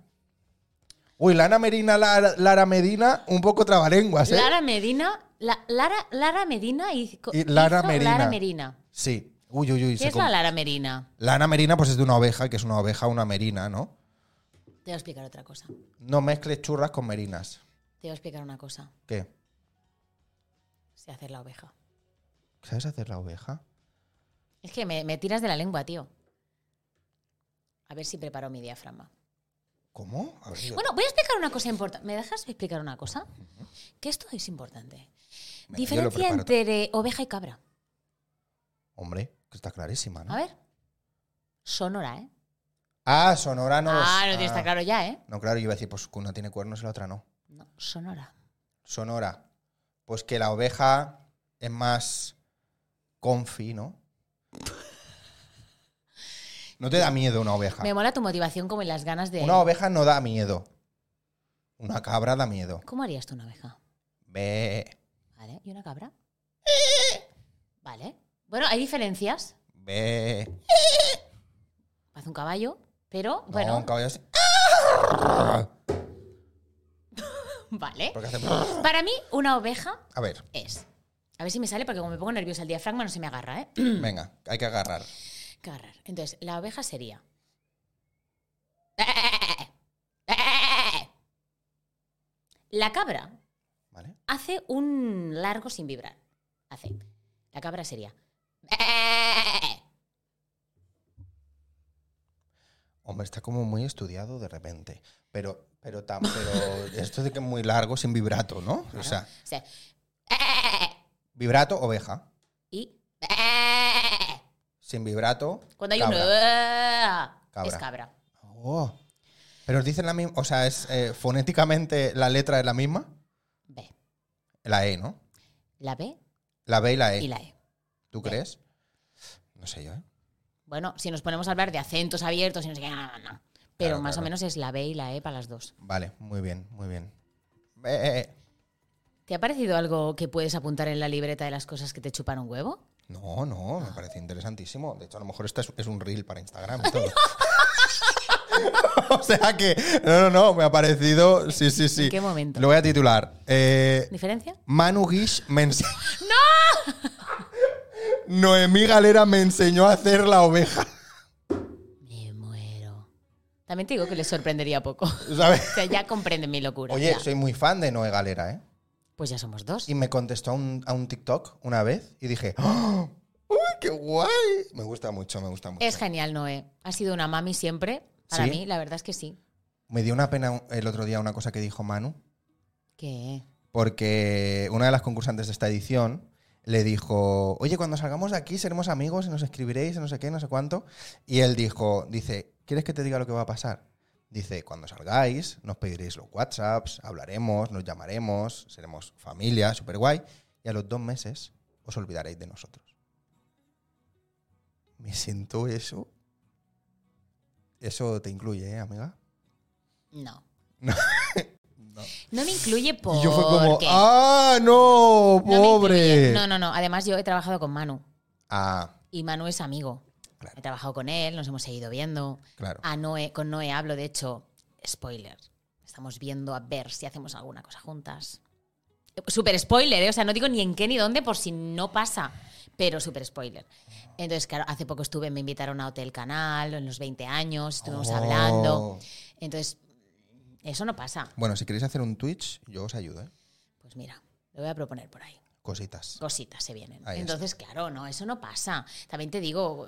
S1: Uy, Lana Merina, Lara, Lara Medina, un poco trabalenguas, ¿eh?
S2: Lara Medina. la- Lara, Lara Medina y,
S1: Y Lara Merina.
S2: Lara Merina.
S1: Sí. Uy, uy, uy.
S2: ¿Qué
S1: se
S2: es
S1: com-
S2: la Lara Merina?
S1: Lana Merina, pues es de una oveja, que es una oveja, una merina, ¿no?
S2: Te voy a explicar otra cosa. Te
S1: No mezcles churras con merinas.
S2: voy a explicar una cosa.
S1: ¿Qué?
S2: Sé hacer la oveja.
S1: ¿Sabes hacer la oveja?
S2: Es que me, me tiras de la lengua, tío. A ver si preparo mi diafragma.
S1: ¿Cómo? A ver, yo-
S2: Bueno, voy a explicar una cosa importante. ¿Me dejas explicar una cosa? Que esto es importante.
S1: Venga, yo lo
S2: Diferencia
S1: preparo.
S2: entre oveja y cabra.
S1: Hombre, que está clarísima,
S2: A
S1: ¿no?
S2: ver. Sonora, ¿eh?
S1: Ah, Sonora no.
S2: ah,
S1: es-
S2: no tiene está claro ya, ¿eh?
S1: No, claro, yo iba a decir, pues que una tiene cuernos y la otra no.
S2: No, sonora.
S1: Sonora. Pues que la oveja es más confi, ¿no? No te da miedo una oveja.
S2: Me mola tu motivación como en las ganas de...
S1: Una oveja no da miedo. Una cabra da miedo.
S2: ¿Cómo harías tú una oveja?
S1: Ve,
S2: ¿Vale? ¿Y una cabra? Vale. Bueno, hay diferencias.
S1: ve.
S2: Hace un caballo, pero
S1: No,
S2: bueno,
S1: un caballo así.
S2: vale.
S1: Porque hace-
S2: Para mí, una oveja
S1: A ver,
S2: es... A ver si me sale, porque como me pongo nerviosa el diafragma no se me agarra, ¿eh?
S1: venga, hay que agarrar.
S2: que agarrar. Entonces, la oveja sería. La cabra
S1: ¿Vale?
S2: hace un largo sin vibrar. Hace. La cabra sería.
S1: Hombre, está como muy estudiado de repente. Pero, pero, tam- pero esto de que es muy largo sin vibrato, ¿no? O sea,
S2: O sea,
S1: vibrato, oveja.
S2: Y.
S1: sin vibrato.
S2: Cuando hay
S1: cabra.
S2: uno. "Ah", Es
S1: Cabra.
S2: cabra.
S1: Oh. Pero dicen la misma, o sea, es eh, fonéticamente la letra es la misma,
S2: B.
S1: la E, ¿no?
S2: La B
S1: La B y la E.
S2: y la E.
S1: ¿Tú
S2: B.
S1: crees? No sé yo, ¿eh?
S2: Bueno, si nos ponemos a hablar de acentos abiertos y no sé qué, no, no, no. Pero
S1: Claro,
S2: más
S1: claro.
S2: o menos es la B y la E para las dos.
S1: Vale, muy bien, muy bien. Eh, eh, eh.
S2: ¿Te ha parecido algo que puedes apuntar en la libreta de las cosas que te chupan un huevo?
S1: No, no, me parece interesantísimo. De hecho, a lo mejor esto es, es un reel para Instagram y todo. o sea que, no, no, no, me ha parecido, sí, sí, sí.
S2: ¿En qué momento?
S1: Lo voy a titular. Eh,
S2: ¿Diferencia?
S1: Manu Guish me enseñó... ¡No! Noemí Galera me enseñó a hacer la oveja.
S2: Me muero. También te digo que les sorprendería poco. o
S1: ¿Sabes?
S2: sea, ya comprenden mi locura.
S1: Oye,
S2: ya.
S1: soy muy fan de Noé Galera, ¿eh?
S2: Pues ya somos dos.
S1: Y me contestó a un, a un TikTok una vez y dije, ¡Oh! ¡Uy, qué guay! Me gusta mucho, me gusta mucho.
S2: Es genial, Noé. Ha sido una mami siempre. Para
S1: ¿Sí?
S2: mí, la verdad es que sí.
S1: me dio una pena el otro día una cosa que dijo Manu,
S2: ¿Qué?
S1: porque una de las concursantes de esta edición le dijo, oye, cuando salgamos de aquí seremos amigos y nos escribiréis y no sé qué, no sé cuánto. Y él dijo, dice, ¿quieres que te diga lo que va a pasar? Dice, cuando salgáis nos pediréis los WhatsApps, hablaremos, nos llamaremos, seremos familia, súper guay. Y a los dos meses os olvidaréis de nosotros. Me siento eso. Eso te incluye, ¿eh, amiga?
S2: No.
S1: No.
S2: No me incluye por.
S1: Y yo fue como, ¡ah, no! ¡Pobre!
S2: No, no, no. Además, yo he trabajado con Manu.
S1: Ah,
S2: Y Manu es amigo.
S1: Claro.
S2: He trabajado con él, nos hemos seguido viendo.
S1: claro.
S2: A Noé, con Noé hablo, de hecho, spoiler. Estamos viendo a ver si hacemos alguna cosa juntas. Eh, Super spoiler, ¿eh? o sea, no digo ni en qué ni dónde por si no pasa, pero super spoiler. Entonces, claro, hace poco estuve, me invitaron a Hotel Canal en los 20 años, estuvimos
S1: Oh.
S2: hablando. Entonces, eso no pasa.
S1: Bueno, si queréis hacer un Twitch, yo os ayudo, ¿eh?
S2: Pues mira, lo voy a proponer por ahí.
S1: Cositas.
S2: Cositas se vienen.
S1: Ahí
S2: Entonces, claro, no, eso no pasa. También te digo,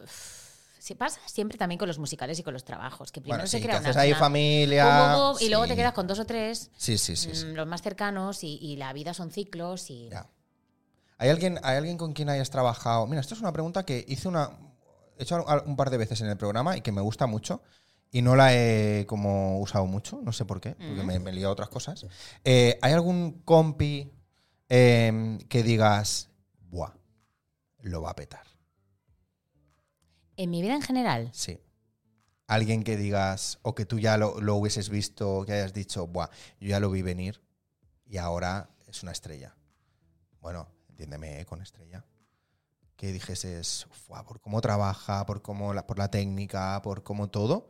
S2: si pasa siempre también con los musicales y con los trabajos, que primero
S1: Bueno,
S2: se
S1: sí, que
S2: crea una
S1: haces ahí
S2: zona-
S1: familia.
S2: Hubo, hubo, y luego
S1: sí.
S2: te quedas con dos o tres,
S1: Sí, sí, sí. sí.
S2: mm, los más cercanos, y, y la vida son ciclos. Y...
S1: Ya. ¿Hay alguien, ¿Hay alguien con quien hayas trabajado? Mira, esto es una pregunta que hice una. He hecho al- un par de veces en el programa y que me gusta mucho. Y no la he como usado mucho, no sé por qué, porque
S2: Mm.
S1: me, me he liado a otras cosas. Eh, ¿Hay algún compi em, que digas, buah, lo va a petar?
S2: En mi vida en general,
S1: Sí. Alguien que digas, o que tú ya lo, lo hubieses visto, que hayas dicho, buah, yo ya lo vi venir y ahora es una estrella. Bueno, entiéndeme ¿eh? con estrella. Que dijeses, "Fua, por cómo trabaja, por, cómo la, por la técnica, por cómo todo.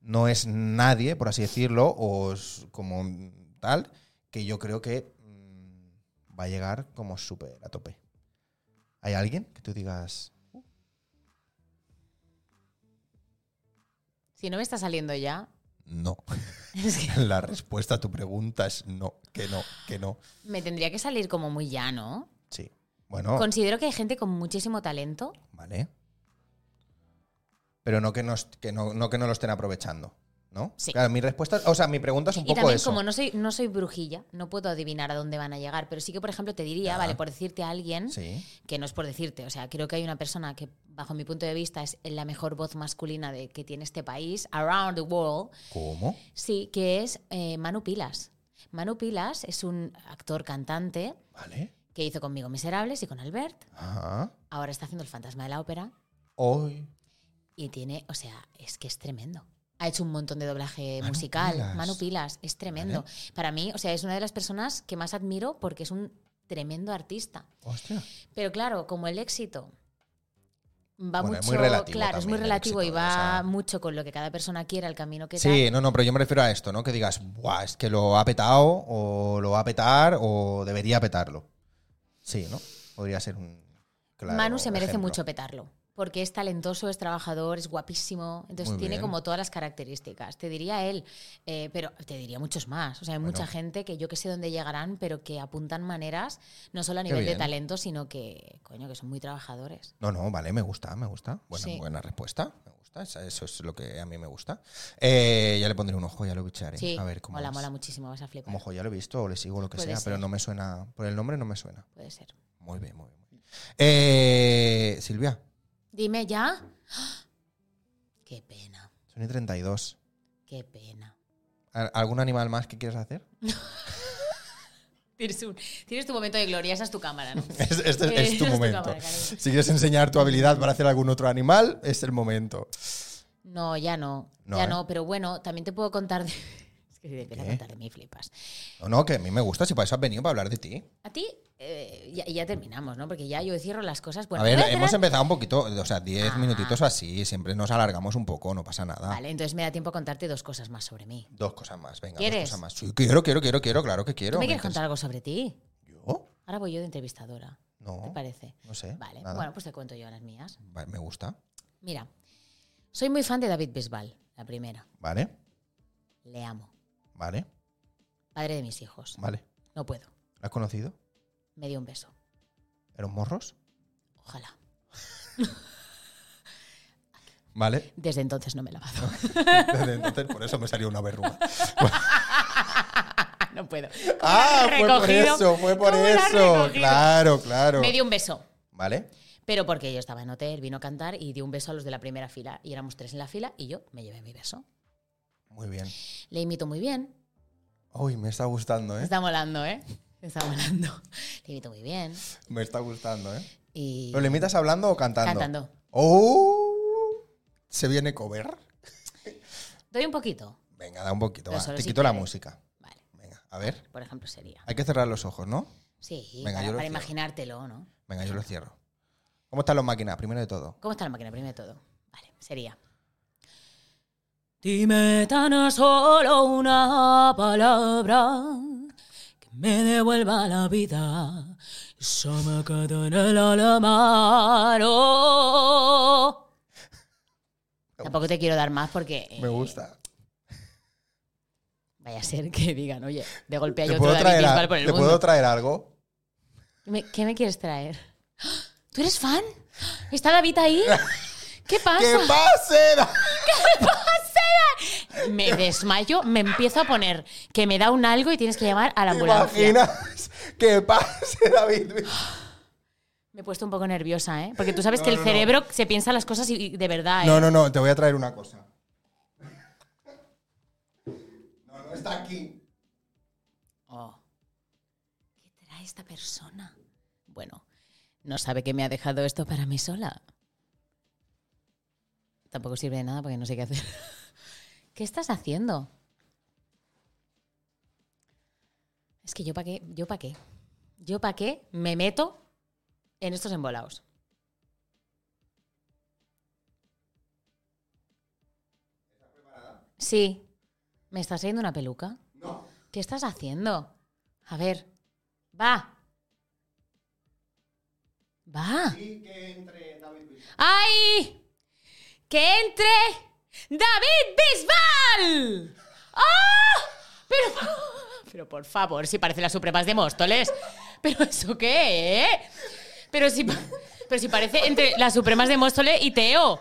S1: No es nadie, por así decirlo, o es como un tal, que yo creo que mm, va a llegar como súper a tope. ¿Hay alguien que tú digas,
S2: si no me está saliendo ya,
S1: no?
S2: es que
S1: La respuesta a tu pregunta es no, que no, que no.
S2: me tendría que salir como muy ya, ¿no?
S1: Sí. Bueno,
S2: Considero que hay gente con muchísimo talento.
S1: vale. Pero no que, nos, que no, no que no lo estén aprovechando, ¿no?
S2: Sí.
S1: Claro, mi respuesta, o sea, mi pregunta es un
S2: Y
S1: poco
S2: también,
S1: eso.
S2: como no soy, no soy brujilla, no puedo adivinar a dónde van a llegar, pero sí que, por ejemplo, te diría,
S1: Ya.
S2: vale, por decirte a alguien,
S1: Sí.
S2: que no es por decirte, o sea, creo que hay una persona que, bajo mi punto de vista, es la mejor voz masculina de, que tiene este país, around the world,
S1: ¿Cómo?
S2: Sí, que es eh, Manu Pilas. Manu Pilas es un actor cantante
S1: Vale.
S2: que hizo conmigo Miserables y con Albert.
S1: Ajá.
S2: Ahora está haciendo El Fantasma de la Ópera
S1: Hoy.
S2: y tiene, o sea, es que es tremendo. Ha hecho un montón de doblaje
S1: Manu
S2: musical.
S1: Pilas.
S2: Manu Pilas, es tremendo. Para mí, o sea, es una de las personas que más admiro porque es un tremendo artista.
S1: Hostia.
S2: Pero claro, como el éxito va
S1: Bueno,
S2: mucho,
S1: es muy relativo
S2: claro, es muy
S1: también el
S2: relativo y
S1: éxito,
S2: va
S1: o sea-
S2: mucho con lo que cada persona quiera, el camino que
S1: Sí, no, no, pero yo me refiero a esto, ¿no? Que digas, Buah, es que lo ha petado, o lo va a petar, o debería petarlo. Sí, ¿no? Podría ser un. claro
S2: Manu se merece
S1: ejemplo.
S2: mucho petarlo. Porque es talentoso, es trabajador, es guapísimo. Entonces
S1: Muy
S2: tiene
S1: bien.
S2: como todas las características. Te diría él, eh, pero te diría muchos más. O sea, hay
S1: Bueno.
S2: mucha gente que yo que sé dónde llegarán, pero que apuntan maneras, no solo a
S1: Qué
S2: nivel de
S1: bien.
S2: talento, sino que, coño, que son muy trabajadores.
S1: No, no, vale, me gusta, me gusta. Buena,
S2: Sí.
S1: buena respuesta, me gusta. esa- Eso es lo que a mí me gusta. Eh, ya le pondré un ojo, ya lo bichearé.
S2: Sí,
S1: a ver cómo
S2: mola,
S1: es.
S2: mola muchísimo, vas a
S1: A lo
S2: flipar.
S1: mejor ya lo he visto o le sigo o lo que
S2: Puede
S1: sea, pero
S2: ser.
S1: no me suena. Por el nombre no me suena.
S2: Puede ser.
S1: Muy bien, muy bien. muy bien. Eh, Silvia,
S2: Dime ya. Qué pena,
S1: Son y 32.
S2: qué pena.
S1: ¿Al- ¿Algún animal más que quieras hacer?
S2: Tienes, un- tienes tu momento de gloria, esa es tu cámara, ¿no?
S1: Es- Este es-
S2: Eh,
S1: es,
S2: es
S1: tu
S2: tu
S1: momento.
S2: cámara, cariño.
S1: si quieres enseñar tu habilidad para hacer algún otro animal, es el momento.
S2: No, ya no,
S1: No,
S2: ya
S1: ¿eh?
S2: no, pero bueno, también te puedo contar de... Es que si te empiezo a
S1: ¿Qué?
S2: contar de mí, flipas.
S1: No, no, que a mí me gusta, si para eso has venido, para hablar de ti.
S2: A ti, eh, ya, ya terminamos, ¿no? Porque ya yo cierro las cosas. Bueno,
S1: a ver,
S2: voy cerrar-
S1: hemos empezado un poquito, o sea, 10
S2: Ah.
S1: minutitos así, siempre nos alargamos un poco, no pasa nada.
S2: Vale, entonces me da tiempo a contarte dos cosas más sobre mí.
S1: Dos cosas más, venga,
S2: ¿Quieres?
S1: dos cosas más. Sí, quiero, quiero, quiero, quiero, claro que quiero.
S2: ¿Tú me quieres
S1: interesa.
S2: contar algo sobre ti?
S1: ¿Yo?
S2: Ahora voy yo de entrevistadora, ¿te
S1: No,
S2: parece?
S1: no sé.
S2: Vale,
S1: ¿Eh? nada.
S2: bueno, pues te cuento yo las mías.
S1: Vale, me gusta,
S2: Mira, soy muy fan de David Bisbal, la primera.
S1: vale,
S2: Le amo.
S1: vale,
S2: Padre de mis hijos.
S1: vale.
S2: No puedo.
S1: ¿La has conocido?
S2: Me dio un beso.
S1: ¿Eros morros?
S2: Ojalá.
S1: Vale.
S2: Desde entonces no me he lavado.
S1: Desde entonces, por eso me salió una verruga.
S2: no puedo.
S1: Ah, fue por
S2: recogido?
S1: eso, fue por
S2: ¿Cómo la has
S1: eso.
S2: recogido?
S1: Claro, claro.
S2: Me dio un beso.
S1: Vale.
S2: Pero porque yo estaba en hotel, vino a cantar y dio un beso a los de la primera fila. Y éramos tres en la fila y yo me llevé mi beso.
S1: Muy bien.
S2: Le imito muy bien.
S1: Uy, me está gustando,
S2: Me
S1: ¿eh?
S2: está molando, ¿eh? Me está molando. Le imito muy bien.
S1: Me está gustando, ¿eh?
S2: Y
S1: ¿Lo limitas hablando o cantando?
S2: cantando.
S1: ¡Oh! Se viene cover.
S2: Doy un poquito.
S1: Venga, da un poquito.
S2: Pero
S1: va.
S2: solo
S1: Te
S2: si
S1: quito la
S2: quieres.
S1: música.
S2: Vale.
S1: Venga, a ver.
S2: Por ejemplo, sería.
S1: Hay que cerrar los ojos, ¿no?
S2: Sí,
S1: Venga, yo
S2: para,
S1: lo
S2: para
S1: cierro.
S2: imaginártelo, ¿no?
S1: Venga, yo lo cierro. ¿Cómo están los máquinas? Primero de todo.
S2: ¿Cómo está la máquina? Primero de todo. Vale, sería. Dime tan solo una palabra que me devuelva la vida. Eso me quedó en el alma. no. Tampoco te quiero dar más porque. eh,
S1: Me gusta.
S2: Vaya a ser que digan, oye, de golpe hay
S1: ¿Te
S2: otro
S1: puedo,
S2: David
S1: traer a-
S2: Bisbal por el
S1: ¿Te
S2: mundo.
S1: puedo traer algo?
S2: ¿Qué me- ¿Qué me quieres traer? ¿Tú eres fan? ¿Está David ahí? ¿Qué pasa?
S1: ¡Que pase!
S2: Me desmayo, me empiezo a poner que me da un algo y tienes que llamar a la
S1: ¿Te
S2: ambulancia.
S1: imaginas? ¡Que pase, David!
S2: Me he puesto un poco nerviosa, ¿eh? Porque tú sabes que
S1: No,
S2: el
S1: no, no.
S2: cerebro se piensa las cosas y- y de verdad, ¿eh?
S1: No, no, no, te voy a traer una cosa. No, no está aquí.
S2: Oh. ¿Qué trae esta persona? Bueno, no sabe que me ha dejado esto para mí sola. Tampoco sirve de nada porque no sé qué hacer. ¿Qué estás haciendo? Es que yo pa' qué, yo pa' qué. Yo pa' qué me meto en estos embolados. Sí. ¿Me estás haciendo una peluca? ¿Qué estás haciendo? A ver. Va. Va. ¡Ay! ¡Que entre David Bisbal! ¡Ah! Pero, pero por favor, si parece las Supremas de Móstoles. ¿Pero eso qué? eh? Pero si, pa- pero si parece entre las Supremas de Móstoles y Teo.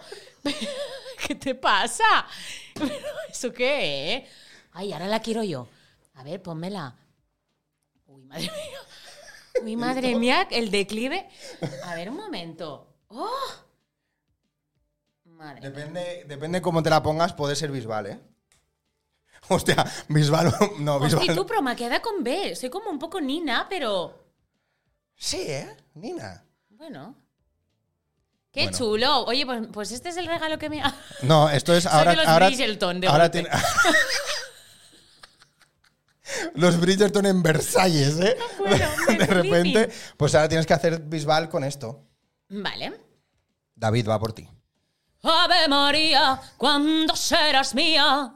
S2: ¿Qué te pasa? ¿Pero eso qué? eh? Ay, ahora la quiero yo. A ver, pónmela. Uy, madre mía. Uy, madre mía, el declive. A ver, un momento. ¡Oh! Madre
S1: Depende, depende cómo te la pongas, puede ser Bisbal, ¿eh? Hostia, Bisbal. No,
S2: Hostia,
S1: Bisbal.
S2: tú, pero me queda con B. Soy como un poco Nina, pero
S1: Sí, ¿eh? Nina.
S2: bueno. Qué
S1: Bueno.
S2: chulo. Oye, pues, pues este es el regalo que me ha...
S1: No, esto es ahora.
S2: de los
S1: ahora,
S2: Bridgerton, de
S1: ahora
S2: golpe.
S1: tiene- los Bridgerton en Versalles, ¿eh?
S2: Bueno, me
S1: de repente,
S2: flipping.
S1: pues ahora tienes que hacer Bisbal con esto.
S2: Vale.
S1: David va por ti.
S2: Ave María, cuando serás mía,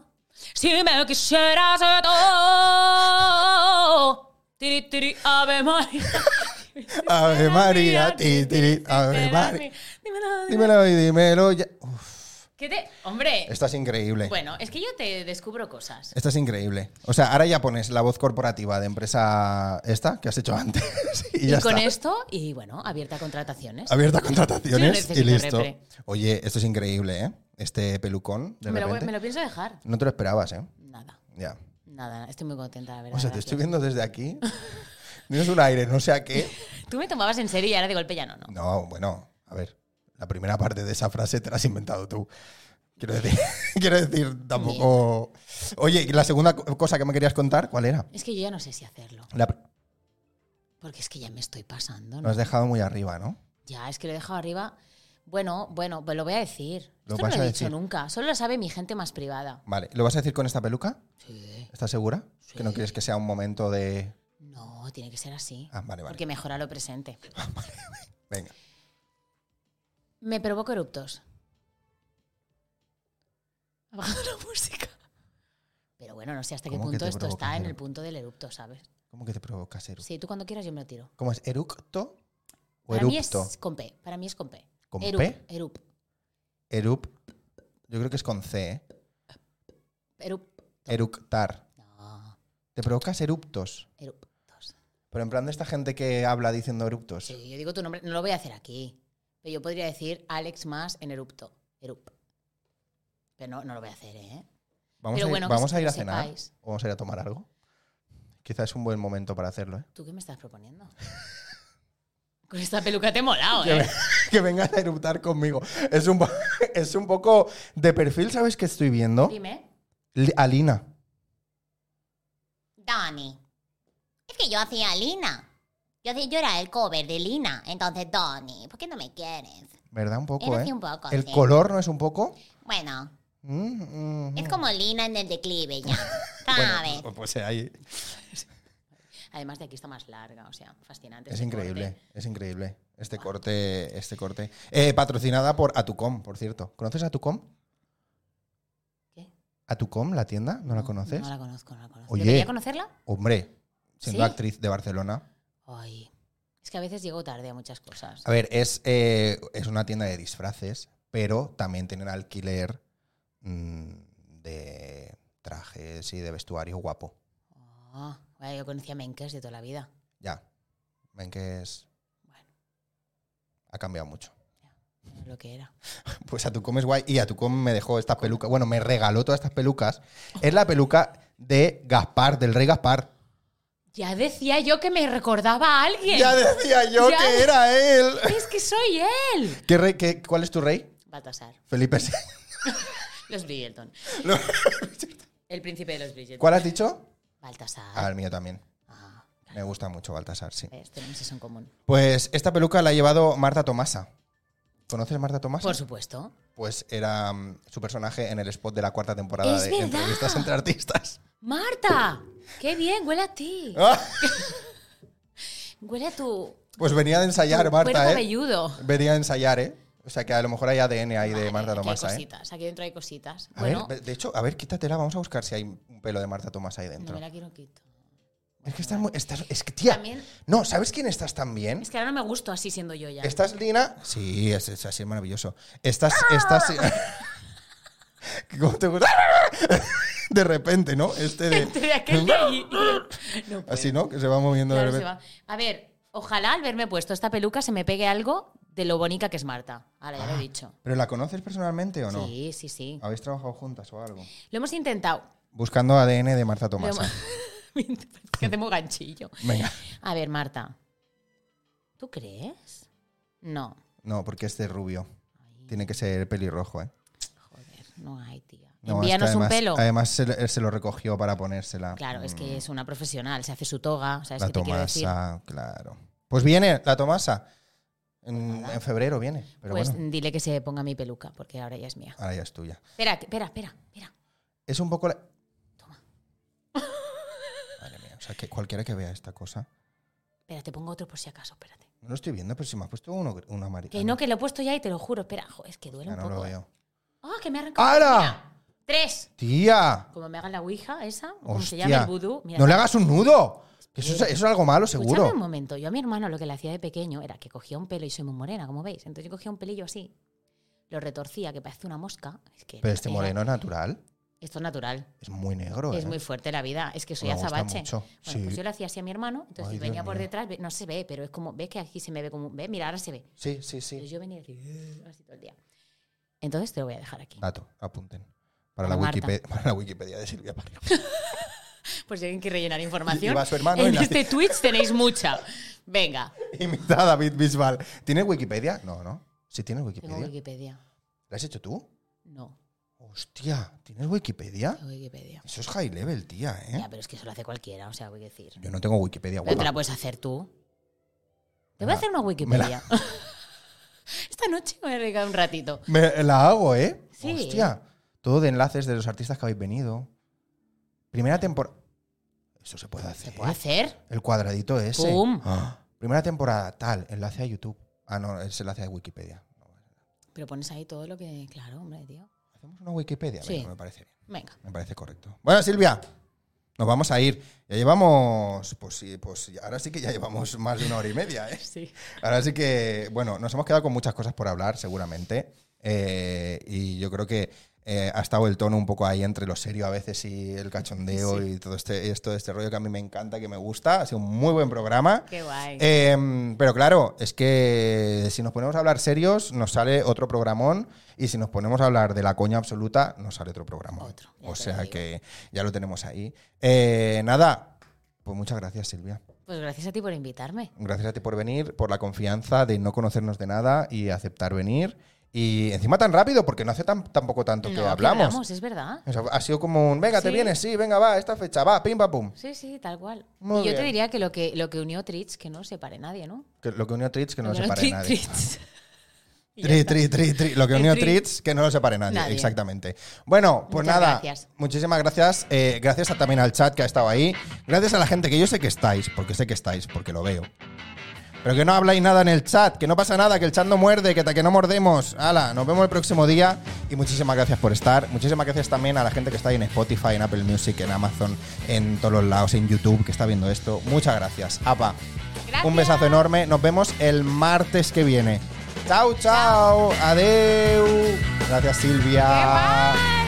S2: si me quisieras todo. Tiri, tiri, Ave María.
S1: Ave María, ti, tiri,
S2: tiri, tiri,
S1: Ave
S2: serás
S1: María.
S2: mía.
S1: Dímelo
S2: Dímelo, dímelo.
S1: Este. y dímelo ya. Uf,
S2: ¿Qué te...? Hombre,
S1: esto es increíble.
S2: bueno, es que yo te descubro cosas.
S1: Esto es increíble. O sea, ahora ya pones la voz corporativa de empresa esta que has hecho antes y
S2: Y,
S1: ya
S2: con
S1: está.
S2: esto, y bueno, abierta a contrataciones.
S1: Abierta a contrataciones
S2: Yo
S1: y
S2: necesito
S1: listo.
S2: repre.
S1: Oye, esto es increíble, ¿eh? Este pelucón, de
S2: me, lo, voy-
S1: repente.
S2: me lo pienso dejar.
S1: No te lo esperabas, ¿eh?
S2: Nada,
S1: Ya.
S2: nada, estoy muy contenta, la verdad.
S1: O sea, te
S2: gracias.
S1: estoy viendo desde aquí. Tienes un aire, no sé a qué.
S2: Tú me tomabas en serio y ahora de golpe ya no, ¿no?
S1: No, bueno, a ver. La primera parte de esa frase te la has inventado tú. Quiero decir, quiero decir tampoco. Oye, y la segunda co- cosa que me querías contar, ¿cuál era?
S2: Es que yo ya no sé si hacerlo.
S1: La pr-
S2: Porque es que ya me estoy pasando.
S1: Lo
S2: ¿no?
S1: has dejado muy arriba, ¿no?
S2: Ya, es que lo he dejado arriba. Bueno, bueno, pues lo voy a decir.
S1: Lo
S2: Esto no
S1: vas
S2: lo
S1: a
S2: he dicho
S1: decir.
S2: nunca. Solo lo sabe mi gente más privada.
S1: Vale. ¿Lo vas a decir con esta peluca?
S2: Sí.
S1: ¿Estás segura? Que no
S2: Sí.
S1: quieres que sea un momento de.
S2: No, tiene que ser así.
S1: Ah, vale, vale.
S2: Porque mejora lo presente.
S1: Venga.
S2: Me provoco eruptos. Ha bajado la música. Pero bueno, no sé hasta qué
S1: ¿Cómo que
S2: punto
S1: te
S2: esto está
S1: provocas
S2: en el
S1: eructo?
S2: punto del erupto, ¿sabes?
S1: ¿Cómo que te provocas eructo?
S2: Sí, tú cuando quieras yo me lo tiro.
S1: ¿Cómo es? ¿Eructo o
S2: Para mí es
S1: erupto?
S2: con P. Para mí es con P.
S1: ¿Con
S2: Erup,
S1: P?
S2: Erup.
S1: Erup. Yo creo que es con C, ¿eh?
S2: Erup.
S1: Eructar.
S2: No,
S1: Te provocas eruptos.
S2: eruptos.
S1: Pero en plan de esta gente que habla diciendo eruptos.
S2: Sí, yo digo tu nombre. No lo voy a hacer aquí. Pero yo podría decir Alex más en erupto. Erup. Pero no, no lo voy a hacer, ¿eh?
S1: Vamos,
S2: Pero
S1: a ir,
S2: bueno, que
S1: vamos
S2: se-
S1: a ir a
S2: que
S1: cenar.
S2: sepáis.
S1: ¿O vamos a ir a tomar algo? Quizás es un buen momento para hacerlo, ¿eh?
S2: ¿Tú qué me estás proponiendo? Con esta peluca te he molado,
S1: Que,
S2: ¿eh?
S1: ve- que vengas a eruptar conmigo. Es un, po- es un poco de perfil, ¿sabes qué estoy viendo?
S2: Dime.
S1: Li- Alina.
S4: Dani, es que yo hacía Lina. Yo, hacía- yo era el cover de Lina. Entonces, Dani, ¿por qué no me quieres?
S1: ¿Verdad? Un poco,
S4: Era así
S1: ¿eh?
S4: un poco.
S1: El
S4: sí.
S1: color no es un poco.
S4: Bueno,
S1: Mm, mm,
S4: es
S1: mm.
S4: como Lina en el declive ya.
S1: Bueno,
S4: ¿Sabes?
S1: pues- pues ahí.
S2: Además de aquí está más larga, o sea, fascinante.
S1: Es
S2: este
S1: increíble,
S2: corte.
S1: es increíble. Este corte, este corte. Eh, patrocinada por Atucom, por cierto. ¿Conoces Atucom?
S2: ¿Qué?
S1: ¿Atucom, la tienda? ¿No la conoces?
S2: No la conozco, no la conozco.
S1: Oye.
S2: ¿Debería conocerla?
S1: Hombre, siendo
S2: ¿Sí?
S1: actriz de Barcelona.
S2: Ay. Es que a veces llego tarde a muchas cosas.
S1: A ver, es, eh, es una tienda de disfraces, pero también tienen alquiler mm, de trajes y de vestuario guapo.
S2: Oh, vaya, yo conocía Menkes de toda la vida.
S1: Ya. Ven que es.
S2: Bueno.
S1: Ha cambiado mucho.
S2: Era Lo que era.
S1: Pues a tu com es guay. Y a tu com me dejó estas pelucas. Bueno, me regaló todas estas pelucas. Es la peluca de Gaspar, del rey Gaspar.
S2: Ya decía yo que me recordaba a alguien.
S1: Ya decía yo
S2: Ya.
S1: que era él.
S2: Es que soy él.
S1: ¿Qué rey, qué- ¿Cuál es tu rey?
S2: Baltasar.
S1: Felipe VI.
S2: Los Bridgerton.
S1: No.
S2: El príncipe de los Bridgerton.
S1: ¿Cuál has dicho? Ah,
S2: Baltasar.
S1: el mío también.
S2: Ah,
S1: Me gusta mucho Baltasar, sí.
S2: ¿ves? tenemos eso en común.
S1: Pues esta peluca la ha llevado Marta Tomasa. ¿Conoces a Marta Tomasa?
S2: Por supuesto.
S1: Pues era mm, su personaje en el spot de la cuarta temporada
S2: ¡Es
S1: de
S2: verdad!
S1: Entrevistas entre Artistas.
S2: ¡Marta! ¡Qué bien! Huele a ti.
S1: Ah.
S2: Huele a tu.
S1: Pues venía de ensayar,
S2: tu
S1: Marta,
S2: cuerpo
S1: ¿eh?
S2: velludo.
S1: Venía a ensayar, ¿eh? O sea que a lo mejor hay ADN ahí de
S2: Vale,
S1: Marta
S2: aquí hay
S1: Tomasa, ¿eh?
S2: cositas, Aquí dentro hay cositas.
S1: A
S2: bueno,
S1: ver, de hecho, a ver, quítatela, vamos a buscar si hay un pelo de Marta Tomasa ahí
S2: no
S1: dentro.
S2: me la quiero quitar.
S1: es que
S2: Bueno,
S1: estás
S2: vale.
S1: muy. estás- es que, tía.
S2: También-
S1: No, ¿sabes quién estás tan bien?
S2: Es que ahora no me gusto así siendo yo ya.
S1: Estás Lina. Sí, es, es así, es maravilloso. Estás.
S2: ¡Ah!
S1: estás ¿Cómo te gusta? De repente, ¿no? Este de.
S2: Entre aquel de allí. No puedo.
S1: Así, ¿no? Que se va moviendo de
S2: Claro, se
S1: repente.
S2: va. A ver, ojalá al verme puesto esta peluca se me pegue algo de lo bonita que es Marta. Ahora ya lo he dicho.
S1: ¿Pero la conoces personalmente Ah, o no?
S2: Sí, sí, sí.
S1: ¿Habéis trabajado juntas o algo?
S2: Lo hemos intentado.
S1: Buscando ADN de Marta
S2: Lo
S1: Tomasa.
S2: hemos- que hacemos ganchillo.
S1: Venga.
S2: A ver, Marta. ¿Tú crees? No.
S1: No, porque este es rubio. Tiene que ser pelirrojo, ¿eh?
S2: Joder, no hay, tía.
S1: No, es que
S2: Envíanos
S1: además-
S2: un pelo.
S1: Además, se, le- se lo recogió para ponérsela.
S2: Claro, es
S1: Mm,
S2: que es una profesional, se hace su toga, ¿sabes
S1: La
S2: qué te quiero decir?
S1: Tomasa, claro. Pues viene la Tomasa. En, en febrero viene. Pero
S2: pues
S1: bueno,
S2: dile que se ponga mi peluca, porque ahora ya es mía.
S1: ahora ya es tuya.
S2: Espera, que- espera, espera, espera.
S1: Es un poco la. Madre mía, o sea, que cualquiera que vea esta cosa.
S2: Espera, te pongo otro por si acaso, espérate.
S1: No lo estoy viendo, pero si me has puesto uno, una amarilla.
S2: Que no, que lo he puesto ya y te lo juro, espera, jo, es que duele
S1: Ya
S2: un
S1: no lo
S2: poco. ¿eh?
S1: veo.
S2: Ah, que me ha arrancado.
S1: ¡Ara!
S2: Tres.
S1: ¡Tía!
S2: Como me hagan la ouija esa, o como se
S1: ¡Hostia!
S2: llama el vudú. Mira,
S1: ¡No le hagas un nudo! Que Eso, es- eso es algo malo,
S2: escúchame
S1: seguro.
S2: un momento. Yo a mi hermano lo que le hacía de pequeño era que cogía un pelo y soy muy morena, como veis. Entonces yo cogía un pelillo así, lo retorcía, que parece una mosca. Es que
S1: Pero este
S2: era-
S1: moreno es natural.
S2: Esto es natural.
S1: Es muy negro.
S2: Es
S1: ¿eh?
S2: muy fuerte la vida, es que soy
S1: Me gusta
S2: azabache.
S1: mucho,
S2: Bueno,
S1: sí.
S2: pues yo lo hacía así a mi hermano, entonces
S1: Ay,
S2: él venía
S1: Dios
S2: por
S1: mío.
S2: detrás, ve- no se ve, pero es como, ves que aquí se me ve como, ve, mira, ahora se ve.
S1: Sí, sí,
S2: Pero
S1: sí.
S2: yo venía así, "Eh", así todo el día. Entonces te lo voy a dejar aquí.
S1: Dato, apunten. Para la,
S2: Para Marta.
S1: Wikipedia, para la Wikipedia de Silvia Pardo.
S2: Pues si alguien quiere rellenar información.
S1: Iba su hermano y
S2: en
S1: la-
S2: este Twitch tenéis mucha. Venga.
S1: Imita a David Bisbal. ¿Tiene Wikipedia? No, no. Si tienes
S2: Tengo
S1: Wikipedia.
S2: Wikipedia.
S1: ¿La has hecho tú?
S2: No,
S1: Hostia, ¿tienes Wikipedia?
S2: tengo Wikipedia.
S1: Eso es high level, tía, ¿eh?
S2: Ya, pero es que eso lo hace cualquiera, o sea, voy a decir.
S1: Yo no tengo Wikipedia,
S2: Pero te la
S1: guapa.
S2: puedes hacer tú.
S1: Me
S2: Te voy
S1: la-
S2: a hacer una Wikipedia. Esta noche me voy a dedicar un ratito.
S1: Me la hago, ¿eh?
S2: Sí.
S1: Hostia. Todo de enlaces de los artistas que habéis venido. Primera temporada. Esto se puede hacer.
S2: ¿Se puede hacer?
S1: El cuadradito ese.
S2: Pum.
S1: Ah. Primera temporada, tal. Enlace a YouTube. Ah, no, es enlace a Wikipedia. No,
S2: Pero pones ahí todo lo que. Claro, hombre, tío.
S1: Hacemos una Wikipedia.
S2: Sí.
S1: Venga, me parece bien.
S2: Venga.
S1: Me parece correcto. Bueno, Silvia, nos vamos a ir. Ya llevamos. Pues sí, pues sí, ahora sí que ya llevamos más de una hora y media, ¿eh?
S2: Sí.
S1: Ahora sí que, bueno, nos hemos quedado con muchas cosas por hablar, seguramente. Eh, y yo creo que eh, ha estado el tono un poco ahí entre lo serio a veces y el cachondeo y todo este, esto, este rollo que a mí me encanta, que me gusta. Ha sido un muy buen programa.
S2: Qué guay.
S1: Eh, pero claro, es que si nos ponemos a hablar serios, nos sale otro programón. Y si nos ponemos a hablar de la coña absoluta, nos sale otro programón.
S2: Otro, ya
S1: o
S2: te
S1: sea
S2: digo.
S1: que ya lo tenemos ahí. Eh, nada, pues muchas gracias, Silvia.
S2: Pues gracias a ti por invitarme.
S1: Gracias a ti por venir, por la confianza de no conocernos de nada y aceptar venir. Y encima tan rápido, porque no hace tan, tampoco tanto que
S2: No,
S1: hablamos.
S2: es verdad.
S1: O sea, ha sido como un, venga, te
S2: Sí.
S1: vienes, sí, venga, va, esta fecha, va, pim, pam, pum.
S2: Sí, sí, tal cual.
S1: Muy
S2: y yo
S1: bien.
S2: te diría que lo que, lo que unió Tritz, que no separe nadie, ¿no?
S1: Que lo que unió a Tritz, que no lo
S2: Lo que
S1: separe
S2: tri-
S1: nadie. Ah.
S2: Tritz. Y ya
S1: Tri,
S2: está.
S1: tri, tri, tri. Lo que
S2: El
S1: unió
S2: tri.
S1: Trits, que no lo separe nadie.
S2: Nadie.
S1: Exactamente. Bueno, pues
S2: Muchas
S1: nada.
S2: gracias.
S1: Muchísimas gracias. Eh, gracias a- también al chat que ha estado ahí. Gracias a la gente que yo sé que estáis, porque sé que estáis, porque lo veo. Pero que no habláis nada en el chat, que no pasa nada, que el chat no muerde, que, ta- que no mordemos. Hala, nos vemos el próximo día y muchísimas gracias por estar. Muchísimas gracias también a la gente que está ahí en Spotify, en Apple Music, en Amazon, en todos los lados, en YouTube, que está viendo esto. Muchas gracias. Apa, un besazo enorme. Nos vemos el martes que viene. Chao, chao. Adeu. Gracias, Silvia.